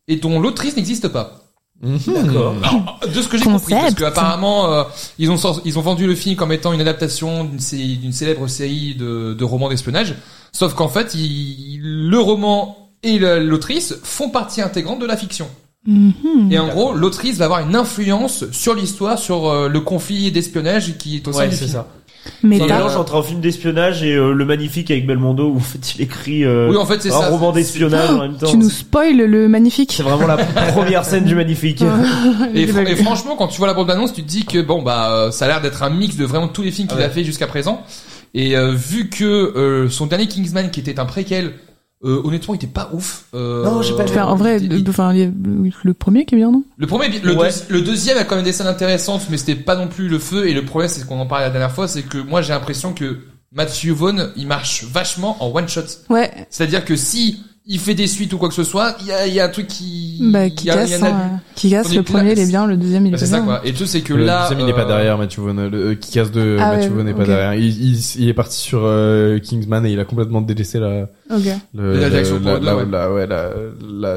D: et dont l'autrice n'existe pas.
F: Mhm.
B: D'accord.
D: Alors, de ce que j'ai compris, parce
E: Concept.
D: que apparemment euh, ils ont sor- ils ont vendu le film comme étant une adaptation d'une sé- d'une célèbre série de, de romans d'espionnage, sauf qu'en fait il- le roman et la- l'autrice font partie intégrante de la fiction.
E: Mhm.
D: Et en gros, l'autrice va avoir une influence sur l'histoire, sur euh, le conflit d'espionnage qui est au sein
B: Ouais,
D: du
B: c'est
D: film.
B: ça.
E: Mais
B: C'est un
D: Et
E: t'as-
D: alors-
B: mélange entre un film d'espionnage et euh, Le Magnifique avec Belmondo où en fait il écrit euh,
D: Oui, en fait, c'est
B: un
D: ça.
B: roman
D: C'est-
B: d'espionnage en même temps.
E: tu nous spoil le magnifique.
B: C'est vraiment la première scène du Magnifique.
D: Et, fr- et franchement, quand tu vois la bande-annonce, tu te dis que bon bah euh, ça a l'air d'être un mix de vraiment tous les films qu'il
B: Ouais.
D: a fait jusqu'à présent. Et euh, vu que euh, son dernier Kingsman, qui était un préquel, euh, honnêtement, il était pas ouf. Euh,
B: Non, j'ai pas vu.
E: Enfin, en vrai,
D: il- il-
E: le, enfin, il y a- le premier qui est bien, non
D: le premier, est bien- le,
B: Ouais.
D: deuxi- le deuxième a quand même des scènes intéressantes, mais c'était pas non plus le feu. Et le problème, c'est ce qu'on en parlait la dernière fois, c'est que moi j'ai l'impression que Matthew Vaughn, il marche vachement en one shot.
E: Ouais,
D: C'est-à-dire que si il fait des suites ou quoi que ce soit, il y a, il y a un truc qui,
E: bah,
D: il y
E: qui
D: a- il y
E: casse,
D: a un abus.
E: qui
D: On est
E: le
D: plein-
E: premier, il est bien, le deuxième, il
D: Bah,
E: est
D: c'est
E: pas
D: ça
E: bien.
D: quoi. Et le truc c'est que
F: le
D: là,
F: deuxième, il est
D: euh,
F: pas derrière, Mathieu Vaughn. Le, euh, qui casse de
E: Ah
F: Mathieu
E: ouais,
F: Vaughn n'est pas
E: ok.
F: derrière. Il, il, il est parti sur euh, Kingsman et il a complètement délaissé la,
E: Ok.
F: le,
D: La
F: le-
D: direction pour
F: la,
D: deux,
F: la-
D: ouais.
F: la- ouais, la, la,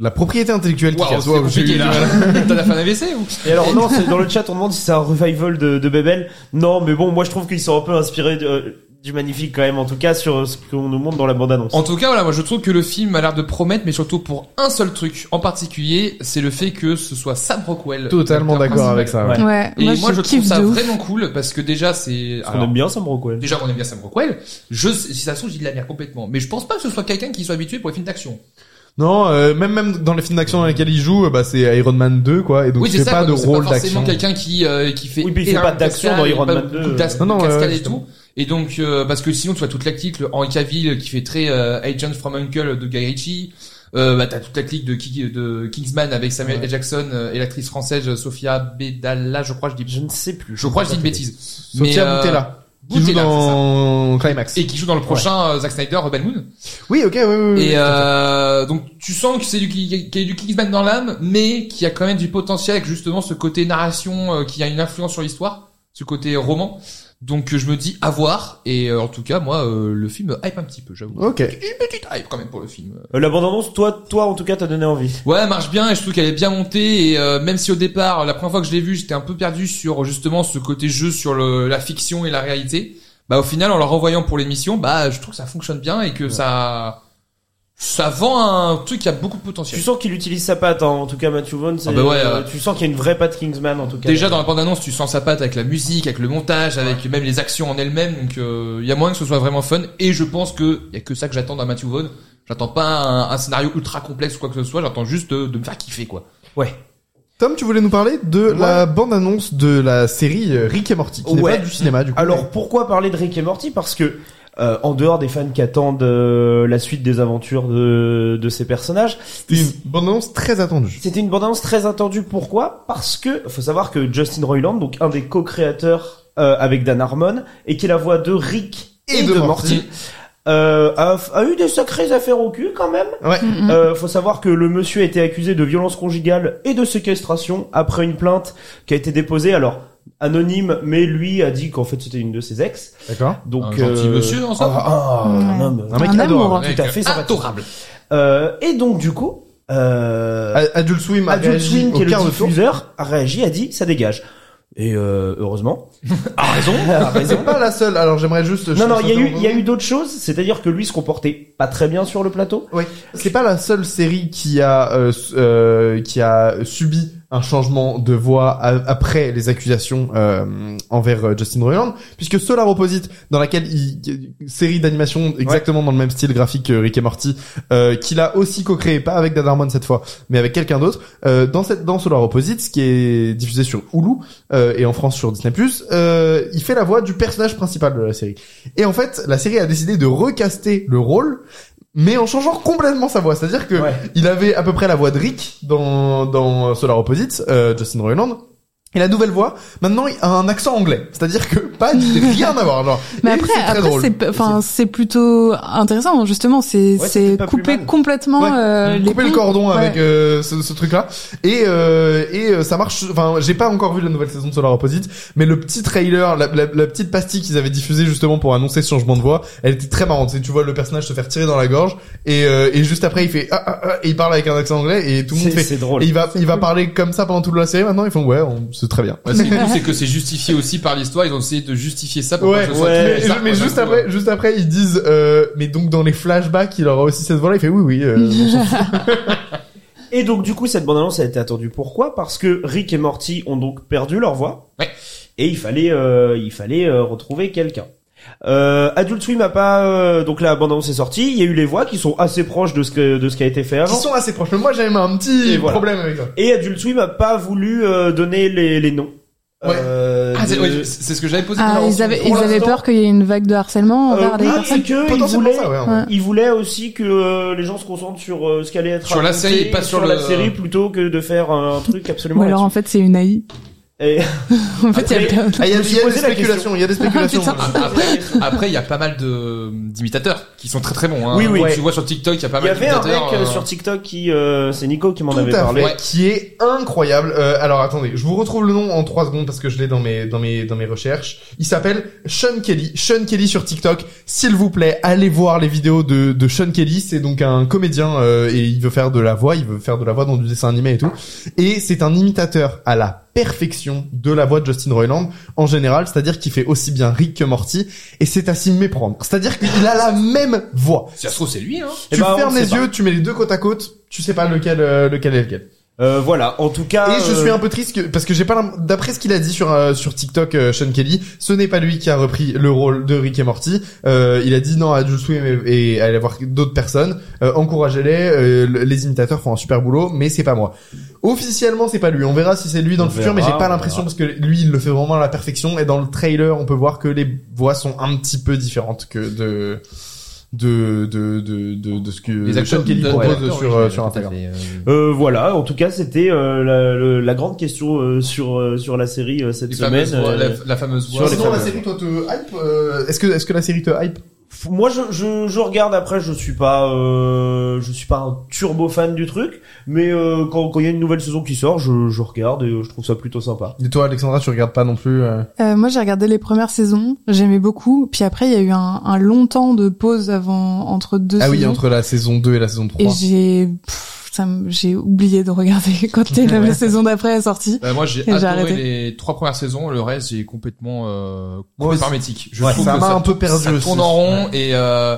F: la propriété intellectuelle qui
D: Waouh,
F: casse.
D: c'est
F: Waouh, j'ai eu du
D: compliqué, là.
F: mal.
D: T'as la fin d'un WC ou
B: Et alors non, c'est- dans le chat on demande si c'est un revival de, de Bebel. Non, mais bon, moi je trouve qu'ils sont un peu inspirés de, euh, du Magnifique quand même, en tout cas sur euh, ce qu'on nous montre dans la bande-annonce.
D: En tout cas, voilà, moi je trouve que le film a l'air de promettre, mais surtout pour un seul truc en particulier, c'est le fait que ce soit Sam Rockwell.
F: Totalement d'accord
D: l'acteur principal.
F: avec ça. ouais.
B: Ouais.
E: Ouais,
D: Et moi, je trouve
E: kiffe
D: ça
E: de ouf.
D: vraiment cool parce que déjà c'est.
B: Parce qu'on
D: alors,
B: aime bien Sam Rockwell.
D: Déjà qu'on aime bien Sam Rockwell. Je, si ça se trouve, je dis de la merde complètement, mais je pense pas que ce soit quelqu'un qui soit habitué pour les films d'action.
F: Non, euh, même même dans les films d'action dans lesquels il joue, euh, bah c'est Iron Man 2 quoi, et donc
D: oui,
F: il
D: c'est
F: fait
D: ça.
F: pas de
D: quoi, c'est
F: rôle
D: pas forcément
F: d'action.
D: quelqu'un qui euh, qui fait.
B: Oui, puis il fait
D: énorme
B: pas d'action
D: cascade,
B: dans
D: il fait
B: Iron
D: pas
B: Man
D: beaucoup
B: 2.
D: d'as-
F: Non, non,
D: de
F: ouais,
D: cascade et
F: justement.
D: tout. Et donc euh, parce que sinon tu vois toute la clique, le Henry Cavill qui fait très euh, Agent from Uncle de Guy Ritchie. Euh, bah, t'as toute la clique de, Ki- de Kingsman avec Samuel L. Jackson euh, et l'actrice française euh, Sophia Bedala, je crois, je dis,
B: Je ne sais plus.
D: je crois, que je dis une bêtise.
F: Sophia
D: Mais, euh,
F: Boutella, qui joue
D: Boutella, c'est ça.
F: dans Climax.
D: Et qui joue dans le prochain euh, Zack Snyder Rebel Moon.
F: Oui, ok, oui, oui.
C: Mm.
F: oui.
D: Et euh, donc tu sens que c'est du qu'il y a du Kingsman dans l'âme, mais qui a quand même du potentiel avec justement ce côté narration euh, qui a une influence sur l'histoire, ce côté roman. Donc euh, je me dis à voir et euh, en tout cas moi euh, le film me hype un petit peu j'avoue.
C: Ok.
D: Une petite hype quand même pour le film.
B: Euh, La bande-annonce, toi, toi, en tout cas, t'as donné envie.
D: Ouais, elle marche bien et je trouve qu'elle est bien montée et euh, même si au départ la première fois que je l'ai vue j'étais un peu perdu sur justement ce côté jeu sur le- la fiction et la réalité, bah au final en la revoyant pour l'émission bah je trouve que ça fonctionne bien et que ça ça vend un truc qui a beaucoup de
B: Tu
D: potentiel.
B: sens qu'il utilise sa patte, hein, en tout cas, Matthew Vaughn. c'est-
D: Ah bah ouais,
B: euh,
D: ouais.
B: Tu sens qu'il y a une vraie patte Kingsman, en tout cas.
D: Déjà dans la bande-annonce, tu sens sa patte avec la musique, avec le montage, avec même les actions en elles-mêmes. Donc euh, il y a moyen que ce soit vraiment fun. Et je pense que il y a que ça que j'attends d'un Matthew Vaughn. J'attends pas un, un scénario ultra complexe ou quoi que ce soit. J'attends juste de, de me faire kiffer quoi.
B: Ouais.
C: Tom, tu voulais nous parler de la bande-annonce de la série euh, Rick et Morty, qui n'est
B: Ouais.
C: pas du cinéma du coup.
B: Alors pourquoi parler de Rick et Morty Parce que euh, en dehors des fans qui attendent euh, la suite des aventures de, de ces personnages,
C: c'était une bande-annonce très attendue.
B: c'était une bande-annonce très attendue. Pourquoi Parce que faut savoir que Justin Roiland, donc un des co-créateurs euh, avec Dan Harmon, et qui est la voix de Rick et, de, Morty, euh, a, a eu des sacrées affaires au cul quand même.
C: Ouais.
E: Mm, mm.
B: Euh, faut savoir que le monsieur a été accusé de violence conjugale et de séquestration après une plainte qui a été déposée. Alors anonyme, mais lui a dit qu'en fait c'était une de ses ex.
C: D'accord.
B: Donc euh,
D: Un gentil monsieur, en somme.
B: Ah, ah,
E: Ouais.
B: un homme.
C: Un mec
E: Un
C: adorable.
E: amour.
B: tout à fait sympathique.
D: adorable.
B: Euh, et donc du coup, euh,
C: A- Adult Swim a
B: Adult
C: réagi
B: Swim,
C: au
B: qui est
C: quart
B: le
C: de tour.
B: diffuseur, a réagi, a dit ça dégage. Et euh, heureusement,
C: Ah,
B: a raison, a raison.
C: C'est pas la seule. Alors j'aimerais juste.
B: Non, non, il y a eu, il y a eu d'autres choses. C'est-à-dire que lui se comportait pas très bien sur le plateau.
C: Ouais. C'est pas la seule série qui a euh, s- euh, qui a subi un changement de voix a- après les accusations euh, envers euh, Justin Roiland, puisque Solar Opposite, dans laquelle il série d'animation exactement dans le même style graphique que Rick et Morty, euh, qu'il a aussi co-créé, pas avec Dan Harmon cette fois, mais avec quelqu'un d'autre, euh, dans cette dans Solar Opposite, ce qui est diffusé sur Hulu euh, et en France sur Disney+, euh, il fait la voix du personnage principal de la série. Et en fait, la série a décidé de recaster le rôle, mais en changeant complètement sa voix. C'est-à-dire que
B: Ouais.
C: il avait à peu près la voix de Rick dans, dans Solar Opposite, euh, Justin Roiland. Et la nouvelle voix, maintenant, a un accent anglais. C'est-à-dire que pas rien à voir, genre.
E: Mais
C: Et
E: après,
C: c'est très
E: après
C: drôle.
E: c'est enfin c'est plutôt intéressant justement. C'est
B: Ouais,
E: c'est
B: c'était pas plus
E: couper
B: mal.
E: complètement
C: Ouais.
E: euh, les
C: couper le
E: ponts.
C: cordon
E: Ouais.
C: avec euh, ce, ce truc là et euh, et euh, ça marche enfin j'ai pas encore vu la nouvelle saison de Solar Opposite mais le petit trailer la, la, la petite pastille qu'ils avaient diffusée justement pour annoncer ce changement de voix elle était très marrante C'est- tu vois le personnage se faire tirer dans la gorge et euh, et juste après il fait ah, ah, ah, et il parle avec un accent anglais et tout le monde
B: C'est
C: fait
B: c'est drôle.
C: et il va il va parler comme ça pendant toute la série maintenant ils font ouais on- c'est très bien
D: Ouais, ce qui est cool, Bah, c'est que c'est justifié aussi par l'histoire. Ils ont essayé de justifier ça pour
C: Ouais,
D: pas que ce soit
B: ouais.
D: trop
C: mais,
D: bizarre,
C: mais
D: quoi,
C: juste
D: d'un coup,
C: après,
D: ouais.
C: juste après, ils disent, euh, mais donc dans les flashbacks, il aura aussi cette voix-là. Il fait oui, oui. euh, on s'en fout.
B: Et donc du coup, cette bande-annonce a été attendue. Pourquoi Parce que Rick et Morty ont donc perdu leur voix.
D: Ouais.
B: Et il fallait, euh, il fallait euh, retrouver quelqu'un. Euh, Adult Swim a pas euh, donc la bande-annonce est sortie. Il y a eu les voix qui sont assez proches de ce que de ce qui a été fait
C: Ils
B: avant.
C: sont assez proches. Mais moi, j'avais un
B: Ah Et
C: petit
B: voilà.
C: problème avec ça.
B: Et Adult Swim a pas voulu euh, donner les les noms.
C: Ouais.
B: Euh,
D: Ah, c'est
B: de-
D: ouais, c'est- c'est ce que j'avais posé.
E: Ah,
D: dans-
E: ils avaient
B: pour
E: ils avaient
B: l'instant-
E: peur qu'il y ait une vague de harcèlement
B: Euh,
E: envers les
B: oui,
E: personnes.
B: et que ils
C: Potentiellement
B: voulaient,
C: ça, ouais, hein. en
E: Ouais.
C: vrai.
B: ils voulaient aussi que euh, les gens se concentrent sur euh, ce qu'allait être
D: Sur la
B: raconté
D: série et pas sur
B: la
D: le-
B: série plutôt que de faire un truc
E: Ou
B: absolument.
E: alors en fait c'est une AI.
B: là-dessus. Et-
E: En fait, il y a
C: Ah, il y a,
B: Je me suis
C: il y a des
B: posé la
C: spéculations, il y a des spéculations.
E: Ah, putain.
D: Après, après, il y a pas mal de d'imitateurs qui sont très très bons. Hein.
B: Oui, oui.
D: Tu vois sur TikTok, il y a pas
B: Il y
D: mal
B: avait un mec
D: d'imitateurs.
B: euh,
D: euh,
B: sur TikTok qui, euh, c'est Nico qui m'en
C: Tout
B: avait
C: à
B: parlé.
C: fait, qui est incroyable. Euh, alors attendez, je vous retrouve le nom en trois secondes parce que je l'ai dans mes dans mes dans mes recherches. Il s'appelle Sean Kelly. Sean Kelly sur TikTok. S'il vous plaît, allez voir les vidéos de de Sean Kelly. C'est donc un comédien euh, et il veut faire de la voix, il veut faire de la voix dans du dessin animé et tout. Et c'est un imitateur à la perfection de la voix de Justin Roiland en général, c'est-à-dire qu'il fait aussi bien Rick que Morty et c'est à s'y méprendre. C'est-à-dire qu'il a la même voix.
D: Si ça se trouve, c'est lui. Hein.
B: Eh
C: Tu
B: ben, on
C: fermes
B: sait
C: les
B: pas.
C: yeux, tu mets les deux côte à côte, tu sais pas lequel euh, lequel est lequel.
B: Euh, voilà. En tout cas.
C: Et je
B: euh,
C: suis un peu triste que, parce que j'ai pas l'im- d'après ce qu'il a dit sur euh, sur TikTok euh, Sean Kelly, ce n'est pas lui qui a repris le rôle de Rick et Morty. Euh, il a dit non à Jules Swim et, et allez voir d'autres personnes, Euh, encouragez-les, euh, le- les imitateurs font un super boulot mais c'est pas moi. Officiellement, c'est pas lui. On verra si c'est lui dans
B: On
C: le futur mais
B: verra,
C: j'ai pas
B: on
C: l'impression parce que lui il le fait vraiment à la perfection et dans le trailer, on peut voir que les voix sont un petit peu différentes que de de de de de, de ce que
D: Les acteurs
C: Euh, Sean Kelly
D: de-
C: propose
D: d'acteurs
C: sur
D: originaux,
C: euh, sur
D: tout à
C: Instagram.
D: fait, euh,
B: euh, voilà. En tout cas, c'était euh, la, le- la grande question euh, sur euh, sur la série euh, cette
D: les
B: semaine.
D: fameuses voix,
B: euh,
D: la, la fameuse voix.
B: sur les
C: Sinon, la
B: fameuses.
C: série, toi, te hype euh, Est-ce que, est-ce que la série te hype
B: f- moi je, je, je regarde après je suis pas euh, je suis pas un turbo fan du truc mais euh, quand quand il y a une nouvelle saison qui sort je, je regarde et euh, je trouve ça plutôt sympa
C: Et toi, Alexandra, tu regardes pas non plus. euh,
E: Euh, moi, j'ai regardé les premières saisons, j'aimais beaucoup. Puis après, il y a eu un, un long temps de pause avant entre deux
C: Ah
E: saisons.
C: oui, entre la saison 2 et la saison 3.
E: Et j'ai pff, ça me- j'ai oublié de regarder quand la saison d'après est sortie.
D: Bah, moi, j'ai
E: Et j'ai
D: adoré
E: arrêté.
D: les trois premières saisons. Le reste, j'ai complètement, euh,
C: Moi aussi.
D: complètement hermétique. Je
B: Ouais,
D: trouve
C: ça
D: que
C: m'a un peu perdu
D: Ça
C: aussi.
D: tourne en rond et euh,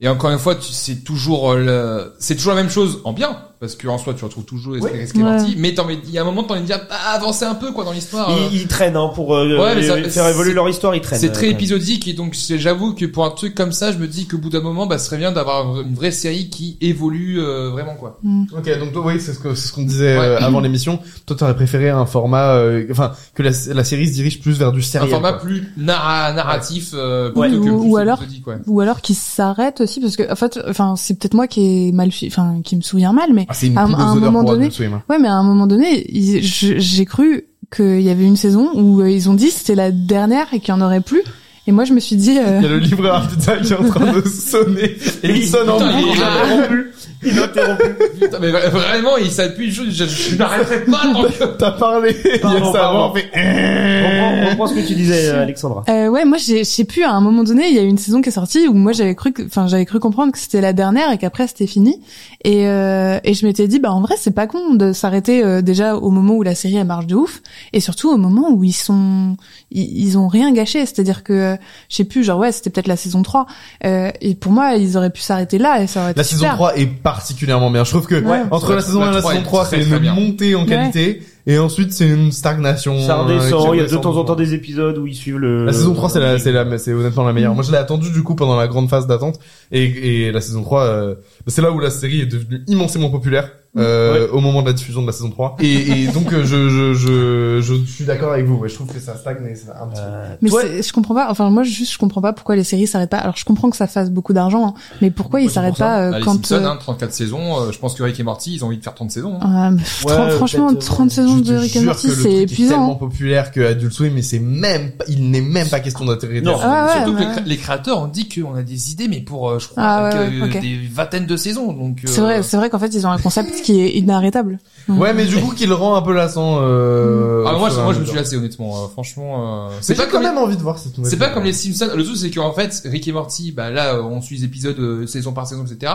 D: et encore une fois, tu- c'est toujours euh, le, c'est toujours la même chose en bien parce que en soi, tu retrouves toujours les
B: Oui.
D: ce qui est
E: Ouais.
D: parti. Mais t'as envie, il y a un moment, t'as envie de dire, bah, avancez un peu quoi dans l'histoire. euh.
B: ils, ils traînent hein, pour euh,
D: Ouais, mais ça-
B: euh, faire évoluer
D: c'est-
B: leur histoire ils traînent
D: C'est
B: euh,
D: très
B: quand même.
D: épisodique et donc c'est- j'avoue que pour un truc comme ça, je me dis qu'au bout d'un moment, bah, ce serait bien d'avoir une vraie série qui évolue euh, vraiment quoi.
C: Ok, donc toi, oui, c'est ce que- c'est ce qu'on disait
D: Ouais.
C: euh, avant l'émission. Toi, t'aurais préféré un format, euh, enfin, que la, la série se dirige plus vers du
D: Un
C: sériel.
D: format
C: quoi.
D: plus narra- narratif euh, plutôt
B: Ouais.
D: que
E: Ou-
D: plus
E: ou alors-
D: épisodique, ouais.
E: Ou alors qui s'arrête aussi parce que en fait, enfin, c'est peut-être moi qui est mal, fi- enfin, qui me souviens mal, mais
C: Ah, c'est une
E: à un-
C: poule
E: à un
C: aux odeurs
E: moment
C: pour
E: donné-
C: Adult Swim. hein.
E: ouais, mais à un moment donné, ils- je- j'ai cru qu'il y avait une saison où euh, ils ont dit que c'était la dernière et qu'il y en aurait plus. Et moi, je me suis dit. euh,
C: Il y a le livreur à pizza qui est en train de sonner. Et il sonne en
D: Putain,
C: boucle.
D: il-
C: J'interromps
B: Ininterrompu.
D: Putain, mais vra- vraiment, il s'appuie juste, je, je n'arrêterai pas tant que-
C: T'as parlé. Il y a
B: Pardon,
C: ça avant,
B: pardon.
C: mais-
B: reprends, reprends ce que tu disais euh, Alexandra
E: Euh, ouais, moi, j'ai- je sais plus, à un moment donné, il y a eu une saison qui est sortie où moi, j'avais cru que, enfin, j'avais cru comprendre que c'était la dernière et qu'après, c'était fini. Et, euh, et je m'étais dit, bah, en vrai, c'est pas con de s'arrêter euh, déjà au moment où la série, elle marche de ouf. Et surtout au moment où ils sont, ils, ils ont rien gâché. C'est-à-dire que, euh, je sais plus, genre, ouais, c'était peut-être la saison 3. Euh, et pour moi, ils auraient pu s'arrêter là et ça aurait été
C: La saison
E: super.
C: 3 est particulièrement bien. Je trouve que
E: Ouais.
C: entre la saison
D: La
C: 1 et la
D: 3
C: saison
D: est
C: 3,
D: très,
C: c'est
D: très
C: une
D: bien.
C: montée en qualité et ensuite c'est une stagnation.
B: ça
C: euh,
B: redescend
C: qui
B: il y a de temps en
C: redescend.
B: temps des épisodes où ils suivent le
C: La saison 3 c'est la c'est la c'est honnêtement la
E: Mm.
C: meilleure. Moi je l'ai attendue du coup pendant la grande phase d'attente et et la saison 3 euh, c'est là où la série est devenue immensément populaire
E: Mm.
C: euh, au moment de la diffusion de la saison 3 et, et donc euh, je je je je suis d'accord avec vous. Ouais, je trouve que ça stagne et ça un petit peu.
B: Euh,
E: Mais
B: toi-
E: c'est- je comprends pas. Enfin, moi, juste, je comprends pas pourquoi les séries s'arrêtent pas. Alors, je comprends que ça fasse beaucoup d'argent, hein, mais pourquoi ils
D: Moi,
E: s'arrêtent
D: c'est pour ça.
E: pas euh,
D: Bah, les
E: quand
D: Simpsons,
E: euh,
D: hein, 34 saisons, euh, je pense que Rick et Morty, ils ont envie de faire 30 saisons. hein.
E: Ah, mais tran- franchement,
B: peut-être,
E: 30 saisons
C: Je te
E: de Rick and
C: jure
E: Morty,
C: que le
E: c'est
C: truc est
E: épuisant.
C: tellement populaire que Adult Swim, mais c'est même, pas- il n'est même pas question d'atterrir.
B: Non.
E: Ah ouais,
D: Surtout
E: ouais.
D: que les cré- les créateurs ont dit qu'on a des idées, mais pour, euh, je crois,
E: Ah ouais,
D: que,
E: ouais,
D: euh,
E: ok.
D: des vingtaines de saisons. Donc, euh,
E: C'est vrai, c'est vrai qu'en fait, ils ont un concept qui est inarrêtable. Donc,
C: Ouais, mais du coup, qu'il rend un peu lassant. Euh,
D: Ah,
C: au
D: moi,
C: fur
D: je-
C: et à
D: moi, je me
C: mesure.
D: suis lassé, honnêtement. euh, franchement, euh,
C: Mais
D: c'est
C: j'ai
D: pas
C: quand
D: comme
C: même envie de voir cette nouvelle.
D: C'est pas
C: série.
D: comme les Simpsons. Le truc, c'est qu'en fait, Rick et Morty, bah là, euh, on suit les épisodes euh, saison par saison, etc.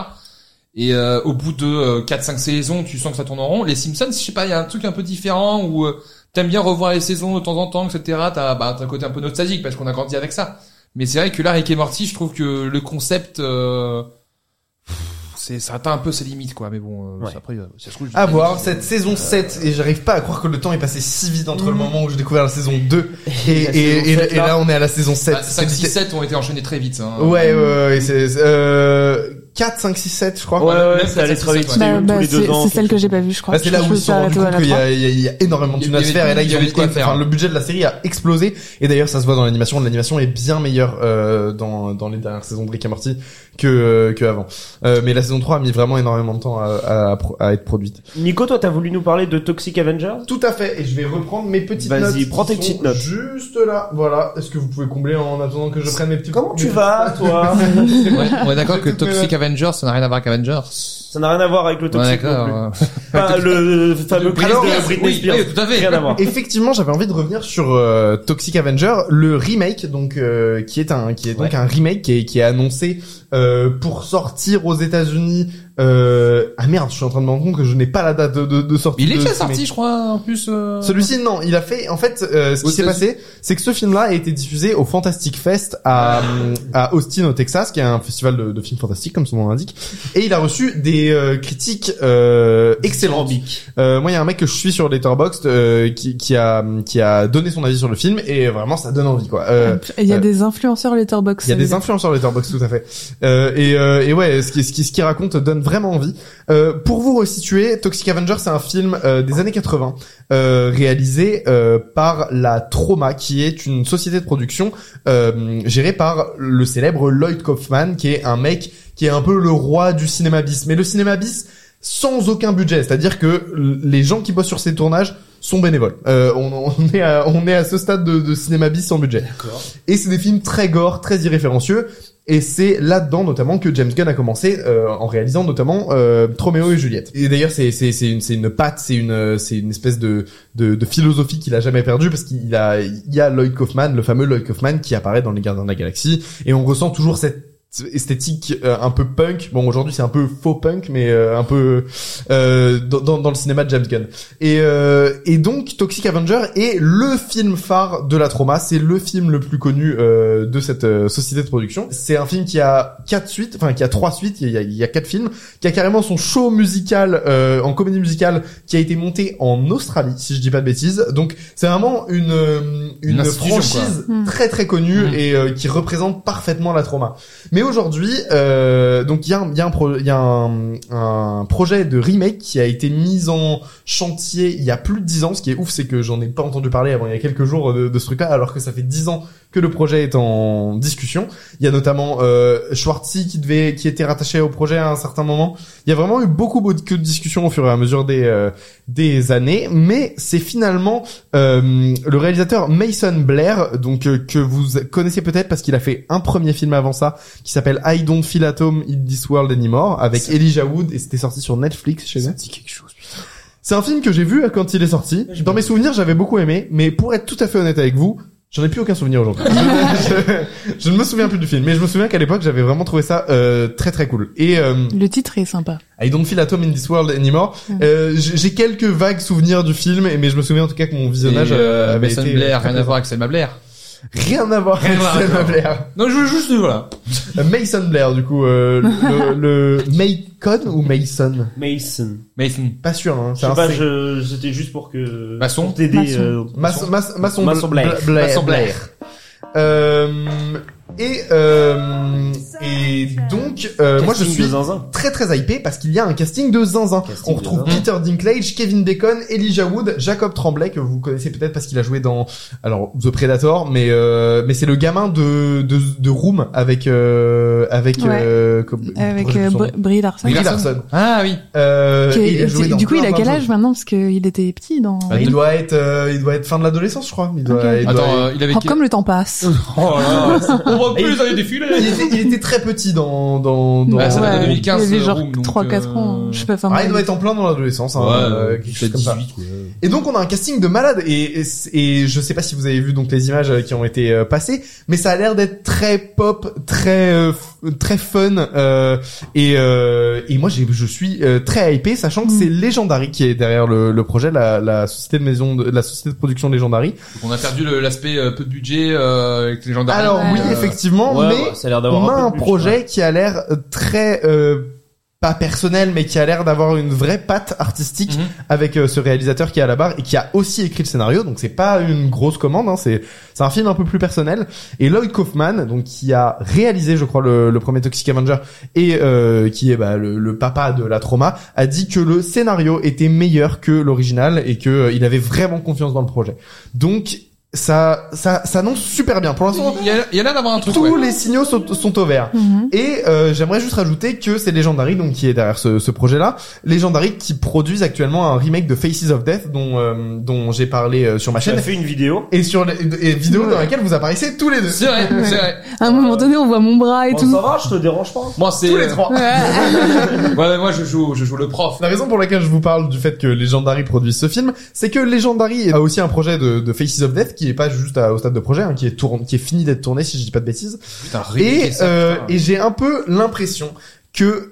D: Et euh, au bout de 4-5 saisons, tu sens que ça tourne en rond. Les Simpsons, je sais pas, il y a un truc un peu différent où euh, t'aimes bien revoir les saisons de temps en temps, etc. T'as bah, t'as un côté un peu nostalgique parce qu'on a grandi avec ça. Mais c'est vrai que là, Rick et Morty, je trouve que le concept, euh, pff, c'est ça atteint un peu ses limites, quoi. Mais bon, euh,
B: Ouais.
D: c'est après, euh, ça se trouve. je-
C: À voir cette saison 7 et j'arrive pas à croire que le temps est passé si vite entre le moment où j'ai découvert la saison 2 et, et,
B: Mm. la
C: et,
B: saison sept,
C: et là.
B: là.
C: on est à la saison 7
D: Ah, 5, 6, 7 ont été enchaînés très vite. Hein.
C: ouais ouais, ouais c'est euh, 4 5 6 7 je crois
B: ouais ouais,
D: même
B: ça allait très vite
D: c'est-
E: bah,
B: c'était
E: bah,
B: tous les deux
E: c'est
B: ans
E: c'est celle
B: quelque
E: que j'ai
B: chose.
E: pas vue, je crois.
C: Là, c'est là
E: Je
C: où ils se sont
E: suis
C: rendus
E: arrêtée à
C: compte
E: la
C: qu'il y,
E: trois.
C: a- il y a- il y a énormément de
D: Il y
C: thunes à
D: avait-
C: se faire et là
D: il y
C: ils ont
D: avait de quoi faire.
C: enfin, le budget de la série a explosé et d'ailleurs ça se voit dans l'animation l'animation est bien meilleure euh, dans, dans les dernières saisons de Rick et Morty que euh, que avant Euh, mais la saison 3 a mis vraiment énormément de temps à, à, à pro- à être produite
B: Nico toi t'as voulu nous parler de Toxic Avengers
C: tout à fait et je vais reprendre mes petites
B: Vas-y,
C: notes qui
B: prends tes
C: sont
B: petites notes.
C: juste là voilà est-ce que vous pouvez combler en attendant que je prenne mes petits
B: comment
C: mes
B: tu
C: petites
B: vas
C: notes
B: toi
D: Ouais, on est d'accord que
C: Toutes mes
D: Toxic Avengers, ça n'a rien à voir avec Avengers.
B: ça n'a rien à voir avec le
D: Ouais,
B: Toxic non plus.
D: d'accord. euh.
B: pas le fameux
D: Britney
B: clip de
D: Spears,
B: Britney
D: oui,
B: Spears.
D: oui, tout à fait.
B: Rien à voir.
C: Effectivement, j'avais envie de revenir sur euh, Toxic Avenger, le remake, donc euh, qui est un qui est donc
B: Ouais.
C: un remake qui est, qui est annoncé euh, pour sortir aux États-Unis. Euh... Ah merde, je suis en train de me rendre compte que je n'ai pas la date de, de, de sortie.
D: Il est
C: de
D: déjà
C: ce
D: sorti,
C: remake.
D: je crois, en plus. euh,
C: Celui-ci, non, il a fait. En fait, euh, ce
D: Aux
C: qui s'est
D: États-Unis.
C: passé, c'est que ce film-là a été diffusé au Fantastic Fest à, euh,
D: Ah.
C: à Austin, au Texas, qui est un festival de, de films fantastiques, comme son nom l'indique, et il a reçu des euh, critiques euh, excellentes. Euh, moi, il y a un mec que je suis sur Letterboxd euh, qui, qui a qui a donné son avis sur le film et vraiment ça donne envie quoi. Euh,
E: Il y a
C: euh,
E: des influenceurs
C: il
E: Letterboxd.
C: y a
E: ça
C: des
E: veut dire.
C: influenceurs Letterboxd tout à fait. Euh, et, euh, et ouais, ce qui ce qui ce qui raconte donne vraiment envie. Euh, pour vous resituer, Toxic Avenger, c'est un film euh, des années 80 euh, réalisé euh, par la Trauma, qui est une société de production euh, gérée par le célèbre Lloyd Kaufman, qui est un mec qui est un peu le roi du cinéma bis. Mais le cinéma bis sans aucun budget, c'est-à-dire que l- les gens qui bossent sur ces tournages sont bénévoles. Euh, on, on est à, on est à ce stade de, de cinéma bis sans budget. Et c'est des films très gore, très irréférencieux. Et c'est là-dedans notamment que James Gunn a commencé euh, en réalisant notamment euh, Troméo et Juliette. Et d'ailleurs c'est c'est c'est une c'est une patte, c'est une c'est une espèce de de, de philosophie qu'il a jamais perdue parce qu'il a il y a Lloyd Kaufman, le fameux Lloyd Kaufman qui apparaît dans Les Gardiens de la Galaxie et on ressent toujours cette esthétique euh, un peu punk bon aujourd'hui c'est un peu faux punk mais euh, un peu euh, dans, dans le cinéma de James Gunn et, euh, et donc Toxic Avenger est le film phare de la trauma c'est le film le plus connu euh, de cette société de production c'est un film qui a quatre suites enfin qui a trois suites il y a, il y a quatre films qui a carrément son show musical euh, en comédie musicale qui a été monté en Australie si je dis pas de bêtises donc c'est vraiment une euh, une, une franchise quoi. très très connue mmh. et qui représente parfaitement la trauma mais aujourd'hui, euh, donc il y a, un, y a, un, pro, y a un, un, projet de remake qui a été mis en chantier il y a plus de dix ans. Ce qui est ouf, c'est que j'en ai pas entendu parler avant il y a quelques jours euh, de, de ce truc-là, alors que ça fait dix ans que le projet est en discussion. Il y a notamment euh, Schwartzy qui devait, qui était rattaché au projet à un certain moment. Il y a vraiment eu beaucoup, beaucoup de discussions au fur et à mesure des euh, des années, mais c'est finalement euh, le réalisateur Mason Blair, donc euh, que vous connaissez peut-être parce qu'il a fait un premier film avant ça qui s'appelle I Don't Feel At Home in This World Anymore avec Elijah Wood et c'était sorti sur Netflix chez eux.
D: quelque chose. Putain.
C: C'est un film que j'ai vu euh, quand il est sorti. Dans mes souvenirs, j'avais beaucoup aimé, mais pour être tout à fait honnête avec vous, J'en ai plus aucun souvenir aujourd'hui. je, je, ne me souviens plus du film, mais je me souviens qu'à l'époque j'avais vraiment trouvé ça euh, très très cool. Et euh,
E: le titre est sympa.
C: I don't feel at home in this world anymore. Mm. Euh, j'ai quelques vagues souvenirs du film, mais je me souviens en tout cas que mon visionnage
D: Et, euh,
C: avait
D: Mason
C: été
D: Blair, rien à voir avec Selma Blair.
C: Rien à voir
D: Rien
C: avec
D: à voir,
C: Selma
D: non.
C: Blair. Euh,
D: Non, je veux juste voilà.
C: Mason Blair du coup, euh, le, le Macon ou Mason
B: Mason.
D: Mason.
C: Pas sûr. Hein,
B: Je
C: c'est
B: sais
C: un
B: pas,
C: C.
B: je, c'était juste pour que...
D: Maçon
B: Pour t'aider.
E: Maçon.
B: euh,
C: Mas- mas- Maçon
B: Maçon Blair.
C: Bla- Blair.
D: Maçon Blair.
C: Euh, et euh, et donc euh, moi je
B: casting
C: suis
B: de zinzin.
C: très très hypé parce qu'il y a un casting de zinzin.
B: Casting
C: On retrouve
B: de zinzin.
C: Peter Dinklage, Kevin Bacon, Elijah Wood, Jacob Tremblay que vous connaissez peut-être parce qu'il a joué dans alors The Predator, mais euh, mais c'est le gamin de de, de Room avec euh, avec
E: Ouais.
C: euh, comme-
E: Avec
C: je me
E: euh,
C: souviens.
E: Br- Brie Larson.
C: Brie
D: Larson.
C: Larson.
D: Ah oui.
C: Euh,
E: Qui est-
C: et il a joué dans
E: du coup,
C: plein,
E: il a
C: plein de
E: quel âge
C: choses.
E: maintenant parce qu'il était petit dans.
C: Bah, Il doit être euh, il doit être fin de l'adolescence, je crois. Il doit,
E: Ok.
C: il doit-
D: Attends, euh, il avait
E: Oh,
D: quel-
E: comme le temps passe.
D: Oh là là, on voit
C: Et-
D: plus les années défiler.
C: il était, il était très petit dans dans dans.
D: Ouais, ça date de
E: Ouais,
D: 2015,
E: Il avait genre
D: Room, donc,
E: 3-4
D: euh,
E: ans. Je sais pas. Enfin,
C: Ah, il doit
E: bref.
C: être en plein dans l'adolescence, hein, euh, quelque chose comme ça.
D: quoi.
C: Et donc on a un casting de malade et, et, et je sais pas si vous avez vu donc les images euh, qui ont été euh, passées, mais ça a l'air d'être très pop, très euh, f- très fun euh, et, euh, et moi j'ai- je suis euh, très hypé, sachant que
E: Mm.
C: c'est Legendary qui est derrière le, le projet, la, la société de maison, de, la société de production Legendary.
D: On a perdu le- l'aspect euh, peu de budget euh, avec les gendarmes. Euh,
C: Alors oui
E: Ouais.
C: effectivement,
B: Ouais,
C: mais
B: ouais, ça a l'air d'avoir
C: on a
B: peu
C: un
B: de budget.
C: projet qui a l'air euh, très euh, pas personnel, mais qui a l'air d'avoir une vraie patte artistique
D: Mhm.
C: avec euh, ce réalisateur qui est à la barre et qui a aussi écrit le scénario. Donc c'est pas une grosse commande, hein, c'est c'est un film un peu plus personnel. Et Lloyd Kaufman, donc qui a réalisé, je crois, le, le premier Toxic Avenger et euh, qui est bah, le, le papa de la trauma, a dit que le scénario était meilleur que l'original et que euh, il avait vraiment confiance dans le projet. Donc ça ça ça annonce super bien. Pour l'instant,
D: Il y a, il y a l'air d'avoir un truc.
C: tous
D: ouais.
C: les signaux sont, sont au vert.
E: Mhm.
C: Et euh, j'aimerais juste rajouter que c'est Legendary donc qui est derrière ce, ce projet-là, Legendary qui produisent actuellement un remake de Faces of Death dont euh, dont j'ai parlé euh, sur ma
B: Tu as
C: chaîne
B: fait une vidéo.
C: et sur les et vidéo dans laquelle vous apparaissez tous les deux.
D: C'est vrai, c'est vrai.
E: À un
C: Euh,
E: moment donné, on voit mon bras et
B: Bon,
E: tout.
B: Oh, ça va, je te dérange pas.
D: Moi c'est euh,
C: Tous les trois.
E: Ouais.
D: Ouais, ouais, moi je joue, je joue le prof.
C: La raison pour laquelle je vous parle du fait que Legendary produit ce film, c'est que Legendary a aussi un projet de, de Faces of Death qui est pas juste à- au stade de projet, hein, qui est tourné, qui est fini d'être tourné si je dis pas de bêtises.
D: Putain,
C: et,
D: réécris ça,
C: euh,
D: putain.
C: et j'ai un peu l'impression que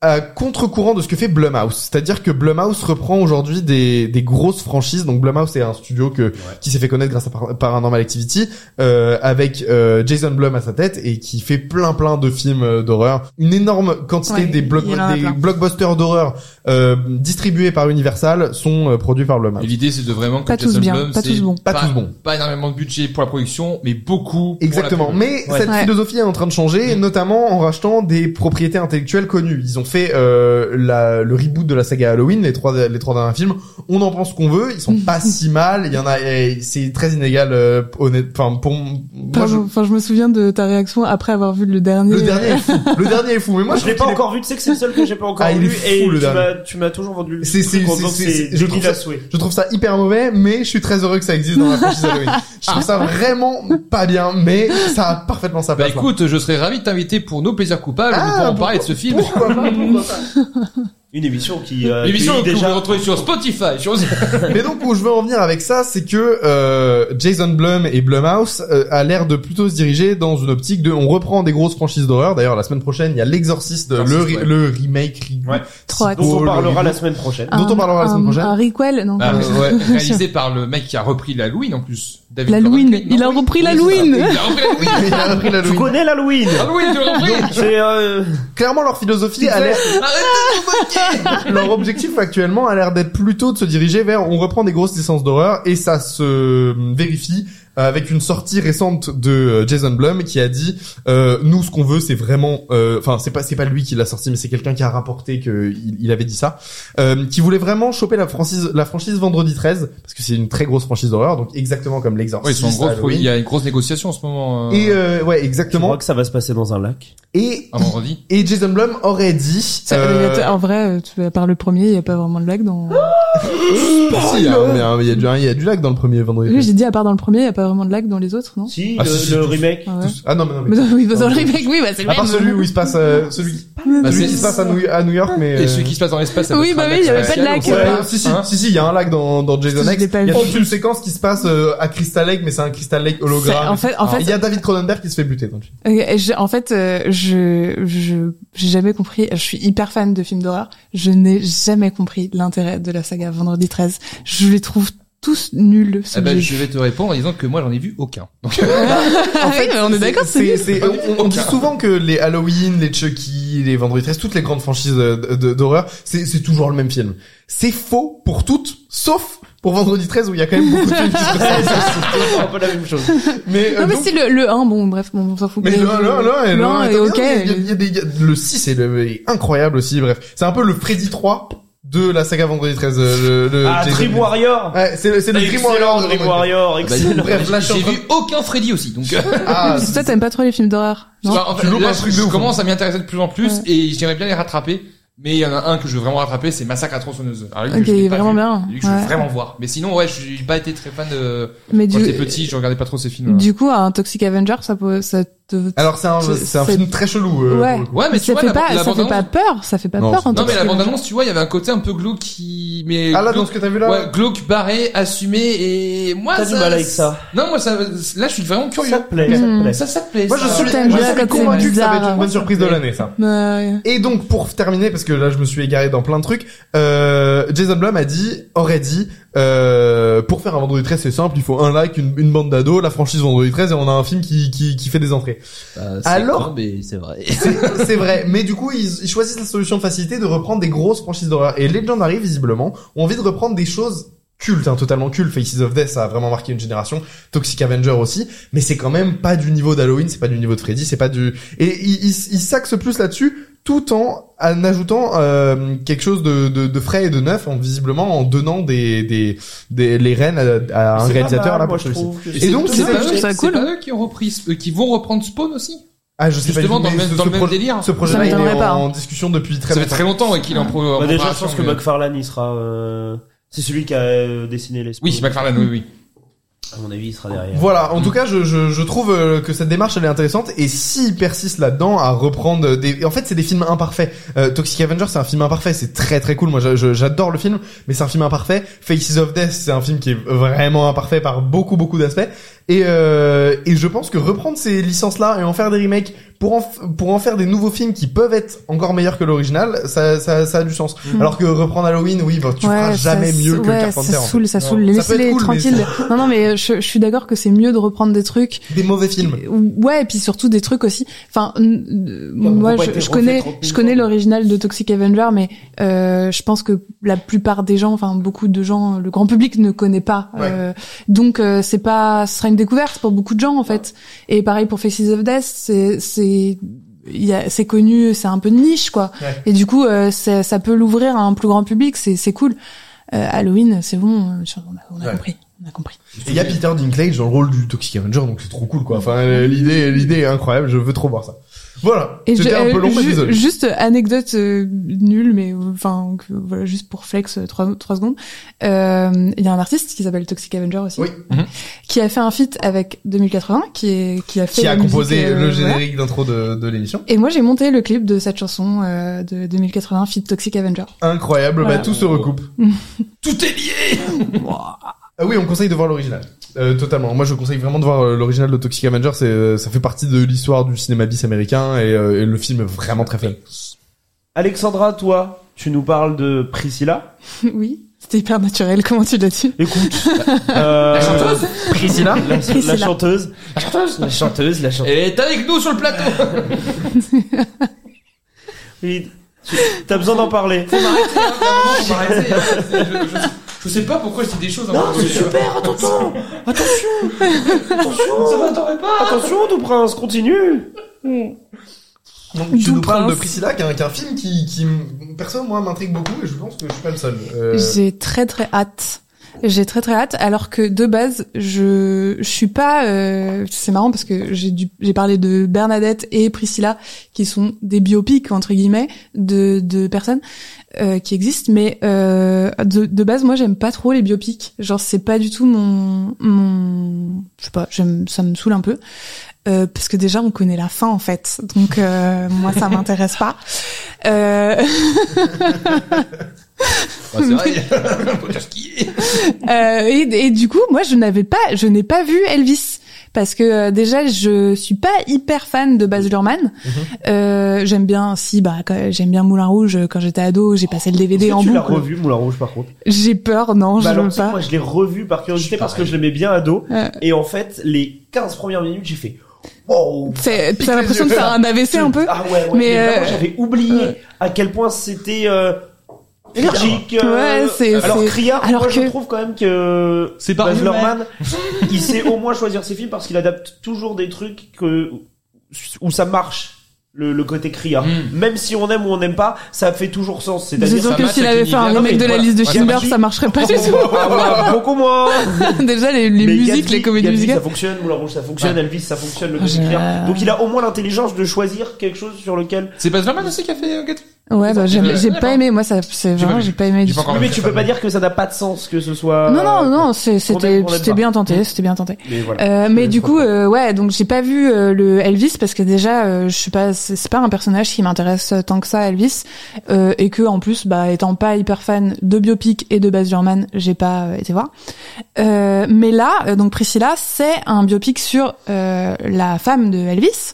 C: à contre-courant de ce que fait Blumhouse, c'est-à-dire que Blumhouse reprend aujourd'hui des, des grosses franchises. Donc Blumhouse est un studio que qui s'est fait connaître grâce à Par- Paranormal Activity euh, avec euh, Jason Blum à sa tête et qui fait plein plein de films euh, d'horreur, une énorme quantité
E: Ouais,
C: des, block-
E: il y en a
C: des
E: plein.
C: blockbusters d'horreur euh, distribués par Universal sont euh, produits par Blumhouse.
D: Et l'idée c'est de vraiment que
E: Pas tous
D: Jason
E: bien,
D: Blum,
E: pas tous
D: c'est
E: bons.
C: Pas tous bons.
D: Pas énormément de budget pour la production, mais beaucoup. pour la
C: Exactement.
D: pub.
C: Mais
B: Ouais.
C: cette
E: Ouais.
C: philosophie est en train de changer, notamment en rachetant des propriétés intellectuelles connues. Ils ont fait euh, la, le reboot de la saga Halloween, les trois les trois derniers films. On en pense qu'on veut, ils sont pas si mal. Il y en a, et c'est très inégal. euh, honnête, enfin pour m- moi, je-
E: Pardon, enfin, je me souviens de ta réaction après avoir vu le dernier.
C: le dernier est fou. Le dernier est fou. Mais moi,
B: je l'ai
C: trouve
B: pas
C: qu'il est-
B: encore vu, tu sais que c'est le seul que j'ai pas encore
C: Ah, il est
B: vu
C: fou,
B: et
C: le
B: tu
C: dernier.
B: m'as- tu m'as toujours vendu le
C: C'est- c'est-
B: truc en disant que
C: c'est- c'est-
B: c'est
C: je trouve
B: débile
C: ça-
B: à souhait.
C: Je trouve ça hyper mauvais, mais je suis très heureux que ça existe dans la franchise Halloween. Je trouve ça vraiment pas bien, mais ça a parfaitement sa
D: Bah
C: place. là.
D: écoute, je serais ravi de t'inviter pour nos plaisirs coupables,
C: Ah,
D: nous pourrons
C: pourquoi-
D: parler de ce film.
C: pourquoi pas,
D: Bah,
C: pourquoi pas.
B: Une émission qui euh,
D: L'émission
B: accueille
D: que vous
B: déjà
D: retrouvez sur Spotify, sur...
C: Mais donc où je veux en venir avec ça, c'est que euh, Jason Blum et Blumhouse euh, a l'air de plutôt se diriger dans une optique de on reprend des grosses franchises d'horreur. D'ailleurs la semaine prochaine il y a l'exorciste, le,
D: Exorciste,
C: re-
D: ouais.
C: le remake, re-
B: Ouais.
E: Trop
C: sequel,
E: hâte.
B: dont on parlera
C: le
B: la semaine prochaine.
C: dont on parlera la semaine
E: euh, Un-
C: prochaine.
E: Un requel, non.
D: Bah,
E: pardon.
D: ouais, réalisé par le mec qui a repris l'Halloween en plus. David
E: L'Halloween.
D: Cronenberg.
E: Il a
D: Non, oui,
E: repris
D: oui,
C: remake.
D: c'est ça. Il a repris l'Halloween.
E: l'Halloween.
C: Il a repris la
B: Tu
C: Halloween.
B: connais l'Halloween
D: Halloween, tu l'as repris.
B: C'est euh,
C: Clairement leur philosophie a l'air leur objectif actuellement a l'air d'être plutôt de se diriger vers on reprend des grosses licences d'horreur et ça se vérifie euh, avec une sortie récente de euh, Jason Blum qui a dit euh, nous ce qu'on veut c'est vraiment euh, enfin c'est pas c'est pas lui qui l'a sorti mais c'est quelqu'un qui a rapporté que il, il avait dit ça euh, qui voulait vraiment choper la franchise la franchise Vendredi 13 parce que c'est une très grosse franchise d'horreur donc exactement comme
D: Ouais, ils
C: l'exorciste
D: sont en gros,
C: Halloween.
D: il y a une grosse négociation en ce moment. euh,
C: et euh, ouais
B: je crois
C: exactement
B: que ça va se passer dans un lac.
C: et
D: Un vendredi.
C: et Jason Blum aurait dit
E: Ça,
C: euh, Ah,
E: mais attends, En vrai, euh, tu- à part le premier, il n'y a pas vraiment de lag dans.
C: si, il y a- mais, euh, il y a du il y a du lac dans le premier Vendredi
E: Oui, j'ai dit à part dans le premier, il n'y a pas vraiment de lag dans les autres, non
B: Si,
C: Ah,
B: le,
C: si, si,
B: le
C: tout-
B: remake.
E: Ah ouais.
C: Ah non, mais non, mais.
E: Mais dans- oui, dans le remake, oui, bah c'est le
C: À
E: même.
C: part celui où il se passe, euh, celui,
D: Bah,
C: celui
D: c'est-
C: qui se passe à New, à New York, mais. euh,
D: Et celui qui se passe dans l'espace. ça
E: Oui,
D: peut être
E: bah
D: un
E: oui,
D: lac
E: il y avait pas de
D: spatial,
E: lac,
D: ou quoi.
C: Ouais,
E: Hein
C: si, si, si, si, il y a un lac dans, dans Jason
E: Je
C: X.
E: l'ai pas
C: Il y a
E: vu.
C: toute une séquence qui se passe euh, à Crystal Lake, mais c'est un Crystal Lake
E: C'est-
C: hologramme.
E: En fait, en
C: Alors,
E: fait,
C: il y a David Cronenberg qui se fait buter dans le film.
E: euh, je- en fait, euh, je, je, j'ai jamais compris. Je suis hyper fan de films d'horreur. Je n'ai jamais compris l'intérêt de la saga Vendredi 13. Je les trouve tous nuls. ceux
D: Ah
E: que
D: bah,
E: j'ai
D: je
E: vus.
D: vais te répondre en disant que moi j'en ai vu aucun. Donc,
E: Ah oui, mais on est d'accord, c'est
C: c'est,
E: nul.
C: c'est- on, on dit souvent que les Halloween, les Chucky, les Vendredi 13, toutes les grandes franchises euh, de- de- d'horreur, c'est, c'est toujours le même film. C'est faux pour toutes, sauf pour Vendredi 13 où il y a quand même beaucoup de films qui se passent.
B: C'est un peu la même chose.
C: Mais, euh,
E: Non, mais
C: donc,
E: c'est le, le 1, bon, bref, bon, on s'en fout.
C: Mais le 1, le 1, le 1,
E: le 1 est ok.
C: Il y a- il y a des- il y a- le 6 est, le- est incroyable aussi, bref. C'est un peu le Freddy 3 de la saga Vendredi 13. euh, Le, le,
B: Ah,
C: Jason
B: Dream
C: Blum.
B: Warrior
C: Ouais, c'est le, c'est le Dream Warrior.
B: Excellent
C: de
B: Dream
C: Vendredi
B: Warrior,
D: bah,
B: excellent.
C: Bref, là, je suis
D: j'ai
C: en train
D: vu aucun Freddy aussi. Donc, euh,
C: 13. Ah,
E: Parce que toi, t'aimes pas trop les films d'horreur, non
D: bah, en fait,
C: tu loupes
D: là,
C: un
D: je-
C: truc de
D: je
C: ouf, hein.
D: commence à m'y intéresser de plus en plus
E: Ouais.
D: et j'aimerais bien les rattraper. Mais il y en a un que je veux vraiment rattraper, c'est Massacre à tronçonneuse. Alors, lui, que
E: Ok,
D: je l'ai pas
E: vraiment
D: vu.
E: bien.
D: Lui, que je veux
E: Ouais.
D: vraiment voir. Mais sinon, ouais, j'ai pas été très fan de.
E: Mais
D: Quand
E: du,
D: j'étais petit, je regardais pas trop ces films.
E: du coup, un Toxic Avenger, ça peut, ça te,
C: Alors c'est un, c'est un
E: C'est-
C: film très chelou. euh,
E: Ouais.
C: pour le coup.
D: Ouais, mais tu
E: ça
D: vois,
E: fait
D: la-
E: pas,
D: la
E: ça fait
D: bande-annonce-
E: pas peur, ça fait pas
C: Non,
E: peur en
D: Non,
E: tant
D: mais
E: que
D: la
E: film.
D: bande annonce, tu vois, il y avait un côté un peu glauque qui, mais
C: Ah là, dans
D: glauque-
C: ce que t'as vu là
D: ouais, glauque, barré, assumé et moi
B: T'as
D: ça.
B: du mal avec ça.
D: Non, moi ça, là, je suis vraiment curieux.
B: Ça te plaît, ça
E: Mm.
B: te plaît.
D: Ça, ça te plaît.
C: Moi
D: ça.
C: je suis,
E: t'aimes
C: je
E: bien
C: suis
E: quand c'est
C: convaincu que ça va être
E: bizarre.
C: une bonne surprise de l'année ça.
E: Ouais.
C: Et donc pour terminer parce que là je me suis égaré dans plein de trucs, euh, Jason Blum a dit aurait dit euh, pour faire un Vendredi 13 c'est simple, il faut un like, une, une bande d'ados, la franchise Vendredi 13 et on a un film qui qui, qui fait des entrées. c'est Alors- con,
D: mais Bah, c'est vrai.
C: C'est- C'est vrai, mais du coup, ils, ils choisissent la solution de facilité de reprendre des grosses franchises d'horreur. Et Legendary, visiblement, ont envie de reprendre des choses cultes, hein, totalement cultes. Faces of Death, ça a vraiment marqué une génération. Toxic Avenger aussi, mais c'est quand même pas du niveau d'Halloween, c'est pas du niveau de Freddy, c'est pas du... Et ils ils- ils s'axent plus là-dessus, tout en, en ajoutant euh, quelque chose de, de, de frais et de neuf, en, visiblement en donnant des, des, des les rênes à, à un
B: C'est pas
C: réalisateur
B: mal,
C: là
B: moi,
C: pour
B: je
C: celui-ci.
B: trouve que
C: Et donc,
D: c'est
E: c'est-
D: pas,
E: je
D: eux-
E: trouve ça
D: c'est
E: cool.
D: pas eux qui ont repris, euh, qui vont reprendre Spawn aussi.
C: Ah, je sais pas du
D: Justement,
C: tout,
D: dans le
C: mais
D: même,
C: ce-
D: dans le
C: ce
D: même
C: pro-
D: délire.
C: Ce
E: Ça
C: projet-là, il est
E: m'étonnerait pas, hein.
C: en discussion depuis très
D: Ça fait
C: longtemps.
D: très longtemps ouais, qu'il est en pro. en
B: Bah, déjà, je
D: préparation,
B: pense que
D: mais-
B: McFarlane, il sera... euh, C'est celui qui a euh, dessiné les
D: Oui, McFarlane, oui, oui.
B: À mon avis, il sera derrière.
C: Voilà, en tout cas, je, je, je trouve euh, que cette démarche elle est intéressante et s'ils persistent là-dedans à reprendre des, en fait, c'est des films imparfaits. Euh, Toxic Avenger, c'est un film imparfait, c'est très très cool. Moi, je- je- j'adore le film, mais c'est un film imparfait. Faces of Death, c'est un film qui est vraiment imparfait par beaucoup beaucoup d'aspects et euh, et je pense que reprendre ces licences là et en faire des remakes pour en f- pour en faire des nouveaux films qui peuvent être encore meilleurs que l'original, ça, ça ça a du sens. Alors que reprendre Halloween, oui, bah, tu feras
E: Ouais,
C: jamais
E: ça
C: mieux
E: sou-
C: que
E: ouais,
C: Carpenter.
E: Ça
C: en fait.
E: saoule, ça saoule.
C: Ça peut être
E: Laisse-les
C: cool, mais
E: tranquilles. Non, non, mais je, je suis d'accord que c'est mieux de reprendre des trucs.
C: Des mauvais films.
E: Ouais, et puis surtout des trucs aussi. Enfin, n- euh,
B: on
E: moi,
B: peut pas
E: je,
B: être
E: je connais,
B: refait 30 000
E: je connais
B: fois.
E: l'original de Toxic Avenger, mais euh, je pense que la plupart des gens, enfin beaucoup de gens, le grand public ne connaît pas.
C: Ouais.
E: Euh, donc euh, c'est pas, ce sera une découverte pour beaucoup de gens en fait. Et pareil pour Faces of Death, c'est, c'est il y a- c'est connu, c'est un peu de niche, quoi.
C: Ouais.
E: Et du coup, euh, ça, ça peut l'ouvrir à un plus grand public, c'est c'est cool. Euh, Halloween, c'est bon, euh, on a, on a
C: Ouais.
E: compris, on a compris.
C: Et il y a Peter Dinklage dans le rôle du Toxic Avenger, donc c'est trop cool, quoi. Enfin, euh, l'idée, l'idée est incroyable. Je veux trop voir ça. Voilà.
E: Et
C: C'était
E: je-
C: un peu
E: euh,
C: long, mais
E: ju-
C: désolé.
E: Juste anecdote euh, nulle, mais euh, enfin que- voilà, juste pour flex euh, trois trois secondes. Euh, Il y a un artiste qui s'appelle Toxic Avenger aussi,
C: Oui.
D: Mhm.
E: qui a fait un feat avec 2080, qui est qui a fait
C: Qui a
E: la musique,
C: composé
E: euh,
C: le
E: voilà.
C: générique d'intro de, de l'émission.
E: Et moi j'ai monté le clip de cette chanson euh, de 2080 feat Toxic Avenger.
C: Incroyable.
E: Voilà.
C: Bah, tout se recoupe.
D: Tout est lié
C: Ah oui, on conseille de voir l'original. Euh, totalement. Moi, je conseille vraiment de voir euh, l'original de Toxic Avenger. C'est, euh, ça fait partie de l'histoire du cinéma bis américain et, euh, et le film est vraiment très fun.
B: Alexandra, toi, tu nous parles de Priscilla.
E: oui, c'était hyper naturel. Comment tu l'as dit
B: Écoute, euh, la
D: chanteuse
B: Priscilla, la, la
E: Priscilla.
B: chanteuse,
D: La chanteuse
B: la chanteuse, la chanteuse.
D: Elle est avec nous sur le plateau
B: Oui, tu- T'as besoin d'en parler.
D: hein, On va arrêter, hein. C'est- je, je, je sais pas pourquoi je dis des choses. Non, c'est super, attention Attention Ça m'attendrait pas
B: Attention, tout prince, continue.
C: Donc, tu
E: D'où
C: nous parles de
E: Prince.
C: Priscilla, qui est un, qui est un film qui, qui, m- perso, moi, m'intrigue beaucoup et je pense que je suis pas le seul. Euh,
E: J'ai très très hâte. J'ai très très hâte. Alors que de base, je je suis pas. euh, c'est marrant parce que j'ai dû j'ai parlé de Bernadette et Priscilla qui sont des biopics entre guillemets de de personnes euh, qui existent. Mais euh, de de base, moi j'aime pas trop les biopics. Genre c'est pas du tout mon mon. Je sais pas. J'aime ça me saoule un peu. Euh, parce que déjà on connaît la fin en fait, donc euh, moi ça m'intéresse pas. Euh,
D: Bah, C'est vrai, faut dire ce qui est
E: Euh, et, et du coup, moi, je n'avais pas, je n'ai pas vu Elvis parce que euh, déjà, je suis pas hyper fan de Baz Luhrmann.
B: Mhm.
E: Euh, j'aime bien, si, bah, quand- j'aime bien Moulin Rouge. euh, Quand j'étais ado, j'ai passé le
B: Est-ce
E: DVD en
B: que tu l'as
E: boucle.
B: revu, Moulin Rouge, par contre.
E: J'ai peur, non,
B: Bah
E: je
B: alors,
E: veux
B: tu sais,
E: pas.
B: moi, je l'ai revu par curiosité parce que je l'aimais bien ado.
E: Ouais.
B: Et en fait, les 15 premières minutes, j'ai fait, wow.
E: C'est- T'as l'impression de faire un AVC un peu.
B: Ah ouais, ouais.
E: Mais,
B: Mais, vraiment,
E: euh,
B: j'avais oublié à quel point c'était, euh, énergique. euh,
E: Ouais, c'est-
B: alors
E: c'est-
B: Criard,
E: alors
B: moi, je
E: que-
B: trouve quand même que
D: C'est pas
B: Baz
D: humain.
B: Luhrmann, il sait au moins choisir ses films parce qu'il adapte toujours des trucs que où ça marche. Le, le côté criard.
D: Mm.
B: Même si on aime ou on n'aime pas, ça fait toujours sens.
E: C'est
B: C'est-à-dire,
E: sûr
D: ça
E: que
D: match
E: s'il
D: avec
E: avait fait un
D: l'univers.
E: remake de la
D: Voilà.
E: liste de
D: Ouais, ça
E: Schindler,
B: marche.
E: ça marcherait pas du tout.
B: Ah, bah, voilà, beaucoup moins.
E: Déjà, les, les
B: Mais
E: musiques,
B: Gatsby,
E: les comédies
B: Gatsby,
E: musicales.
B: ça fonctionne, Moulin Rouge ça fonctionne, Elvis ça fonctionne, le
E: Ah,
B: côté
E: j'ai-
B: clair. Donc il a au moins l'intelligence de choisir quelque chose sur lequel.
D: C'est pas Superman aussi qui a fait euh, Get-
E: Ouais, bah, j'aime-
D: Ouais,
E: j'ai
D: d'accord.
E: pas aimé. Moi, ça, c'est
D: pas
E: vraiment,
D: vu.
E: j'ai pas aimé
D: J'ai
E: du
D: pas
E: tout.
D: encore
B: Oui,
D: vu.
B: Oh, mais tu peux pas dire que ça n'a pas de sens que ce soit.
E: Non, non, non, c'est- c'était,
B: aime, on aime
E: c'était
B: pas.
E: bien tenté, c'était bien tenté.
B: Mais voilà.
E: Euh, mais du
B: trop
E: coup, euh, ouais, donc j'ai pas vu euh, le Elvis parce que déjà, euh, je suis pas, c'est c'est pas un personnage qui m'intéresse tant que ça, Elvis, euh, et que en plus, bah, étant pas hyper fan de biopic et de Baz Luhrmann, j'ai pas euh, été voir. Euh, mais là, euh, donc Priscilla, c'est un biopic sur euh, la femme de Elvis,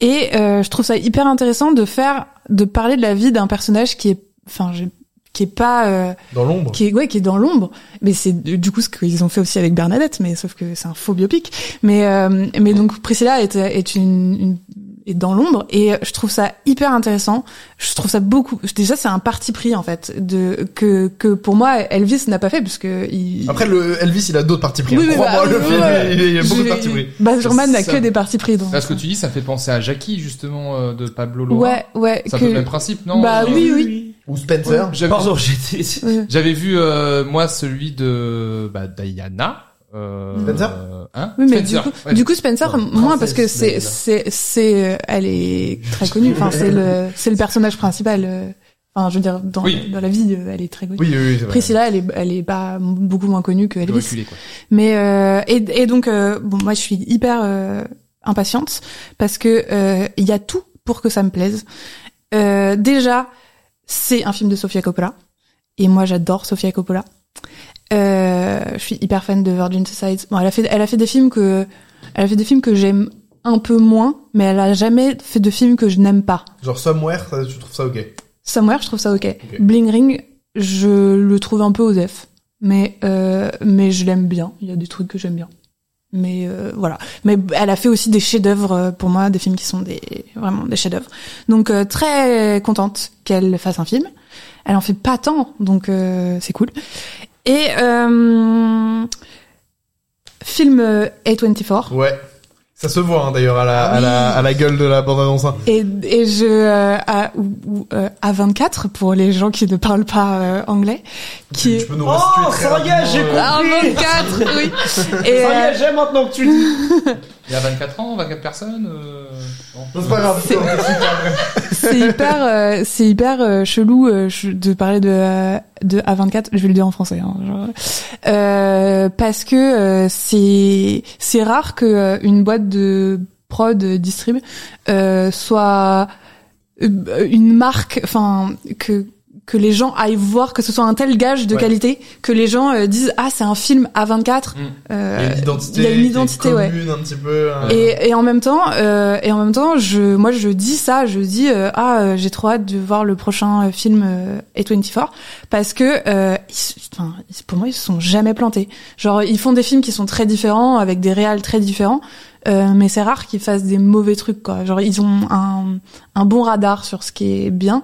E: et euh, je trouve ça hyper intéressant de faire, de parler de la vie d'un personnage qui est, enfin, j'ai- qui est pas euh,
C: dans l'ombre.
E: qui est ouais qui est dans l'ombre mais c'est du du coup ce qu'ils ont fait aussi avec Bernadette mais sauf que c'est un faux biopic mais euh, mais donc Priscilla est est une, une- est dans l'ombre et je trouve ça hyper intéressant je trouve ça beaucoup déjà c'est un parti pris en fait de que que pour moi Elvis n'a pas fait parce que il
C: Après, le Elvis, il a d'autres parties pris.
E: Oui, mais
C: Crois-moi,
E: bah,
C: le
E: ouais,
C: film,
E: ouais.
C: il y a beaucoup de
E: J'ai-
C: parties pris.
E: Baz Luhrmann n'a
D: Ça-
E: que des partis pris donc
D: Là, ce que tu dis, ça fait penser à Jackie, justement, euh, de Pablo Laura.
E: ouais ouais
D: C'est un
E: que
D: peu le même principe, non
B: Ah
E: Bah
D: Euh,
E: oui, oui.
C: Ou Spencer.
D: J'avais-
B: Pardon, j'étais.
E: Ouais.
D: J'avais vu, euh, moi, celui de bah, Diana. Euh,
C: Spencer
D: euh, hein
E: Oui, mais
D: Spencer,
E: du coup,
D: ouais.
E: du coup Spencer,
B: Non,
E: moins parce que
B: princesse
E: c'est,
B: Diana.
E: c'est, c'est, euh, elle est très connue. Enfin, c'est le, c'est le personnage principal. euh, Enfin, je veux dire, dans,
D: Oui.
E: dans la vie, euh, elle est très connue.
C: Oui, oui, oui, c'est vrai.
E: Priscilla, elle est, elle est pas beaucoup moins connue que
D: Le
E: Elvis.
D: reculé, quoi.
E: Mais euh, et, et donc euh, bon, moi je suis hyper euh, impatiente parce que euh, il y a tout pour que ça me plaise. Euh, déjà, c'est un film de Sofia Coppola et moi j'adore Sofia Coppola. Euh, je suis hyper fan de Virgin Suicides. Bon, elle a fait, elle a fait des films que, elle a fait des films que j'aime un peu moins, mais elle a jamais fait de films que je n'aime pas.
C: Genre Somewhere, ça, tu trouves ça ok.
E: Somewhere, je trouve ça ok. Bling Ring, je le trouve un peu osef, mais euh, mais je l'aime bien. Il y a des trucs que j'aime bien. Mais euh, voilà. Mais elle a fait aussi des chefs-d'œuvre euh, pour moi, des films qui sont des vraiment des chefs-d'œuvre. Donc euh, très contente qu'elle fasse un film. Elle en fait pas tant, donc euh, c'est cool. Et euh, film euh, A24.
C: Ouais. Ça se voit hein, d'ailleurs à la,
E: Ah
C: à, la, à la gueule de la bande-annonce. hein.
E: Et, et je euh, à, ou- ou, euh, à 24 pour les gens qui ne parlent pas euh, anglais,
C: Tu
E: qui est
C: peux nous restituer
B: Oh,
C: très
B: ça engage, j'ai
C: rapidement, euh,
E: à
B: compris.
E: 24, oui. Et,
B: Ça
E: euh,
B: engage, j'ai maintenant que tu le dis.
D: Il a 24 ans, 24 personnes. euh, bon.
C: Non, c'est pas grave.
E: C'est- c'est hyper, euh, c'est hyper euh, chelou euh, ch- de parler de euh, de A24. Je vais le dire en français, hein, genre. Euh, parce que euh, c'est c'est rare que euh, une boîte de prod euh, distrib euh, soit euh, une marque, enfin que que les gens aillent voir, que ce soit un tel gage de
D: Ouais.
E: qualité, que les gens euh, disent ah c'est un film A24.
D: Mm.
E: Euh,
C: Il y a une identité,
E: il y a une
C: qui est
E: identité, ouais.
C: commune un petit peu. hein.
E: et, et en même temps, euh, et en même temps, je, moi, je dis ça, je dis euh, ah, euh, j'ai trop hâte de voir le prochain euh, film euh, A24 parce que euh, ils se- enfin, ils- pour moi, ils se sont jamais plantés. Genre, ils font des films qui sont très différents avec des réals très différents, euh, mais c'est rare qu'ils fassent des mauvais trucs quoi. Genre, ils ont un, un bon radar sur ce qui est bien.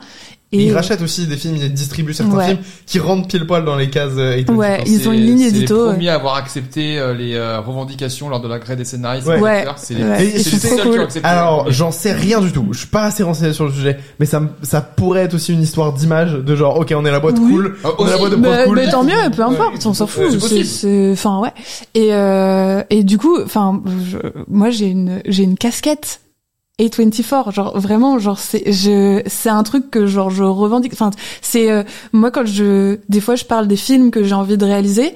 C: Et
E: Et
C: ils rachètent aussi des films, ils distribuent certains
E: Ouais.
C: films qui rentrent pile poil dans les cases. euh, et tout.
E: ouais, ils ont
D: C'est-
E: une ligne
D: C'est
E: édito.
D: les
E: ouais.
D: premiers à avoir accepté euh, les euh, revendications lors de la grève des scénaristes.
C: Ouais.
D: et des
E: Ouais.
D: acteurs. C'est les,
E: Ouais.
D: c'est
C: Et
D: les
C: ils sont
D: seuls
C: trop
D: qui ont
C: cool.
D: accepté. Euh,
C: Alors, j'en sais rien du tout. Je suis pas assez renseigné sur le sujet, mais ça, me- ça pourrait être aussi une histoire d'image de genre, ok, on est la boîte
E: Oui.
C: cool,
D: Ah,
C: on est la
D: aussi,
C: boîte de
E: Bah,
C: prod cool.
E: bah, tant mieux, peu
D: Ouais,
E: importe, on s'en
D: c'est
E: fout.
D: possible.
E: c'est- Enfin ouais. Et euh, et du coup, enfin, je- moi j'ai une j'ai une casquette. A24, genre vraiment, genre c'est je c'est un truc que genre je revendique. Enfin, c'est euh, moi quand je des fois je parle des films que j'ai envie de réaliser,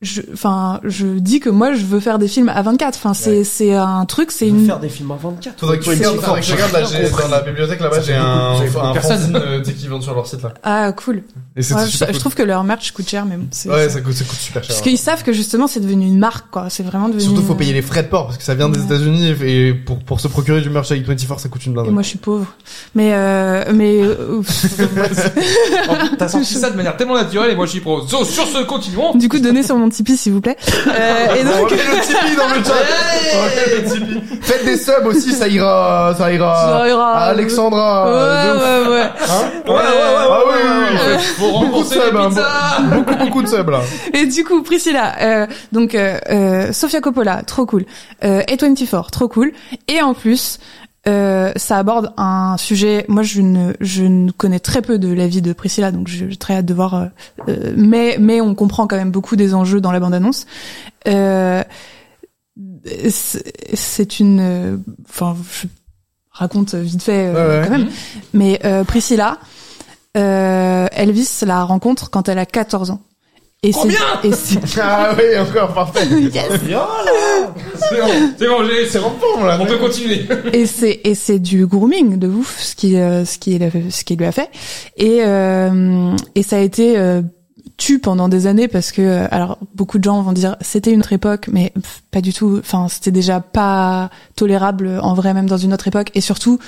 E: je enfin je dis que moi je veux faire des films à 24. Enfin c'est c'est un truc, c'est une
B: Faire des films en 24.
C: Faudrait que tu regardes, faudrait que je regarde, là, j'ai, dans la bibliothèque, là-bas, j'ai un,
D: j'ai beaucoup
C: un
D: de personnes.
C: fanzine, euh, tu sais, qu'ils vendent sur leur site, là.
E: ah cool.
C: Et c'est
E: Ouais,
C: super
E: je, je
C: cool.
E: trouve que leur merch coûte cher, mais bon, c'est
C: Ouais,
E: c'est-
C: ça coûte, ça coûte super cher. hein.
E: parce
C: ouais.
E: qu'ils savent que justement c'est devenu une marque quoi. C'est vraiment devenu
C: Surtout, faut
E: une-
C: payer les frais de port, parce que ça vient des
E: Ouais.
C: États-Unis, et et pour, pour se procurer du merch avec 24, ça coûte une
E: Et
C: blinde.
E: moi, je suis pauvre. Mais, euh, mais, euh,
D: T'as sorti ça de manière tellement naturelle et moi je suis pro. So, sur ce, continuons.
E: du coup, donnez sur mon Tipeee, s'il vous plaît. Euh, et donc,
C: Enlevez le Tipeee dans le chat! Enlevez le Tipeee. Faites des subs aussi, ça ira, ça ira.
E: ça ira.
C: à Alexandra. euh, ah, de ouf.
E: Ouais, ouais, ouais.
C: Hein
B: Ouais, ouais, ouais,
C: Ah oui, oui, oui,
D: Euh, Faut rembourser
C: de
D: les
C: subs, hein,
D: pizzas.
C: Beaucoup, beaucoup de subs, là.
E: Et du coup, Priscilla, euh, donc euh, euh, Sofia Coppola, trop cool. Euh, et 24, trop cool. Et en plus, euh, ça aborde un sujet. Moi, je ne, je ne connais très peu de la vie de Priscilla, donc j'ai j'ai très hâte de voir. euh, euh, mais, mais on comprend quand même beaucoup des enjeux dans la bande-annonce. Euh, c'est c'est une, euh, enfin, je raconte vite fait euh,
C: Ouais, ouais.
E: quand même. Mais euh, Priscilla, euh, Elvis la rencontre quand elle a 14 ans. Et c'est et c'est
C: Ah oui, encore, parfait.
E: yes.
B: Oh
D: C'est bon, c'est bon, j'ai- c'est bon.
C: Bon, là,
D: On peut continuer.
E: et c'est et c'est du grooming de ouf ce qui euh, ce qui a fait- ce qui lui a fait et euh, et ça a été euh, tu pendant des années parce que euh, alors beaucoup de gens vont dire c'était une autre époque mais pff, pas du tout enfin c'était déjà pas tolérable en vrai même dans une autre époque et surtout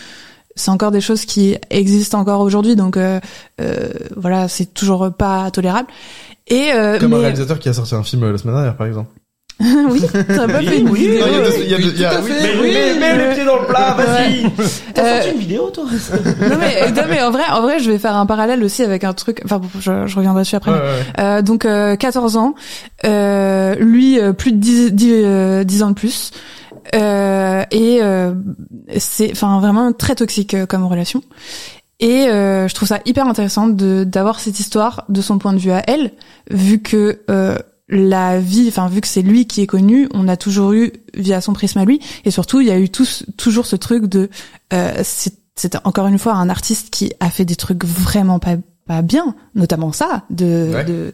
E: c'est encore des choses qui existent encore aujourd'hui donc euh, euh, voilà c'est toujours pas tolérable et euh,
C: Comme un
E: mais-
C: réalisateur qui a sorti un film euh, la semaine dernière, par exemple.
E: oui t'as pas
B: Oui,
E: fait une
B: oui,
E: vidéo,
C: Non, il y a deux-
E: euh,
C: il y a deux- il y a-
D: Tout à
C: oui.
D: fait,
B: Mets,
D: oui.
B: mets- mets le pied dans le plat, vas-y. T'as
E: Euh,
B: sorti une vidéo, toi
E: non mais, euh, non, mais en vrai, en vrai, je vais faire un parallèle aussi avec un truc. Enfin, bon, je, je reviendrai dessus après.
C: Ouais,
E: mais-
C: ouais.
E: Euh, donc euh, 14 ans, euh, lui euh, plus de 10, 10, euh, 10 ans de plus. Euh, et euh, c'est enfin vraiment très toxique euh, comme relation. Et euh, je trouve ça hyper intéressant de d'avoir cette histoire de son point de vue à elle, vu que euh, la vie, enfin vu que c'est lui qui est connu, on a toujours eu via son prisme à lui, et surtout il y a eu tous toujours ce truc de euh, c'est c'est encore une fois un artiste qui a fait des trucs vraiment pas pas bien, notamment ça de,
C: Ouais.
E: de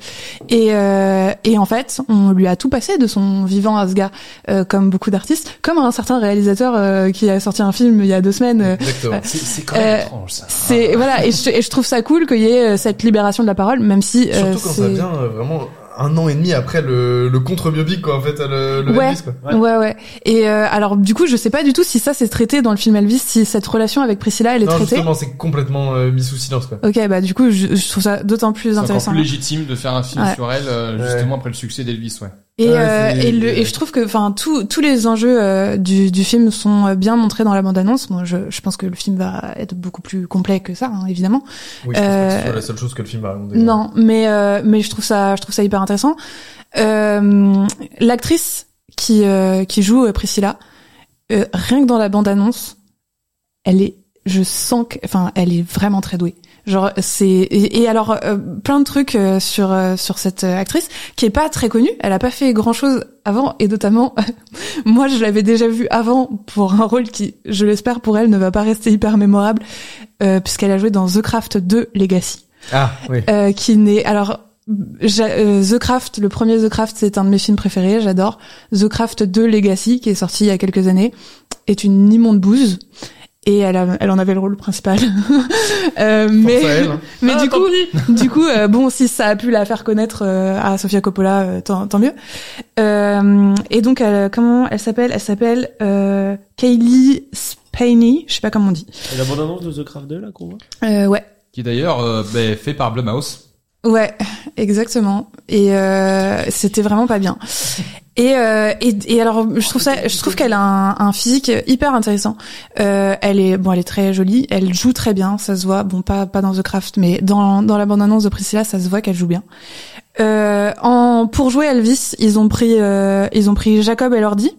E: et euh, et en fait on lui a tout passé de son vivant à ce gars, euh, comme beaucoup d'artistes, comme un certain réalisateur euh, qui a sorti un film il y a deux semaines. euh,
C: Exactement.
D: C'est c'est quand
E: Euh,
D: même étrange ça.
E: c'est voilà et je, et je trouve ça cool qu'il y ait euh, cette libération de la parole même si euh,
C: Surtout quand ça
E: c'est-
C: vient euh, vraiment un an et demi après le, le contre-biopic, quoi, en fait, le, le
E: Ouais.
C: Elvis, quoi.
E: Ouais. ouais et euh, alors du coup je sais pas du tout si ça c'est traité dans le film Elvis si cette relation avec Priscilla elle est
C: non,
E: traitée
C: justement, c'est complètement euh, mis sous silence, quoi.
E: ok bah du coup je, je trouve ça d'autant plus
D: C'est encore
E: intéressant hein.
D: plus légitime de faire un film
E: Ouais.
D: sur elle, euh,
C: Ouais.
D: justement après le succès d'Elvis, ouais.
E: Et,
C: Ouais,
E: euh,
C: c'est-
E: et, le, et je trouve que enfin tous tous les enjeux euh, du, du film sont euh, bien montrés dans la bande annonce. Moi je, je pense que le film va être beaucoup plus complet que ça hein, évidemment.
C: Oui, je pense pas que
E: Euh,
C: c'est la seule chose que le film va raconter.
E: Non, mais euh, mais je trouve ça je trouve ça hyper intéressant. Euh, L'actrice qui euh, qui joue euh, Priscilla, euh, rien que dans la bande-annonce, elle est, je sens que, enfin, elle est vraiment très douée. Genre, c'est et, et alors euh, plein de trucs euh, sur euh, sur cette euh, actrice qui est pas très connue. Elle a pas fait grand chose avant et notamment, moi, je l'avais déjà vue avant pour un rôle qui, je l'espère pour elle, ne va pas rester hyper mémorable euh, puisqu'elle a joué dans The Craft 2 Legacy.
C: Ah, oui.
E: Euh, qui n'est alors j'a- euh, The Craft, le premier The Craft, c'est un de mes films préférés, j'adore. The Craft 2 Legacy, qui est sorti il y a quelques années, est une immonde bouse. Et elle, a- elle en avait le rôle principal. Euh, mais
C: à elle, hein.
E: mais du coup, du coup, euh, bon, si ça a pu la faire connaître euh, à Sofia Coppola, euh, tant, tant mieux. Euh, et donc, elle, comment elle s'appelle Elle s'appelle euh, Kaylee Spaney, je sais pas comment on dit.
B: Et la bande-annonce de The Craft 2, là, qu'on voit
E: Euh, ouais,
D: Qui d'ailleurs euh, ben, fait par Blumhouse.
E: Ouais, exactement. Et euh, c'était vraiment pas bien. Et, euh, et, et alors, je trouve ça, je trouve qu'elle a un, un physique hyper intéressant. Euh, elle est, bon, elle est très jolie. Elle joue très bien, ça se voit. Bon, pas pas dans The Craft, mais dans dans la bande annonce de Priscilla, ça se voit qu'elle joue bien. Euh, en pour jouer Elvis, ils ont pris euh, ils ont pris Jacob Elordi.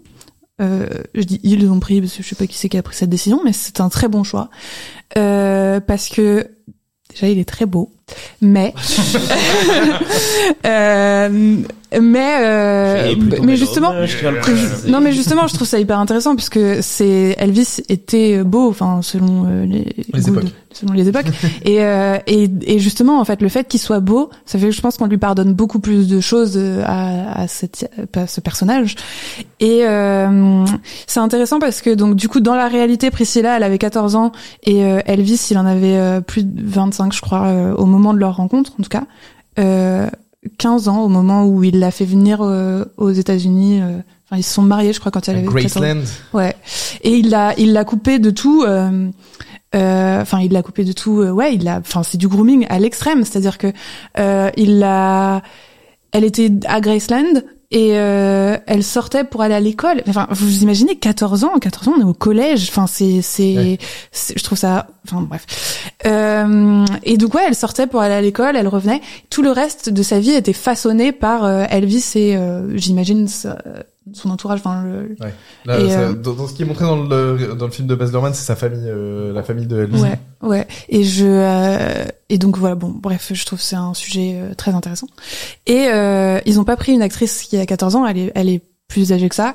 E: Euh, je dis ils ont pris parce que je sais pas qui c'est qui a pris cette décision, mais c'est un très bon choix euh, parce que déjà il est très beau, mais euh, mais euh, mais justement je- non mais justement, je trouve ça hyper intéressant parce que c'est Elvis était beau, enfin selon euh, les, goûts de-
C: époques.
E: selon les époques. et, euh, et et justement en fait le fait qu'il soit beau, ça fait que je pense qu'on lui pardonne beaucoup plus de choses euh, à, à, cette, à ce personnage. Et euh, c'est intéressant parce que donc du coup dans la réalité Priscilla elle avait 14 ans et euh, Elvis il en avait euh, plus de 25 je crois euh, au moment de leur rencontre en tout cas. Euh, 15 ans au moment où il l'a fait venir euh, aux États-Unis. euh, Enfin, ils se sont mariés, je crois, quand elle avait 14 ans.
C: Graceland.
E: Ouais. Et il l'a, il l'a coupé de tout. euh, euh, Enfin, il l'a coupé de tout. euh, ouais, il l'a. Enfin, c'est du grooming à l'extrême. C'est-à-dire que euh, il l'a. Elle était à Graceland et euh, elle sortait pour aller à l'école. Enfin, vous imaginez 14 ans, 14 ans, on est au collège. Enfin, c'est, c'est, c'est- je trouve ça. Enfin, bref. Euh, et donc ouais, elle sortait pour aller à l'école, elle revenait. Tout le reste de sa vie était façonné par euh, Elvis et euh, j'imagine sa- son entourage. Enfin, le,
C: Là,
E: Et,
C: ça-
E: euh,
C: dans, dans ce qui est montré dans le, dans le film de Baz Luhrmann, c'est sa famille, euh, la famille de Elvis.
E: Ouais, ouais. Et je euh, et donc voilà, bon, bref, je trouve que c'est un sujet euh, très intéressant. Et euh, ils ont pas pris une actrice qui a 14 ans, elle est elle est plus âgée que ça.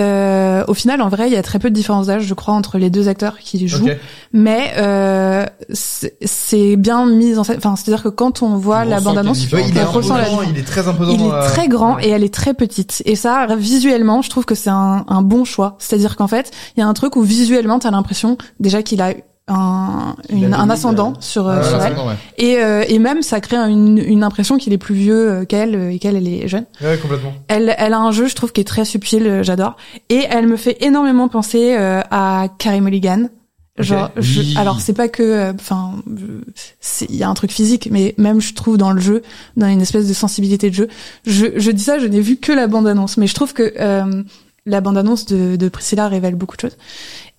E: Euh, au final, en vrai, il y a très peu de différence d'âge, je crois, entre les deux acteurs qui les jouent.
C: Ok.
E: Mais euh, c'est- c'est bien mis en scène. Enfin, c'est-à-dire que quand on voit
D: On
E: la
D: ressent
E: bande-annonce,
D: qu'il y a
C: Ouais, il, est
E: On ressent la
C: imposant,
E: différence.
C: il est très imposant. euh,
E: il
C: dans
E: est
C: la-
E: très grand et elle est très petite. Et ça, visuellement, je trouve que c'est un, un bon choix. C'est-à-dire qu'en fait, il y a un truc où visuellement, t'as l'impression déjà qu'il a un,
B: Il
E: une-
B: a
E: un
B: le-
E: ascendant sur, euh,
C: Ah,
E: sur
D: Voilà,
E: elle.
D: c'est- ouais.
E: Et, euh, et même, ça crée une, une impression qu'il est plus vieux euh, qu'elle euh, et qu'elle, elle est jeune.
C: Ouais, complètement.
E: Elle, elle a un jeu, je trouve, qui est très subtil, euh, j'adore. Et elle me fait énormément penser euh, à Carey Mulligan. Genre, je-
D: Oui.
E: alors c'est pas que, euh, enfin, euh, c'est- il y a un truc physique, mais même je trouve dans le jeu, dans une espèce de sensibilité de jeu. Je, je dis ça, je n'ai vu que la bande annonce, mais je trouve que euh, la bande annonce de, de Priscilla révèle beaucoup de choses.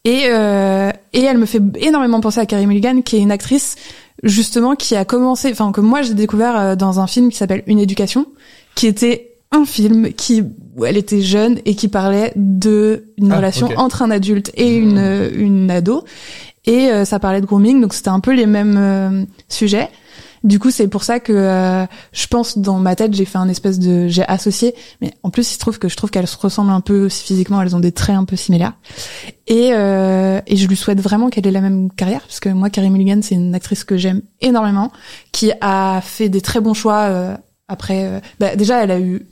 E: Et euh, et elle me fait énormément penser à Carey Mulligan, qui est une actrice justement qui a commencé, enfin que moi j'ai découvert euh, dans un film qui s'appelle Une éducation, qui était un film qui où elle était jeune et qui parlait de une
C: Ah,
E: relation
C: ok. Mmh.
E: entre un adulte et une une ado et euh, ça parlait de grooming donc c'était un peu les mêmes euh, sujets. Du coup, c'est pour ça que euh, je pense dans ma tête, j'ai fait un espèce de j'ai associé mais en plus, il se trouve que je trouve qu'elles se ressemblent un peu aussi physiquement, elles ont des traits un peu similaires. Et, euh, et je lui souhaite vraiment qu'elle ait la même carrière, parce que moi, Carrie Mulligan, c'est une actrice que j'aime énormément, qui a fait des très bons choix euh, après. euh, bah, déjà, elle a eu,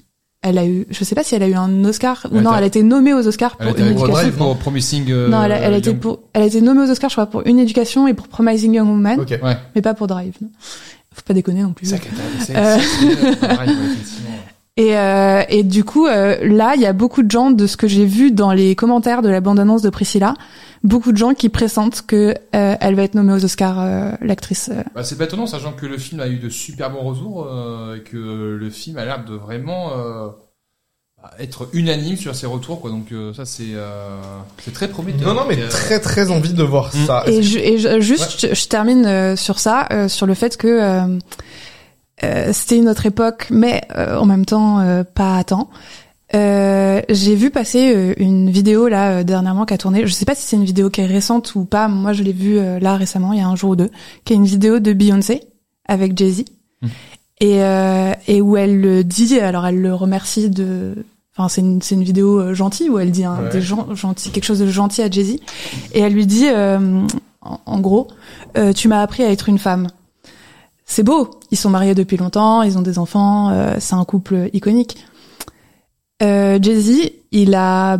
E: elle a eu, je sais pas si elle a eu un Oscar. ou
D: Elle
E: non,
D: était-
E: elle a été nommée aux Oscars pour
D: Elle était
E: une
D: avec Rod
E: éducation.
D: Drive pour Promising. euh,
E: non, elle a, elle a été
D: Young-
E: pour, elle a été nommée aux Oscars, je crois, pour une éducation et pour Promising Young Woman,
C: Ok.
D: Ouais.
E: mais pas pour Drive. non. Faut pas déconner non plus.
D: C'est vrai que t'as- c'est-
E: Euh.
D: c'est- c'est- pareil, ouais, effectivement.
E: Et, euh, et du coup, euh, là, il y a beaucoup de gens, de ce que j'ai vu dans les commentaires de la bande-annonce de Priscilla, beaucoup de gens qui pressentent que euh, elle va être nommée aux Oscars, euh, l'actrice. euh.
D: Bah, c'est pas étonnant, sachant que le film a eu de super bons retours, euh, et que le film a l'air de vraiment euh, bah, être unanime sur ses retours, quoi. Donc euh, ça, c'est euh, c'est très prometteur.
C: Non, non, mais
D: Et, euh,
C: très très envie de voir
D: Mm.
C: ça.
E: Et, je, et je- juste, je, je termine euh, sur ça, euh, sur le fait que euh, euh, c'était une autre époque, mais euh, en même temps euh, pas à temps. Euh, j'ai vu passer euh, une vidéo là euh, dernièrement qui a tourné. Je sais pas si c'est une vidéo qui est récente ou pas. Moi, je l'ai vue euh, là récemment, il y a un jour ou deux, qui est une vidéo de Beyoncé avec Jay Z
D: Mhm.
E: et euh, et où elle le dit. Alors, elle le remercie de. Enfin, c'est une c'est une vidéo euh, gentille où elle dit hein,
D: Ouais.
E: des gens gentils, quelque chose de gentil à Jay Z et elle lui dit euh, en, en gros, euh, tu m'as appris à être une femme. C'est beau. Ils sont mariés depuis longtemps, ils ont des enfants, euh, c'est un couple iconique. Euh, Jay-Z, il a,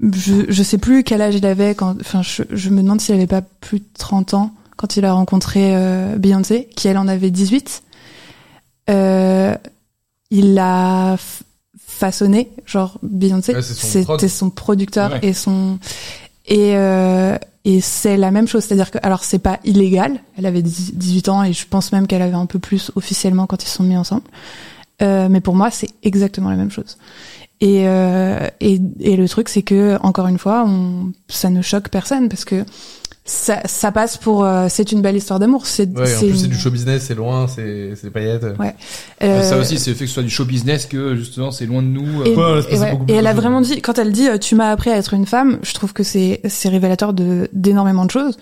E: je, je sais plus quel âge il avait quand, enfin, je, je me demande s'il avait pas plus de 30 ans quand il a rencontré euh, Beyoncé, qui elle en avait 18. Euh, il a f- façonné, genre Beyoncé,
D: Ouais, c'est son prod.
E: c'était son producteur
D: Ouais.
E: et son et euh, et c'est la même chose, c'est-à-dire que alors c'est pas illégal, elle avait 10 18 ans et je pense même qu'elle avait un peu plus officiellement quand ils se sont mis ensemble. Euh, mais pour moi, c'est exactement la même chose. Et, euh, et, et le truc, c'est que encore une fois, on, ça ne choque personne parce que ça, ça passe pour euh, c'est une belle histoire d'amour. C'est
C: Ouais, en
E: c'est
C: plus c'est
E: une-
C: du show business, c'est loin, c'est c'est des paillettes.
E: euh,
D: Ça aussi, c'est le fait que ce soit du show business que justement c'est loin de nous.
E: Et,
D: euh,
C: Ouais, là, c'est
E: et ouais.
C: beaucoup
E: Et elle a
C: plus-
E: vraiment dit, quand elle dit euh, tu m'as appris à être une femme, je trouve que c'est c'est révélateur de d'énormément de choses.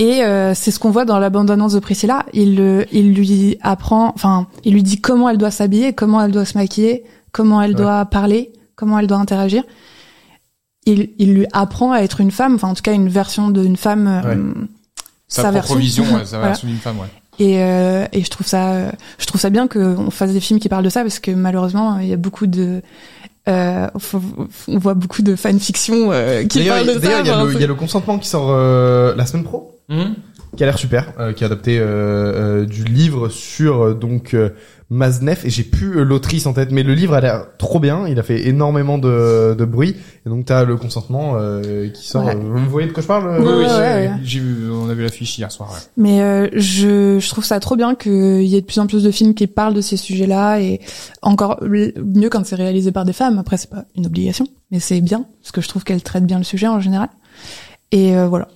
E: Et euh, c'est ce qu'on voit dans l'abandonnance de Priscilla. Il euh, il lui apprend, enfin il lui dit comment elle doit s'habiller, comment elle doit se maquiller, comment elle doit parler, comment elle doit interagir. Il il lui apprend à être une femme, enfin en tout cas une version d'une femme. euh,
D: sa propre
E: version.
D: vision, ouais, sa
E: Voilà.
D: version d'une femme, ouais.
E: Et, euh, et je trouve ça, euh, je trouve ça bien qu'on fasse des films qui parlent de ça parce que malheureusement, il y a beaucoup de, euh, faut- on voit beaucoup de fanfiction euh, qui
C: D'ailleurs,
E: parlent
C: il
E: de ça.
C: d'ailleurs, il y, a
E: enfin,
C: le- il y a le consentement qui sort euh, la semaine pro, qui a l'air super, euh, qui est adapté euh, euh, du livre sur euh, donc euh, Maznef et j'ai plus euh, l'autrice en tête, mais le livre a l'air trop bien, il a fait énormément de, de bruit et donc t'as le consentement euh, qui sort.
E: Ouais.
C: euh, Vous voyez de quoi je parle euh,
E: Oui, oui, Ouais, ouais, ouais.
D: J'ai vu, on a vu l'affiche hier soir. ouais.
E: Mais euh, je, je trouve ça trop bien qu'il y ait de plus en plus de films qui parlent de ces sujets-là et encore l- mieux quand c'est réalisé par des femmes. Après, c'est pas une obligation, mais c'est bien parce que je trouve qu'elles traitent bien le sujet en général. Et euh, voilà,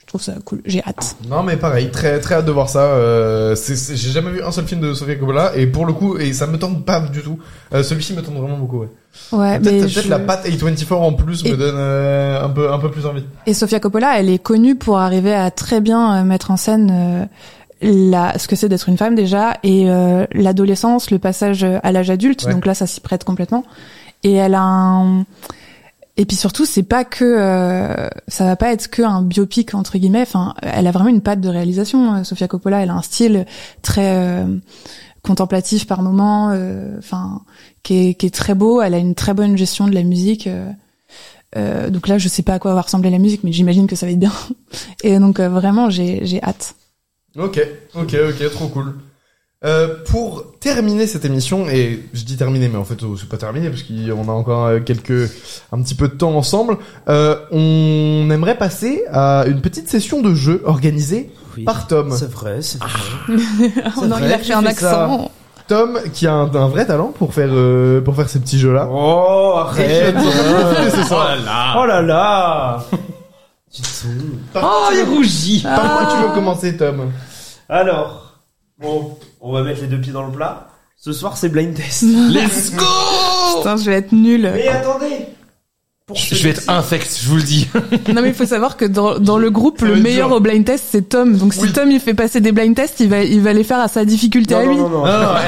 E: je trouve ça cool. J'ai hâte.
C: Non mais pareil, très très hâte de voir ça. Euh, c'est- c'est- J'ai jamais vu un seul film de Sofia Coppola et pour le coup et ça me tente pas du tout. Euh, Celui-ci me tente vraiment beaucoup. Ouais.
E: Ouais, mais
C: Peut-être peut-être
E: je-
C: la patte A24 en plus
E: Et-
C: me donne euh, un peu un peu plus envie.
E: Et Sofia Coppola, elle est connue pour arriver à très bien euh, mettre en scène euh, la, ce que c'est d'être une femme déjà, et euh, l'adolescence, le passage euh, à l'âge adulte.
C: Ouais.
E: Donc là, ça s'y prête complètement. Et elle a un... Et puis surtout, c'est pas que euh, ça va pas être que un biopic entre guillemets. Enfin, elle a vraiment une patte de réalisation. euh, Sofia Coppola, elle a un style très euh, contemplatif par moment. euh, Enfin, qui est, qui est très beau. Elle a une très bonne gestion de la musique. euh, euh, donc là, je sais pas à quoi va ressembler la musique, mais j'imagine que ça va être bien. Et donc euh, vraiment, j'ai j'ai hâte.
C: Ok, ok, ok, trop cool. Euh, pour terminer cette émission, et je dis terminer, mais en fait euh, c'est pas terminé parce qu'on a encore euh, quelques un petit peu de temps ensemble. euh, on aimerait passer à une petite session de jeu organisée
B: Oui.
C: par Tom.
B: C'est vrai, c'est vrai.
E: Oh non,
C: vrai,
E: il a
C: tu
E: fait un
C: fais ça.
E: accent.
C: Tom qui a un, un vrai talent pour faire euh, pour faire ces petits jeux là.
B: Oh,
C: Et
B: arrête.
C: je vais te-
B: oh là là. Oh là là.
C: Par,
B: il rougit.
C: par quoi tu veux commencer, Tom
B: Alors, bon, on va mettre les deux pieds dans le plat. Ce soir, c'est blind test.
D: Let's go
E: Oh. Putain, je vais être nulle.
B: Mais attendez. Pour
D: je,
B: ce
D: je vais être
B: métier-
D: infect, je vous le dis.
E: Non mais il faut savoir que dans, dans le groupe,
C: va
E: le
C: être
E: meilleur
C: dur.
E: au blind test, c'est Tom. Donc si
C: Oui.
E: Tom il fait passer des blind tests, il va il va les faire à sa difficulté à
B: Non,
E: lui.
B: non, non, non.
D: Ah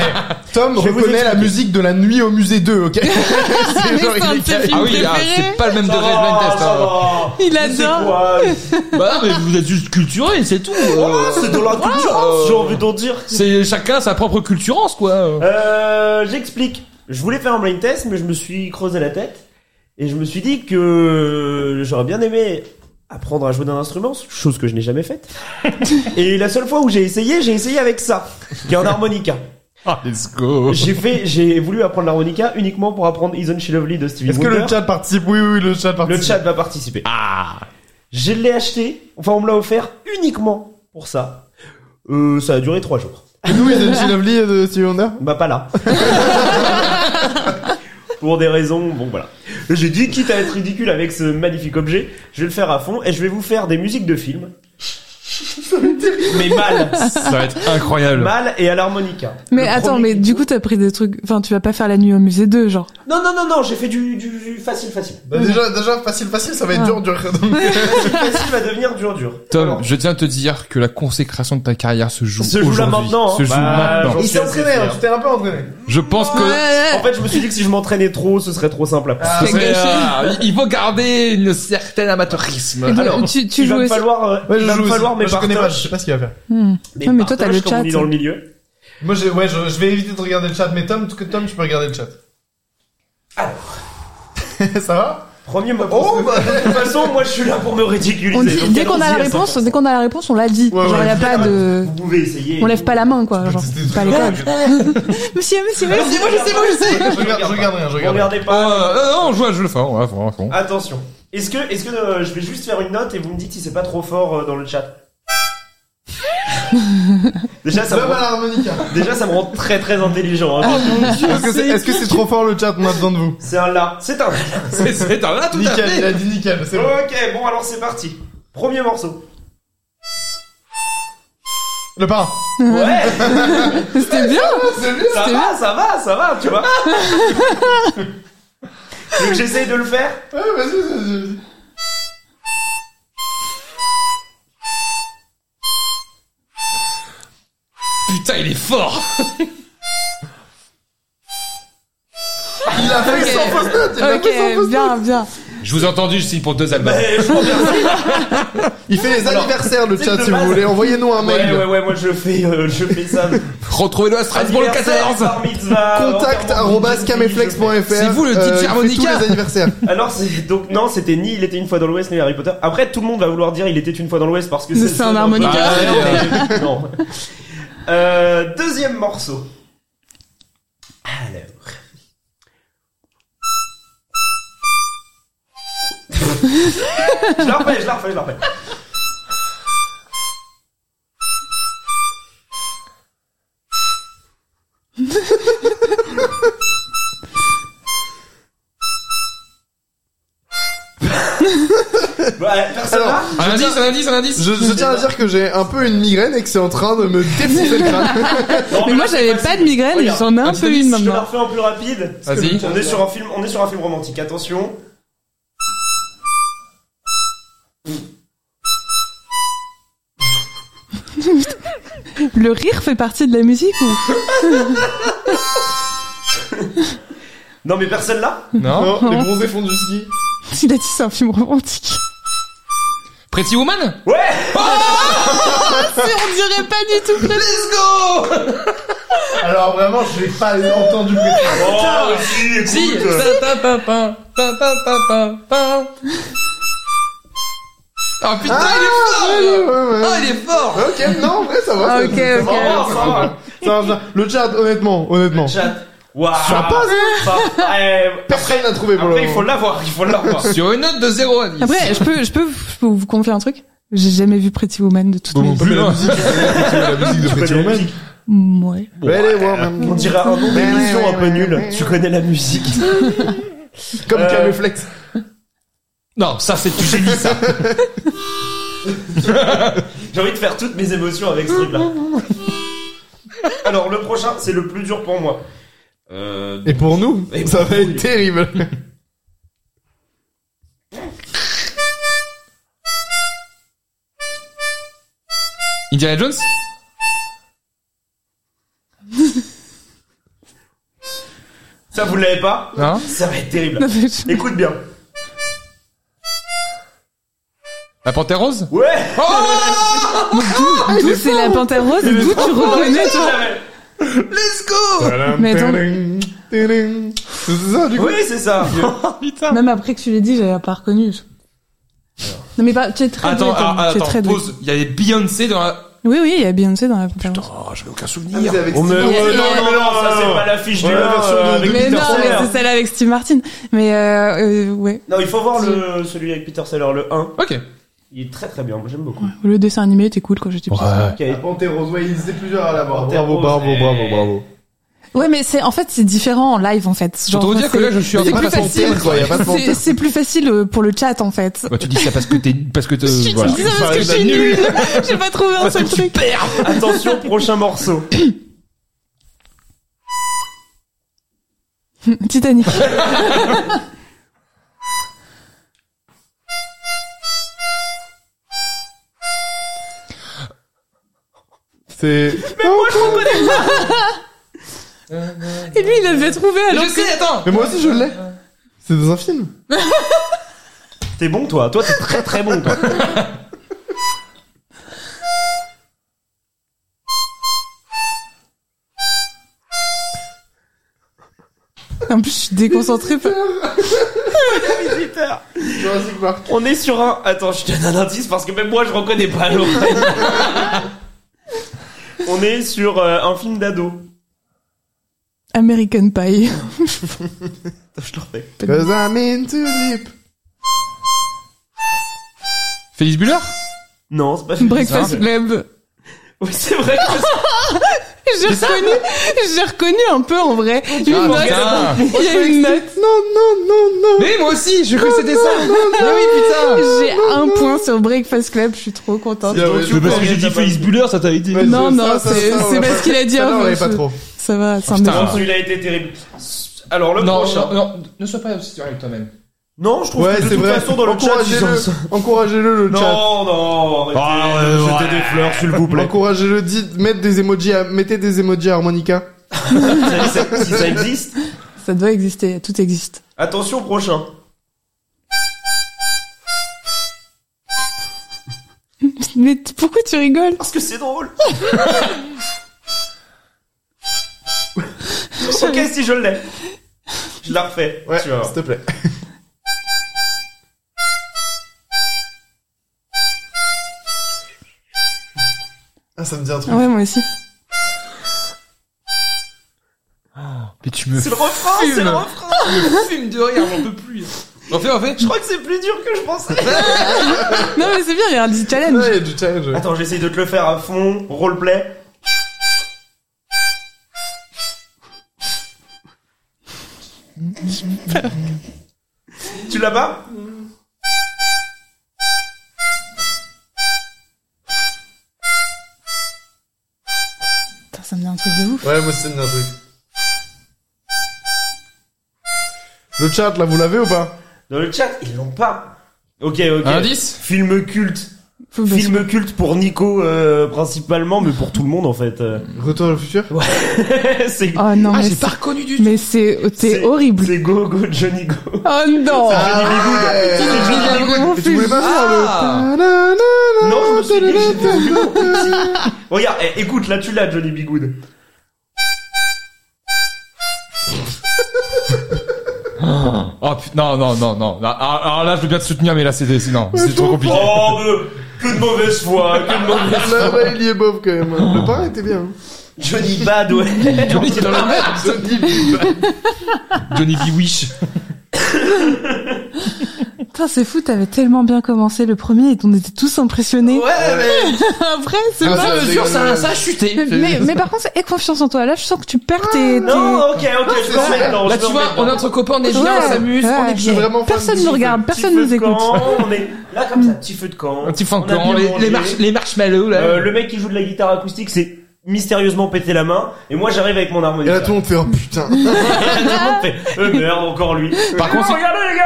C: Tom
B: Je vais vous
C: reconnaît la
B: expliquer.
C: musique de la nuit au musée 2, ok
E: Mais
C: genre,
E: c'est un
C: il
E: de
C: est
E: ses
C: calé.
E: films
D: ah oui, ah,
E: préférés.
D: c'est pas le même
B: Ça
D: degré de
B: va,
D: blind test.
B: ça
D: hein.
B: va.
E: Il
B: C'est
E: adore.
B: quoi
D: Bah mais vous êtes juste culturé, Oh, c'est tout. euh.
B: Ah, C'est de la culture, j'ai envie d'en dire.
D: C'est chacun sa propre culturance, quoi.
B: Euh, j'explique. Je voulais faire un blind test, mais je me suis creusé la tête. Et je me suis dit que j'aurais bien aimé apprendre à jouer d'un instrument, chose que je n'ai jamais faite. et la seule fois où j'ai essayé, j'ai essayé avec ça, qui est un harmonica.
D: Ah, let's go.
B: J'ai fait, j'ai voulu apprendre l'harmonica uniquement pour apprendre Isn't She Lovely de Stevie
C: Est-ce que
B: Wonder.
C: le chat participe Oui, oui, oui, le chat
B: Le
C: participe.
B: chat va participer.
D: Ah.
B: Je l'ai acheté, enfin on me l'a offert uniquement pour ça. Euh, ça a duré trois jours.
C: Et nous, ils ont Lovely de Stevie Wonder
B: Bah pas là. Pour des raisons, bon voilà. J'ai dit quitte à être ridicule avec ce magnifique objet, je vais le faire à fond et je vais vous faire des musiques de films. mais mal.
D: Ça va être incroyable.
B: Mal et à l'harmonica.
E: Mais
B: Le
E: attends,
B: premier-
E: mais du coup, t'as pris des trucs. Enfin, tu vas pas faire la nuit au musée 2, genre.
B: Non, non, non, non, j'ai fait du, du, du facile, facile.
C: Bah, déjà, déjà, facile, facile, ça va être
E: Ah.
C: dur, dur.
B: Facile, facile va devenir dur, dur.
D: Tom,
B: Alors,
D: je tiens à te dire que la consécration de ta carrière se joue
B: Se joue là
D: aujourd'hui.
B: maintenant, hein.
D: Se joue
B: Bah,
D: maintenant.
B: j'en-
C: Il s'est entraîné, hein, tu t'es un peu entraîné.
D: Je pense que
B: En fait, je me suis dit que si je m'entraînais trop, ce serait trop simple après.
D: ce
E: c'est
D: serait,
E: gâché.
D: euh, il faut garder une certaine amateurisme.
E: Et donc,
D: Alors,
E: tu, tu
B: Il va
E: joues
B: me
E: aussi.
B: falloir, euh,
C: Ouais,
B: il
C: je
B: va
C: joue
B: me
C: aussi.
B: falloir mes
C: Moi, je connais pas, je
B: partages.
C: sais pas ce qu'il va faire.
E: Hmm.
B: Mes
E: Ouais, mais toi, t'as
B: partages,
E: le
B: comme on
E: chat.
B: dit dans le milieu.
C: Moi, je, ouais, je, je vais éviter de regarder le chat, mais Tom, que Tom, tu peux regarder le chat. ça va
B: Premier moment.
C: Oh, bah,
B: de toute façon, moi, je suis là pour me ridiculiser.
E: On dit-
B: donc
E: dès qu'on a la
B: allons-y à
E: réponse,
B: 100%.
E: dès qu'on a la réponse, on l'a dit.
C: Ouais,
E: genre,
C: ouais,
E: y a pas de.
B: Vous pouvez essayer.
E: On lève pas la main, quoi. Genre,
C: C'était-
E: c'est pas les
C: Ouais.
E: codes. monsieur, monsieur, monsieur, moi, je sais, moi, je sais.
C: je regarde, je regarde rien, je regarde. rien.
B: Regardez Oh.
D: euh,
B: pas.
D: euh, non, je, vois, je le fais. on va, on va, on va.
B: Attention. Est-ce que, est-ce que euh, je vais juste faire une note et vous me dites si c'est pas trop fort euh, dans le chat Déjà ça, me
C: Tom à
B: rend,
C: l'harmonica.
B: déjà, ça me rend très très intelligent.
E: Ah,
B: hein.
C: Est-ce que c'est est-ce que c'est trop fort le chat On a besoin de vous.
B: C'est un là. C'est un.
D: C'est- C'est un là tout à
C: Nickel, il
D: fait.
C: a dit nickel, c'est bon.
B: Ok, bon alors c'est parti. Premier morceau.
C: Le parrain.
B: Ouais,
E: C'était bien.
B: ça
E: C'était
B: va, ça va, ça va, tu vois. Tu veux que j'essaye de le faire
C: Ouais, vas-y, vas-y, vas-y.
D: Putain, il est fort.
C: Il a fait
E: Ok.
C: sans fausse note, il a fait sans
E: Ok,
C: fausse note.
E: bien, bien.
D: Je vous ai entendu, je signe pour
E: Ah
D: deux
E: bah.
D: albums.
B: Eh, je vous remercie.
C: Il fait les
B: Alors,
C: anniversaires le
B: c'est
C: chat
B: de
C: si vous
B: base.
C: voulez, envoyez-nous un
B: Ouais,
C: mail.
B: ouais, ouais, moi je fais, euh, je fais ça.
D: Retrouvez-le à Strasbourg le 14.
B: Anniversaire, bar mitzvah,
C: Contact
B: enterrement de
C: arobase
B: Jésus,
C: cameflex.fr.
D: C'est vous le
C: Euh,
D: DJ
C: il fait
D: harmonica.
C: tous les anniversaires.
B: Alors c'est donc non, c'était ni il était une fois dans l'Ouest ni Harry Potter. Après tout le monde va vouloir dire il était une fois dans l'Ouest parce que
E: Mais
B: le
E: c'est
B: seul
E: un
B: dans-
E: harmonica. Ah,
B: Bah, ouais, mais- non. Euh, deuxième morceau. Alors. je la refais, je la refais, je la refais. Bah, personne
C: Alors,
B: là
D: Un indice, un indice, un indice.
C: Je, je tiens à dire que j'ai un peu une migraine et que c'est en train de me défoncer le crâne.
B: Non,
E: Mais moi,
B: là, c'est
E: j'avais
B: facile.
E: pas de migraine et
B: Regarde,
E: j'en ai un
D: un
E: peu
D: petit
E: une
B: Je la
E: maintenant.
B: refais en plus rapide.
D: Vas-y.
B: On est sur un film, on est sur un film romantique. Attention.
E: Le rire fait partie de la musique ou
B: Non mais personne là.
D: Non.
C: Non, les bronzés font du ski.
E: il a dit c'est un film romantique
D: Pretty Woman. Oh Ah,
B: Ouais.
E: Si, on dirait pas du tout.
D: Let's go.
C: Alors vraiment, je l'ai pas entendu.
B: Oh, si, écoute.
D: Si. Ta, ta, ta, ta, ta, ta, ta, ta, ta. Ah putain,
C: Ah,
D: il est
C: ouais,
D: fort.
C: ouais, ouais.
D: Ah, il est fort.
C: Ok, non, en vrai, ça va.
E: Ah,
C: ça-
E: ok,
C: ça
E: ok.
B: Au
C: va,
B: revoir, au revoir.
C: Ça marche bien. Le chat, honnêtement, honnêtement.
B: Chat. Waouh.
C: Ça passe. hein.
B: Ça- eh,
C: Personne n'a trouvé pour le
B: Ah. Après il faut
C: moment.
B: l'avoir, il faut l'avoir.
D: Sur une note de 0 à 10.
E: Après, je peux, je peux, vous- je peux vous confier un truc. J'ai jamais vu Pretty Woman de toute ma vie.
D: plus, hein.
C: la musique de Pretty
B: connais la
C: Woman.
B: musique.
E: Mm, Ouais.
C: Allez, Woman.
B: On dirait un nom d'émission un peu nul. Tu connais la musique.
C: Comme
B: Euh,
C: Camuflex.
D: Non, ça c'est du génie ça.
B: J'ai envie de faire toutes mes émotions avec ce truc là. Alors le prochain, c'est le plus dur pour moi. Euh,
C: Et pour nous,
B: Et
C: ça
B: pour
C: va
B: vous,
C: être terrible.
D: Indiana Jones
B: ça vous l'avez pas
D: Non
B: Ça va être terrible.
E: Non, mais je-
B: Écoute bien.
D: La Panthère Rose
B: Ouais.
E: D'où c'est la panthère rose et d'où tu
B: Oh,
E: reconnais toi
D: Let's go
E: Mais attends.
C: C'est ça, du coup.
B: Oui, c'est ça.
D: Oh,
E: Même après que tu l'aies dit, j'avais pas reconnu. je- Non mais pas, tu es très
D: Attends,
E: doué, Tom,
D: ah,
E: tu es
D: attends,
E: très doué.
D: pause. Il y avait Beyoncé dans la...
E: Oui, oui, il y a Beyoncé dans la panthère rose.
D: Oh, j'avais aucun
C: Ah, mais
D: souvenir.
C: c'est avec
B: On me...
C: Steve
E: Mais-
B: ouais, non,
E: mais-
B: non, non, ça c'est pas l'affiche du
C: Ouais, la version de-
B: avec
C: de
E: Mais
B: Peter
E: non, mais
B: Sellers.
E: c'est celle avec Steve Martin. Mais euh, euh, ouais,
B: Non, il faut voir le, celui avec Peter Seller, le 1.
D: Ok.
B: Il est très très bien, moi j'aime beaucoup.
E: le dessin animé était cool quand j'étais petite.
B: Ok.
C: Panthère Rose, ouais, ils étaient plusieurs à l'avoir.
B: Panthère
C: Bravo,
B: Rose,
C: bravo,
B: eh.
C: bravo, bravo.
E: Ouais, mais c'est en fait c'est différent en live en fait.
D: J'entends vous dire
E: c'est-
D: que là, je suis un
E: c'est
D: peu
E: plus
D: pas
E: facile.
D: sentir, quoi, y a pas de
E: C'est- C'est plus facile euh, pour le chat en fait.
D: Bah, tu dis ça parce que t'es, parce que t'es,
E: Chut,
D: voilà.
E: je dis ça parce que je suis nulle. J'ai pas trouvé un seul truc.
B: Attention, prochain morceau.
E: Titanic.
F: C'est
E: Et lui, il l'avait trouvé alors
D: Je sais, attends!
F: Mais moi aussi je l'ai. C'est dans un film.
B: T'es bon, toi. Toi, t'es très très bon, toi.
E: En plus, je suis déconcentrée.
F: Jurassic Park.
B: On est sur un. Attends, je te donne un indice parce que même moi, je reconnais pas l'autre. On est sur euh, un film d'ado.
E: American Pie.
B: Attends, je le refais.
F: Cause I'm in too deep.
D: Félix Buller?
B: Non, c'est pas film
E: Breakfast
B: d'ado.
E: Club.
B: Oui, c'est vrai que
E: J'ai reconnu, j'ai reconnu un peu en vrai. Une
D: Ah,
E: note.
D: putain.
E: Il y a une note.
F: Non non non non.
D: Mais moi aussi, je crois que c'était ça! Ah oui, putain!
E: J'ai un point sur Breakfast Club. Je suis trop
C: Ah,
E: contente.
F: Yeah, ouais,
B: c'est. Parce que j'ai dit Félix Buller, ça t'avait dit.
F: ouais,
E: Non,
F: ça,
E: non,
F: ça, ça,
E: c'est
F: ça, on
E: c'est
F: l'a
E: parce qu'il a dit.
F: Ah non, on
E: un
F: l'avait
E: peu.
F: pas trop.
E: Ça va, c'est un
F: Ah.
D: putain.
E: mélange.
B: Celui-là a été terrible. Alors, le
D: Non,
B: prochain.
D: non, non, ne sois pas aussi sérieux avec toi-même.
B: Non, je trouve
F: Ouais,
B: que de
F: c'est
B: toute
F: vrai.
B: façon, dans le chat, ils ont ça.
F: Encouragez-le. Encouragez-le le chat. Ah,
B: Non, non, arrêtez, jetez des fleurs, s'il vous plaît.
F: Encouragez-le, dites, mettez des emojis, à, mettez des emojis à harmonica.
B: Ça, ça- si ça existe.
E: Ça doit exister. Tout existe.
B: Attention, prochain.
E: Mais t- pourquoi tu rigoles
B: Parce que c'est drôle. ok, si je l'ai. Je la refais.
F: Ouais,
B: tu vas voir.
F: s'il te plaît. Ah, ça me dit un truc.
E: Ah Ouais, moi aussi.
D: Mais tu me
B: C'est le refrain, c'est le refrain.
D: fumes de rire, j'en peux plus. En fait, en fait,
B: Je crois que c'est plus dur que je pensais.
E: Non, mais c'est bien, il y a un petit challenge.
F: Ouais, il y a du challenge.
B: Attends, j'essaye de te le faire à fond. Roleplay. tu l'as pas
E: Putain, ça me dit un truc de ouf.
F: Ouais, moi aussi, ça me dit un truc. Le chat, là, vous l'avez ou pas
B: Dans le chat, ils l'ont pas. Ok, ok.
D: Un indice
B: Film culte.
E: Faut que je-
B: Film culte pour Nico euh, principalement, mais pour tout le monde en fait. euh.
F: Retour à le futur
B: c'est
E: Oh non,
D: Ah,
E: mais
D: j'ai
E: c'est-
D: pas reconnu du tout.
E: mais c'est
B: c'est-
E: c'est horrible.
B: C'est go go Johnny go.
E: Oh non.
C: Ah,
F: ouais.
E: Mais il a vraiment
F: Mais
E: fait-
F: tu voulais pas faire
D: Ah.
F: le... Ta-da-da-da.
B: Non, je me suis dit que j'étais plus gros petit. Regarde, eh, écoute, là tu l'as Johnny Bigood.
D: Oh putain, non, non, non, non. Là, Alors, alors là, je veux bien te soutenir, mais là, c'est, c'est- non, c'est trop compliqué.
B: Oh, euh, que de mauvaise foi, que de mauvaise
F: Là-bas, il y est bof, quand même. Le parrain était bien.
C: hein.
B: Johnny Bad, ouais.
D: Johnny Oh, dans la merde. Johnny B. Wish.
E: Ah. Putain, c'est fou, t'avais tellement bien commencé le premier et on était tous impressionnés.
D: Ah,
B: Ouais, mais
E: Après, c'est
F: Ah,
E: pas...
F: ça, c'est-
D: a chuté.
E: Mais, mais par contre, aie confiance en toi. Là, je sens que tu perds tes...
B: Ah, non, ok, ok, je peux remettre non,
D: Là,
B: je peux
D: tu vois,
B: remettre
D: on est
B: non.
D: entre copains, on est
E: tes...
D: bien,
E: Ouais,
D: on s'amuse.
E: ouais.
F: Je suis vraiment fan
E: Personne
F: de
E: nous
F: ce
E: regarde,
B: Petit
E: personne
B: feu
E: nous
B: de
E: écoute.
B: camp, on est là comme ça, petit feu de camp.
D: Un petit fan
B: On a bien
D: les,
B: mangé.
D: les, marsh- les marshmallows, là.
B: Euh, le mec qui joue de la guitare acoustique, c'est mystérieusement pété la main, et moi j'arrive avec mon
F: Et
B: harmonica.
F: là, tout le monde fait, oh putain.
B: Tout le monde fait, euh, merde, encore lui.
D: Par contre, si-
B: Regardez les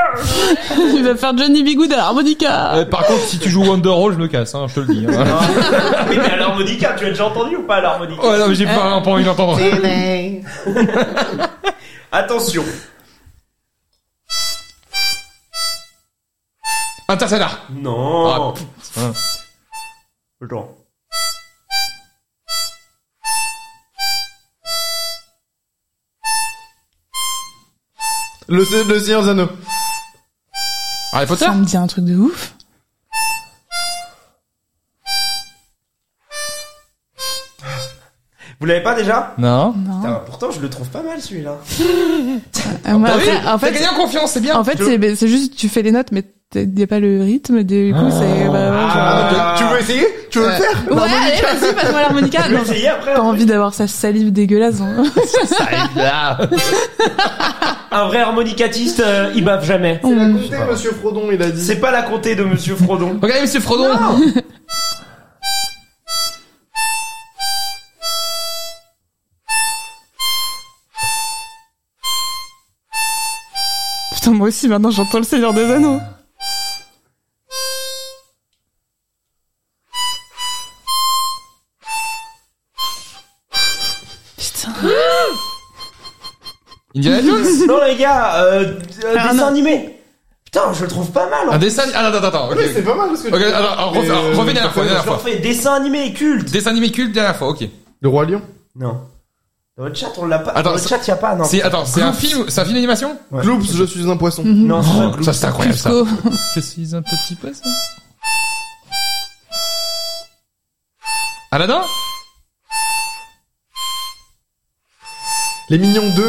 B: gars
E: Il va faire Johnny Bigood à l'harmonica.
D: euh, par contre, si tu joues Wonderwall, je me casse, hein, je te le dis. hein.
B: Mais à l'harmonica, tu as déjà entendu ou pas à l'harmonica
D: Oh non, mais j'ai pas, pas envie d'entendre.
B: Attention
D: Interstellar.
B: Non
D: Ah, putain.
B: Attends.
F: Le, le Seigneur des Anneaux.
D: Harry Potter.
E: Ça me dit un truc de ouf.
B: Vous l'avez pas déjà
D: Non.
E: Non.
B: Putain, Pourtant, je le trouve pas mal celui-là.
E: Euh, moi,
D: T'as
E: après,
D: vu
E: en
D: T'as
E: fait,
D: gagné hein, en confiance, c'est bien.
E: en fait, c'est c'est ben, juste tu fais les notes, mais n'y a pas le rythme, du coup, c'est vraiment genre...
C: Ah, tu veux essayer Tu veux le faire
E: Ouais, allez, vas-y, passe-moi l'harmonica. Non,
B: Essayez après. hein.
E: T'as envie d'avoir sa salive dégueulasse. hein.
B: Un vrai harmonicatiste, euh, il bave jamais.
E: Oh.
C: Il a compté, monsieur Frodon, il a dit.
B: C'est pas la comté de Monsieur Frodon.
D: Regardez Monsieur Frodon.
E: Putain, moi aussi, maintenant, j'entends le Seigneur des Anneaux. Putain.
D: Indiana Jones.
B: non les gars, euh, euh,
E: Ah,
B: dessin
E: non.
B: animé. Putain, je le trouve pas mal.
D: Un
B: hein.
D: dessin. Ah, attends, attends, attends. ok.
C: Oui, c'est pas mal parce que.
D: Ok, alors, alors, revenez-
C: Mais,
D: alors,
C: euh,
D: revenez à la fois, dernière
B: Je leur
D: fois.
B: fais dessin animé et culte.
D: Dessin animé culte, dernière fois, ok.
C: Le roi lion.
B: Non. Dans le chat, on l'a pas.
D: Attends,
B: Dans le
D: c'est-
B: chat, y a pas non.
D: C'est, attends, c'est un film, c'est un film d'animation?
B: Ouais.
C: Gloops, je suis un poisson.
B: Non, c'est pas
D: Oh,
B: Gloob.
D: ça, c'est incroyable, ça.
E: Cusco.
D: Je suis un petit poisson. Aladdin?
C: Les Mignons 2.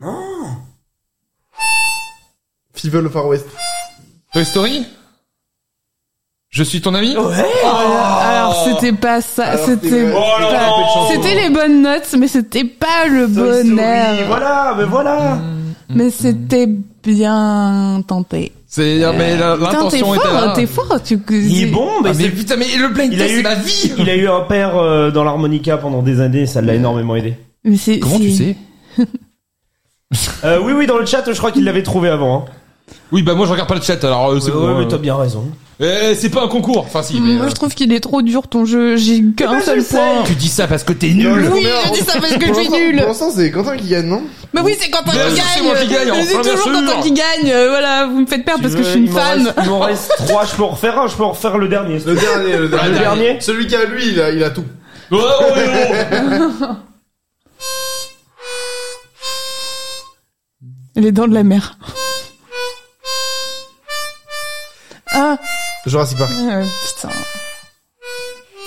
C: Non. Fever le Far West.
D: Toy Story? Je suis ton ami?
B: Ouais.
D: Oh.
E: Alors, c'était pas ça.
C: Alors,
E: C'était
C: c'était-
B: Oh là
E: pas-
B: là.
E: C'était les bonnes notes, mais c'était pas le
B: Toy Story,
E: bon
B: oh,
E: air.
B: Voilà, mais voilà.
D: Mm-hmm.
E: Mais c'était bien tenté.
D: C'est, mais la-
E: Putain, t'es
D: l'intention était là.
E: fort, t'es fort. Tu...
B: Il est bon, mais,
D: Ah, mais
B: c'est-
D: putain, mais le blind
B: il a
D: test,
B: eu
D: c'est ma vie!
B: Il a eu un père euh, dans l'harmonica pendant des années, ça l'a énormément aidé.
E: Mais c'est-
D: Comment
E: c'est-
D: tu sais?
B: Euh, oui, oui, dans le chat, je crois qu'il l'avait trouvé avant. hein.
D: Oui, bah, moi, je regarde pas le chat, alors, euh, c'est bon, euh.
B: bien raison.
D: Eh, c'est pas un concours. Enfin, si, mais.
E: Mm, Moi,
D: euh, Eh ben,
E: je trouve qu'il est trop dur ton jeu. J'ai qu'un seul point.
D: Tu dis ça parce que t'es
C: Non,
D: nul.
C: le
E: Oui,
C: premier,
E: je dis ça parce que
C: pour
E: je suis
C: l'instant-
E: nul.
C: Pour l'instant, c'est Quentin qui gagne, non
E: Mais oui, c'est Quentin
D: Bien
E: qui
D: sûr, c'est moi qui gagne,
E: gagne.
D: enfin,
E: C'est
D: bien
E: toujours Quentin
D: sûr.
E: qui gagne. euh, Voilà, vous me faites perdre parce que je suis une fan.
B: Il m'en reste trois, je peux en refaire un, je peux en refaire le dernier.
C: Le dernier,
D: Ah,
C: le
B: Le
C: dernier.
B: dernier
C: Celui qui a lui, il a, il a tout.
D: Oh, oh, oh.
E: Les dents de la mer. Ah,
C: Jurassic Park.
E: euh, putain.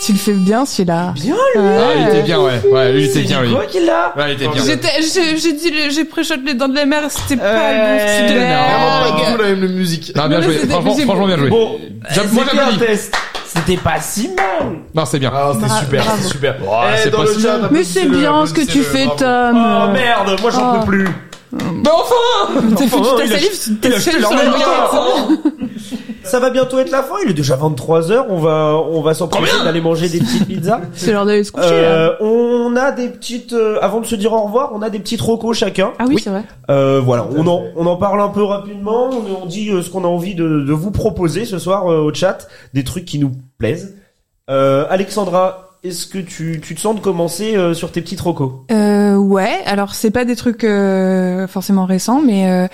E: Tu le fais bien celui-là.
B: Bien,
D: Ah, il
E: Ouais.
D: était bien, ouais. Ouais, lui, il était
B: C'est
D: bien, lui.
B: quoi qu'il a
D: Ouais, il était bien.
E: J'étais, j'ai, j'ai dit, le- j'ai pré-shot les dents de la mer, c'était pas
B: Euh,
E: le bon style.
D: non.
C: Vraiment
E: Ah,
C: pas du tout la même musique.
D: Non, Ah, bien
E: Non, mais
D: joué.
E: c'était-
D: Franchement,
E: j'ai-
D: franchement, bien joué.
B: Bon,
D: J'aime- Euh, moi,
B: c'était
D: j'aime
B: un
D: bien.
B: test. C'était pas si mal.
D: Non, c'est bien.
C: Ah, c'était
E: Bra-
C: super,
E: bravo.
C: c'était super.
D: Oh,
C: Eh,
D: c'est
C: dans
D: pas
C: le
D: si
C: chat,
D: mal. Ah,
E: Mais c'est
C: applaudissez-le,
E: bien ce que tu
C: applaudissez-le,
E: fais,
C: bravo.
E: Tom.
B: Oh merde, moi j'en
E: Ah.
B: peux plus.
D: Mais enfin!
E: T'as fait
B: Oh,
E: toute ta
B: il a-
E: salive,
B: il a
E: t'as
B: jeté
E: fait
B: leur
E: sur la
B: merde.
E: moquette.
B: Ça va bientôt être la fin, il est déjà 23h, on va on va s'empresser d'aller manger des petites pizzas.
E: C'est l'heure d'aller se coucher, là.
B: Euh, on a des petites euh, avant de se dire au revoir, on a des petits rocos chacun.
E: Ah oui, c'est vrai.
B: Euh, voilà, on en, on en parle un peu rapidement, on, on dit euh, ce qu'on a envie de, de vous proposer ce soir euh, au chat, des trucs qui nous plaisent. Euh, Alexandra, est-ce que tu, tu te sens de commencer euh, sur tes petits trocos
E: Euh, ouais, alors c'est pas des trucs euh, forcément récents, mais... Euh,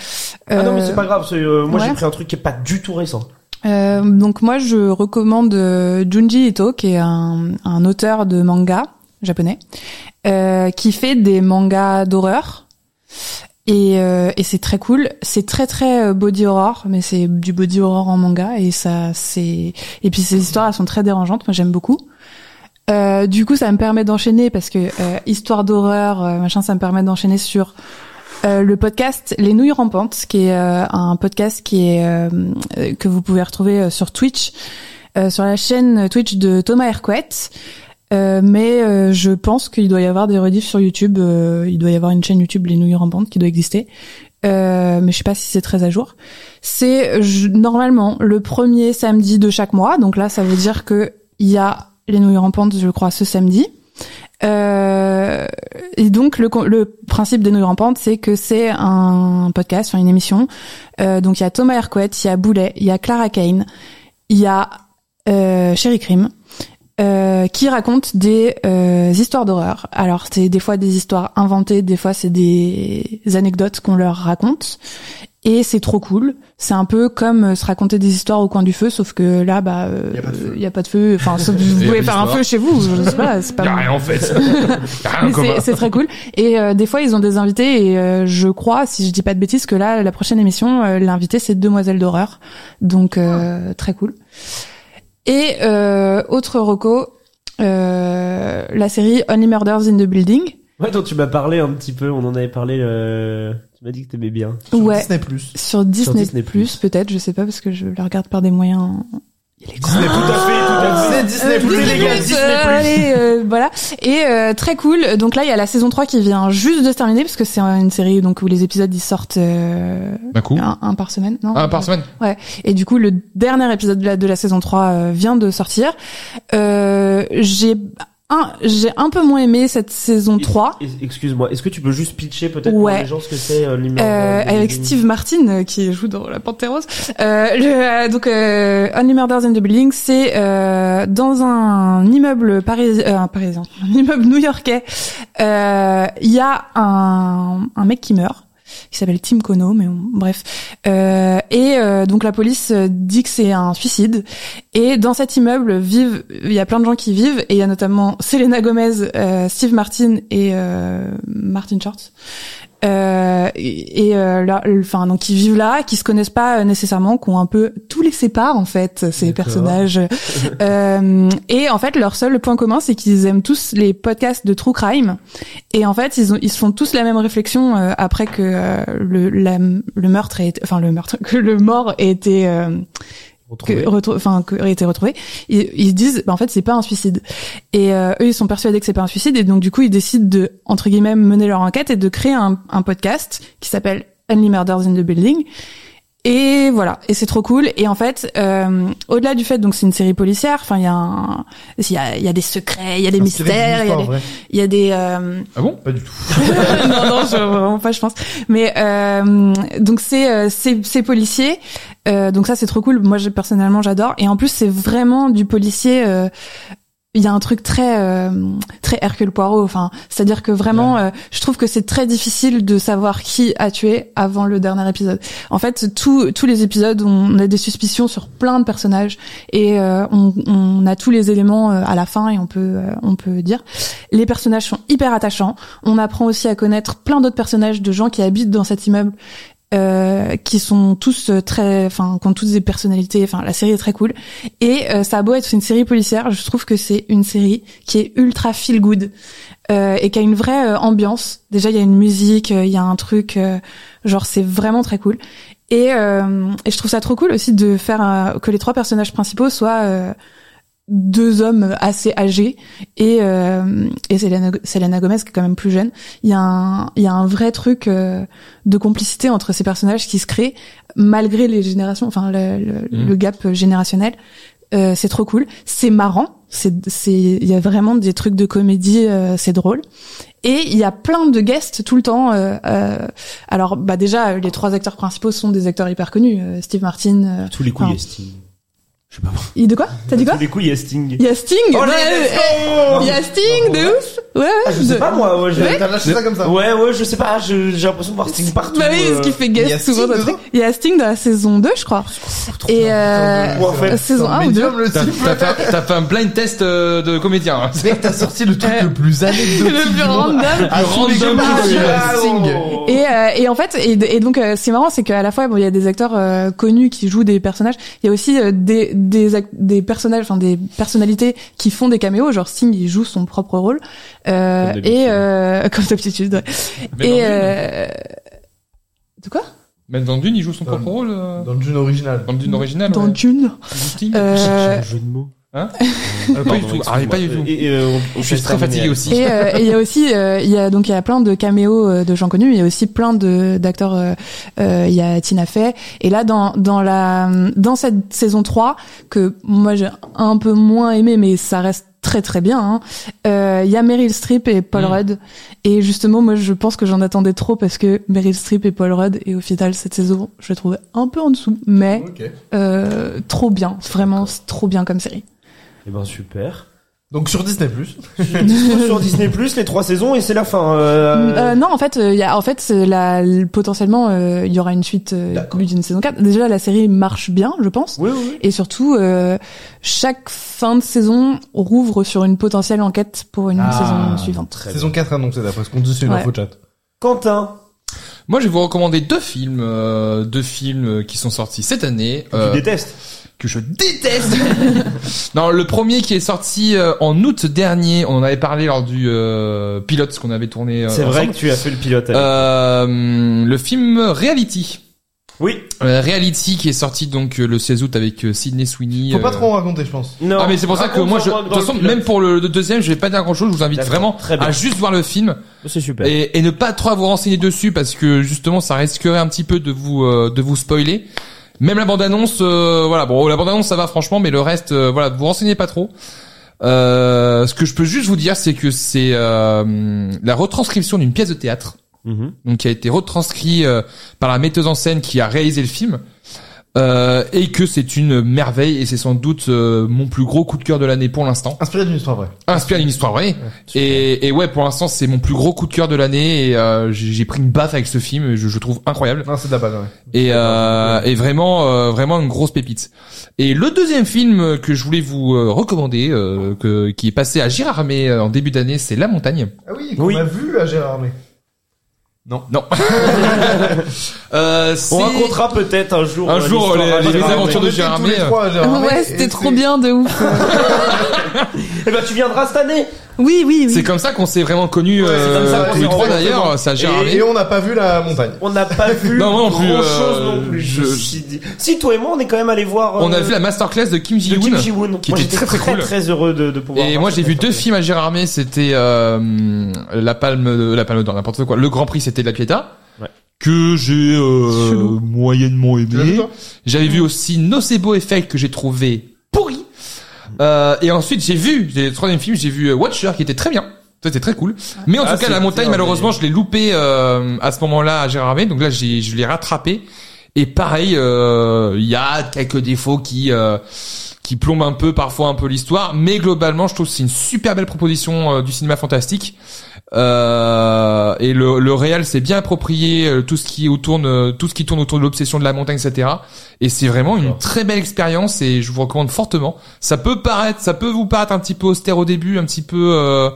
B: Ah non mais
E: euh,
B: c'est pas grave, c'est, euh, moi j'ai
E: ouais.
B: pris un truc qui est pas du tout récent.
E: Euh, donc moi je recommande euh, Junji Ito qui est un, un auteur de manga japonais euh, qui fait des mangas d'horreur et, euh, et c'est très cool c'est très très euh, body horror mais c'est du body horror en manga et ça c'est et puis ces histoires elles sont très dérangeantes moi j'aime beaucoup euh, du coup ça me permet d'enchaîner parce que euh, histoire d'horreur euh, machin ça me permet d'enchaîner sur euh, le podcast Les Nouilles Rampantes, qui est euh, un podcast qui est euh, euh, que vous pouvez retrouver euh, sur Twitch, euh, sur la chaîne Twitch de Thomas Hercouet. Euh, mais euh, je pense qu'il doit y avoir des rediffs sur YouTube. euh, il doit y avoir une chaîne YouTube Les Nouilles Rampantes qui doit exister. Euh, mais je sais pas si c'est très à jour. C'est euh, je- normalement le premier samedi de chaque mois. Donc là, ça veut dire que il y a les nouilles rampantes, je crois, ce samedi. Euh, et donc le, con- le principe des nouilles rampantes, c'est que c'est un podcast, enfin une émission. Euh, donc il y a Thomas Hercouet, il y a Boulet, il y a Clara Kane, il y a euh, Sherry Crime, euh, qui raconte des euh, histoires d'horreur. Alors c'est des fois des histoires inventées, des fois c'est des anecdotes qu'on leur raconte. Et c'est trop cool. C'est un peu comme euh, se raconter des histoires au coin du feu, sauf que là, bah,
C: Y
E: il
C: a pas de feu.
E: y a pas de feu. Enfin, sauf que
D: Y
E: vous
D: a pas
E: pouvez faire un
D: d'histoire.
E: feu chez vous. Je sais pas, c'est pas.
D: Y'a
E: mon-
D: rien en fait. Y'a rien Ah, en
E: Ah. mais c'est-
D: commun.
E: C'est très cool. Et euh, des fois, ils ont des invités. Et euh, je crois, si je dis pas de bêtises, que là, la prochaine émission, euh, l'invité, c'est Demoiselle d'horreur. Donc, euh, très cool. Et euh, autre reco, euh, la série Only Murders in the Building.
B: Ouais, dont tu m'as parlé un petit peu, on en avait parlé. Euh... Tu m'as dit que t'aimais bien.
E: ouais.
F: Disney Plus.
E: Sur Disney,
B: Disney+,
E: Plus, peut-être, je sais pas, parce que je le regarde par des moyens. Il est
B: Disney, tout à fait, tout à fait.
E: Euh,
B: Plus les gars,
E: Plus,
B: Disney+.
E: euh, allez, euh, voilà. Et euh, très cool. Donc là, il y a la saison 3 qui vient juste de se terminer parce que c'est une série donc où les épisodes ils sortent euh,
D: D'un coup.
E: un, un par semaine, non
D: Un par semaine.
E: Et du coup, le dernier épisode de la, de la saison 3 euh, vient de sortir. Euh, j'ai un j'ai un peu moins aimé cette saison 3.
B: Et- Excuse-moi, est-ce que tu peux juste pitcher peut-être
E: Ouais.
B: pour les gens ce que c'est euh, l'image
E: Euh,
B: de-
E: avec
B: de-
E: Steve Martin euh, qui joue dans La Panthère Rose. Euh, le, euh, donc euh, Only Murders in the Building, c'est euh, dans un immeuble parisien, euh, parisien, un immeuble new-yorkais. euh, Il y a un, un mec qui meurt qui s'appelle Tim Kono, mais on- bref. Euh, et euh, donc la police euh, dit que c'est un suicide. Et dans cet immeuble vivent, il y a plein de gens qui vivent, et il y a notamment Selena Gomez, euh, Steve Martin et euh, Martin Short euh, et et, euh, là, le- enfin donc qui vivent là, qui se connaissent pas euh, nécessairement, qui ont un peu tous les séparent en fait ces
B: D'accord.
E: personnages. Euh, et en fait leur seul point commun c'est qu'ils aiment tous les podcasts de true crime. Et en fait ils ont ils se font tous la même réflexion euh, après que euh, le la- le meurtre ait été- enfin le meurtre que le mort ait été euh, que, retrou- enfin, qui aurait été retrouvé, ils, ils se disent, bah, en fait, c'est pas un suicide. Et euh, eux, ils sont persuadés que c'est pas un suicide, et donc du coup, ils décident de, entre guillemets, mener leur enquête et de créer un, un podcast qui s'appelle Only Murders in the Building. Et voilà, et c'est trop cool. Et en fait, euh, au-delà du fait, donc c'est une série policière. Enfin, il y a, un- il y a, il y a des secrets, il y a des
F: Inspiré d'une
E: mystères, il y
F: histoire
E: a des,
F: vraie.
E: il y a des, euh,
D: Ah bon
F: Pas du tout.
E: non, non, je, vraiment pas, je pense. Mais euh, donc c'est euh, c'est c'est policier. Euh, donc ça c'est trop cool. Moi j'ai- personnellement j'adore. Et en plus c'est vraiment du policier. euh, il y a un truc très euh, très Hercule Poirot. Enfin, c'est-à-dire que vraiment, euh, je trouve que c'est très difficile de savoir qui a tué avant le dernier épisode. En fait, tous tous les épisodes, on a des suspicions sur plein de personnages et euh, on, on a tous les éléments euh, à la fin et on peut euh, on peut dire. Les personnages sont hyper attachants. On apprend aussi à connaître plein d'autres personnages de gens qui habitent dans cet immeuble. Euh, qui sont tous euh, très, enfin, qui ont toutes des personnalités. Enfin, la série est très cool. Et euh, ça a beau être une série policière, je trouve que c'est une série qui est ultra feel good euh, et qui a une vraie euh, ambiance. Déjà, il y a une musique, euh, il y a un truc, euh, genre c'est vraiment très cool. Et, euh, et je trouve ça trop cool aussi de faire euh, que les trois personnages principaux soient euh, deux hommes assez âgés et, euh, et Selena, Selena Gomez qui est quand même plus jeune. Il y a un, il y a un vrai truc euh, de complicité entre ces personnages qui se crée malgré les générations, enfin le, le-
D: Mhm.
E: le gap générationnel. Euh, c'est trop cool, c'est marrant, c'est c'est il y a vraiment des trucs de comédie, euh, c'est drôle. Et il y a plein de guests tout le temps. euh, euh, alors bah déjà les trois acteurs principaux sont des acteurs hyper connus, euh, Steve Martin. euh,
B: Tous les coups, il y a
E: enfin,
B: Sting. Je sais pas.
E: il- de quoi T'as dit quoi
B: Tous les coups, il y a Sting.
E: Il y a Sting. bah, euh, il y a Sting de ouf. Ouais, ouais.
B: Ah, je sais
E: de-
B: pas moi, ouais, je-
E: Ouais.
F: T'as lâché ça comme ça.
B: Ouais, ouais, je sais pas, je- j'ai l'impression de voir Sting partout.
E: Bah oui,
B: euh,
E: parce qu'il fait
F: il y a
E: guest souvent.
F: Sting
E: dans le
F: dedans
E: truc. Il y a Sting dans la saison 2, je crois. Et euh,
B: Ou en fait,
E: la saison 1 ou 2.
F: Médium, le
D: T'as
F: type.
D: t'as fait, t'as fait un blind test euh, de comédien. hein.
F: Mec, t'as sorti le truc le plus anecdotique
E: Le
F: du
E: plus
F: monde.
E: random.
F: Ah, sous les
D: Random
F: gommes,
D: qui
F: il y a
B: Ah,
F: Sting.
B: oh.
E: Et, euh, et en fait, et, et donc euh, c'est marrant, c'est qu'à la fois bon, il y a des acteurs euh, connus qui jouent des personnages, il y a aussi euh, des des, ac- des personnages, enfin des personnalités qui font des caméos, genre Sting il joue son propre rôle euh,
B: Comme d'habitude.
E: et euh, comme d'habitude. ouais.
D: Mais dans
E: Et
D: Dune-
E: euh, de quoi
D: Même dans Dune, il joue son
F: Dans-
D: propre rôle. euh,
F: Dans le Dune original.
D: Dans le Dune original.
E: Dans
D: ouais.
E: Dune.
D: Sting.
E: Euh,
B: J'ai un jeu de mots.
D: Hein
B: Euh,
D: Pas du tout. Ah, pas du tout.
B: Et- et, euh, on- on
D: Je suis
B: peut
D: très
B: terminer
D: fatigué
B: avec-
D: aussi.
E: Et euh, et il y a aussi, euh, il y a donc il y a plein de caméos euh, de gens connus. Il y a aussi plein de d'acteurs. euh, euh, Il y a Tina Fey. Et là, dans dans la dans cette saison 3 que moi j'ai un peu moins aimé, mais ça reste très très bien. hein, euh, Il y a Meryl Streep et Paul
D: Mm.
E: Rudd. Et justement, moi je pense que j'en attendais trop parce que Meryl Streep et Paul Rudd et au final cette saison, je la trouvais un peu en dessous, mais
F: Ok.
E: euh, trop bien, vraiment c'est trop bien comme série.
B: Eh ben super.
F: Donc sur Disney+.
B: Dispo sur Disney Plus les trois saisons et c'est la fin. euh,
E: Euh, non, en fait, euh, il y a, en fait, c'est la, l- potentiellement, euh, il y aura une suite euh, d'une saison 4. Déjà, la série marche bien, je pense.
B: Oui, oui. oui.
E: Et surtout, euh, chaque fin de saison rouvre sur une potentielle enquête pour une
F: Ah.
E: saison suivante.
B: Très bien.
F: Saison 4
C: hein,
F: annoncée d'après ce qu'on dit, c'est une
E: Ouais.
F: info chat.
B: Quentin,
D: Moi, je vais vous recommander deux films, euh, deux films euh, qui sont sortis cette année.
B: que
D: Euh,
B: tu détestes.
D: que je déteste. non, le premier qui est sorti euh, en août dernier, on en avait parlé lors du euh, pilote qu'on avait tourné. euh,
B: C'est vrai
D: ensemble.
B: que tu as fait le pilote. avec.
D: Euh, le film Reality.
B: Oui.
D: Euh, Reality qui est sorti donc euh, le 16 août avec euh, Sydney Sweeney.
C: Faut pas
D: euh,
C: trop en raconter, je pense.
B: Non.
D: ah mais c'est pour ça que moi, je,
B: Raconte-en
D: de toute
B: dans le
D: façon,
B: pilote.
D: même pour le, le deuxième, je vais pas dire grand chose. Je vous invite
B: D'accord,
D: vraiment
B: très bien.
D: à juste voir le film
B: C'est super.
D: et, et ne pas trop vous renseigner dessus parce que justement, ça risquerait un petit peu de vous euh, de vous spoiler. Même la bande annonce, voilà. Bon, la bande annonce ça va franchement, mais le reste, euh, voilà, vous renseignez pas trop. Euh, ce que je peux juste vous dire, c'est que c'est euh, la retranscription d'une pièce de théâtre
B: Mhm.
D: donc qui a été retranscrit euh, par la metteuse en scène qui a réalisé le film. Euh, et que c'est une merveille et c'est sans doute euh, mon plus gros coup de cœur de l'année pour l'instant.
C: Inspiré d'une histoire vraie.
D: Inspiré d'une histoire vraie. et, et ouais, pour l'instant, c'est mon plus gros coup de cœur de l'année et euh, j'ai j'ai pris une baffe avec ce film. et Je, je le trouve incroyable
C: Non, c'est de la balle, ouais.
D: et, euh, et vraiment, euh, vraiment une grosse pépite. Et le deuxième film que je voulais vous euh, recommander, euh, que, qui est passé à Girardmer euh, en début d'année, c'est La Montagne.
C: Ah oui,
B: Oui.
C: on a vu à Gérard Armé.
D: Non. euh, c'est-
B: On racontera peut-être un jour.
D: Un
B: euh,
D: jour,
B: l'histoire
D: les-
B: à
D: les
B: Gérard
D: aventures
B: Armé.
D: de Gérard Armé, euh.
E: ouais, c'était trop bien de ouf.
B: Eh ben, tu viendras cette année.
E: Oui, oui, oui.
D: C'est comme ça qu'on s'est vraiment connus,
B: Ouais, c'est comme ça
D: euh,
B: qu'on
D: tous
B: s'est
D: les trois
B: rencontrés,
D: d'ailleurs, ça Gérard
C: Et, et on n'a pas vu la montagne.
B: On n'a pas vu
D: Non, moi non plus,
B: grand chose
D: euh,
B: non plus. Je...
D: je-
B: me suis dit- Si toi et moi, on est quand même allé voir.
D: On a
B: euh,
D: vu la masterclass de Kim
B: de Kim
D: Ji-Woon.
B: Ji-woon.
D: qui
B: Moi,
D: était
B: j'étais
D: très, très cool.
B: très heureux de, de pouvoir.
D: Et
B: voir
D: moi
B: ça.
D: j'ai vu deux films à Gérard Armé, c'était euh, la palme la palme d'or n'importe quoi. Le Grand Prix c'était de la Pietà
B: Ouais.
D: que j'ai euh,
E: Chelou.
D: moyennement
C: l'as vu,
D: aimé.
C: toi
D: J'avais vu aussi Nocebo Effect que j'ai trouvé pourri. Euh, et ensuite j'ai vu j'ai- le troisième film, j'ai vu euh, Watcher qui était très bien. Ça, C'était très cool. Mais en
B: Ah,
D: tout cas
B: c'est
D: la montagne
B: bien,
D: malheureusement je l'ai loupé euh, à ce moment-là à Gérard Armé, donc là j'ai- je l'ai rattrapé. Et pareil, euh, il y a quelques défauts qui euh, qui plombe un peu parfois un peu l'histoire, mais globalement je trouve que c'est une super belle proposition euh, du cinéma fantastique. Euh, et le, le réel s'est bien approprié euh, tout ce qui autourne, euh, tout ce qui tourne autour de l'obsession de la montagne, etc. Et c'est vraiment une très belle expérience et je vous recommande fortement. Ça peut paraître, ça peut vous paraître un petit peu austère au début, un petit peu. euh,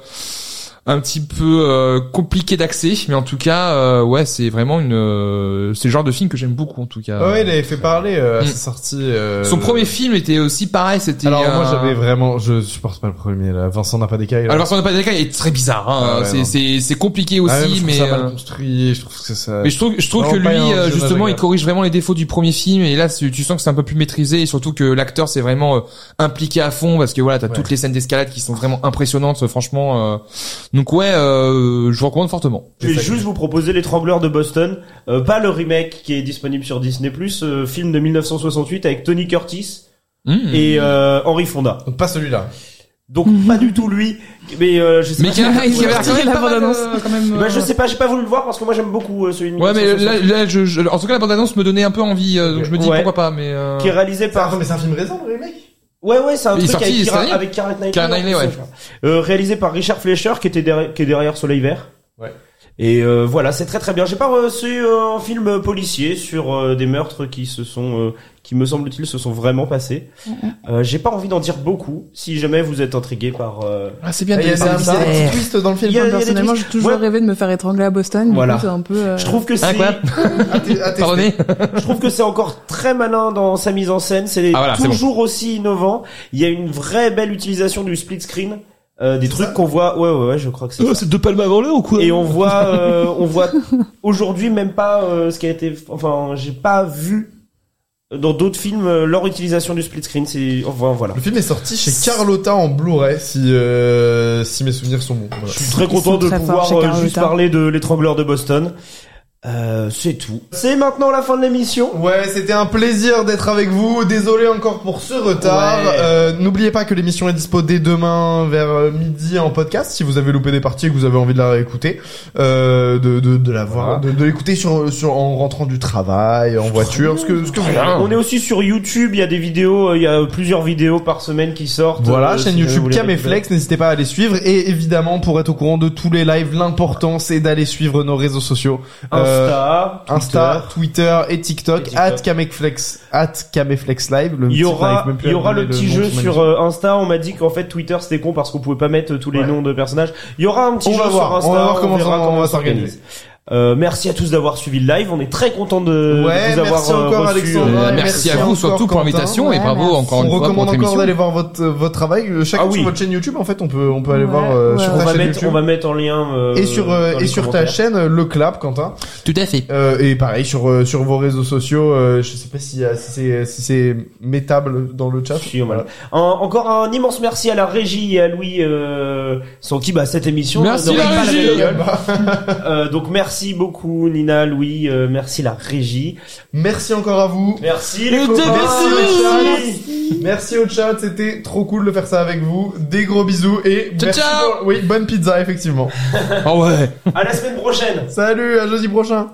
D: un petit peu euh, compliqué d'accès mais en tout cas euh, ouais c'est vraiment une euh, c'est le genre de film que j'aime beaucoup en tout cas
C: Ah Ouais, il avait fait parler euh, à
D: Ah. Mm.
C: sa sortie. euh,
D: son premier film était aussi pareil c'était
C: Alors moi
D: euh,
C: j'avais vraiment, je supporte pas le premier là. Vincent n'a pas d'écaille. là.
D: Alors, Vincent Napadeka est très bizarre. Hein.
C: Ah ouais,
D: c'est,
C: non.
D: c'est, c'est compliqué aussi,
C: Ah ouais, je trouve
D: mais.
C: ça mal
D: euh,
C: construit. Je trouve que ça.
D: Mais je trouve, je trouve
C: Non,
D: que lui,
C: pas un
D: euh,
C: Jonas
D: justement, il
C: Wagner.
D: corrige vraiment les défauts du premier film. Et là, tu tu sens que c'est un peu plus maîtrisé. Et surtout que l'acteur s'est vraiment euh, impliqué à fond. Parce que voilà, t'as
C: Ouais.
D: toutes les scènes d'escalade qui sont vraiment impressionnantes, franchement. euh. Donc ouais, euh, je vous recommande fortement.
B: Je vais juste vous proposer L'étrangleur de Boston, euh, pas le remake qui est disponible sur Disney+, euh, film de 1968 avec Tony Curtis
D: Mmh.
B: et euh, Henry Fonda.
C: Donc pas celui-là.
B: Donc pas du tout lui, mais euh, je sais
D: Mais
B: pas.
D: qui a,
E: Ils
D: qui a
E: ont
D: l'air
E: retiré
D: quand même
E: la
D: pas mal,
E: bande-annonce.
D: euh, quand même.
B: Bah, je
D: euh,
B: sais pas, j'ai pas voulu le voir parce que moi j'aime beaucoup euh, celui de
D: Ouais, mais
B: 1968,
D: là, là je, je- en tout cas, la bande-annonce me donnait un peu envie. euh, donc je me dis
B: Ouais.
D: pourquoi pas. Mais euh,
B: qui est réalisé
C: Par
B: par
C: contre, mais c'est un film récent, le remake.
B: Ouais ouais, c'est un
D: Il est
B: truc
D: sorti
B: avec,
D: cette
B: Kira-
D: année
B: avec Karen Knightley.
D: Karen Knightley,
B: en plus,
D: ouais.
B: je crois. Euh, réalisé par Richard Fleischer qui était derrière, qui est derrière Soleil Vert.
C: Ouais.
B: Et euh, voilà, c'est très très bien. J'ai pas reçu euh, un film euh, policier sur euh, des meurtres qui se sont, euh, qui me semble-t-il, se sont vraiment passés. Euh, J'ai pas envie d'en dire beaucoup. Si jamais vous êtes intrigué par, euh,
D: ah, c'est bien.
C: Ah,
D: de
C: Il y a des
D: parler de ça.
C: petits twists dans le film.
B: Il y a- il y a des
E: hein, Personnellement, j'ai toujours
B: Ouais.
E: rêvé de me faire étrangler à Boston. Du
B: Voilà.
E: coup, c'est un peu. euh,
B: je trouve que c'est,
D: Hein, quoi
C: À t- à tester.
D: Pardonnez.
B: je trouve que c'est encore très malin dans sa mise en scène. C'est
D: Ah, voilà, c'est
B: toujours aussi innovant. Il y a une vraie belle utilisation du split screen, euh, des trucs qu'on voit. Ouais ouais ouais, je crois que
E: Euh,
B: c'est. ça.
D: Oh, deux palmes avant l'heure ou quoi
B: Et on voit, euh, on voit aujourd'hui même pas euh, ce qui a été. Enfin, j'ai pas vu dans d'autres films euh, leur utilisation du split screen. C'est enfin voilà.
C: Le film est sorti chez Carlotta en Blu-ray, si euh, si mes souvenirs sont bons. Voilà.
B: Je suis très
E: Ils sont
B: content de
E: très forts
B: pouvoir
E: chez
B: euh,
E: Carlotta.
B: juste parler de l'étrangleur de Boston. Euh, c'est tout. C'est maintenant la fin de l'émission.
C: Ouais, c'était un plaisir d'être avec vous. Désolé encore pour ce retard.
B: Ouais.
C: Euh, N'oubliez pas que l'émission est dispo dès demain vers euh, midi en podcast. Si vous avez loupé des parties et que vous avez envie de la réécouter, euh, de, de, de la voir, de, de l'écouter sur, sur en rentrant du travail, en voiture, ce que ce que vous voulez.
D: bien.
B: On est aussi sur YouTube. Il y a des vidéos, euh, il y a plusieurs vidéos par semaine qui sortent.
C: Voilà,
B: Euh,
C: chaîne
B: si jamais vous
C: YouTube
B: voulez
C: Caméflex, n'hésitez pas à les suivre et évidemment pour être au courant de tous les lives, l'important c'est d'aller suivre nos réseaux sociaux. Euh,
B: Insta,
C: Insta, Twitter et
B: Et
C: TikTok,
B: TikTok.
C: at Cameflex, at Cameflex Live. Le
B: Il y
C: petit-
B: aura,
C: j'arrive même plus
B: il y
C: à
B: aura le
C: donner
B: petit
C: nom
B: jeu
C: de ce
B: sur
C: magnifique.
B: euh, Insta. On m'a dit qu'en fait Twitter c'était con parce qu'on pouvait pas mettre tous les
C: Ouais.
B: noms de personnages. Il y aura un petit
C: On
B: jeu
C: va
B: sur
C: voir,
B: Insta.
C: on va voir comment
B: verra
C: ça- on va s'organiser.
B: Euh, merci à tous d'avoir suivi le live. On est très content de,
C: Ouais,
B: de vous avoir
C: merci
B: euh,
C: encore,
B: reçu,
C: Alexandre.
B: euh,
C: Ouais,
D: merci,
C: merci
D: à vous
C: encore,
D: surtout pour
C: Quentin.
D: l'invitation et
E: Ouais,
D: bravo
E: merci.
D: encore
C: On
D: une fois
C: recommande
D: pour votre
C: encore
D: émission.
C: d'aller voir votre votre travail. Euh, Chacun
B: Ah oui.
C: sur votre chaîne YouTube, en fait, on peut on peut aller
E: Ouais,
C: voir euh,
E: ouais.
C: sur
B: on
C: ta
B: va
C: chaîne
B: mettre,
C: YouTube.
B: on va mettre en lien euh,
C: Et sur euh,
B: dans
C: et
B: les
C: sur ta
B: commentaires.
C: chaîne euh, le clap, Quentin.
D: Tout à fait.
C: Euh, et pareil sur euh, sur vos réseaux sociaux. euh, je sais pas si euh, si c'est si c'est mettable dans le chat.
B: Si, on va le- En- encore un immense merci à la régie et à Louis euh, sans qui bah cette émission
D: Merci,
B: n'aurait
D: la
B: pas
D: régie.
B: même gueule. Euh, donc merci beaucoup Nina, Louis, euh, merci la régie.
C: Merci encore à vous.
B: Merci les
D: Et
B: copains.
D: merci,
C: Merci au chat, c'était trop cool de faire ça avec vous. Des gros bisous et
D: Ciao,
C: merci
D: ciao.
C: pour- oui, bonne pizza effectivement.
D: Oh ouais.
B: À la semaine prochaine.
C: Salut, à jeudi prochain.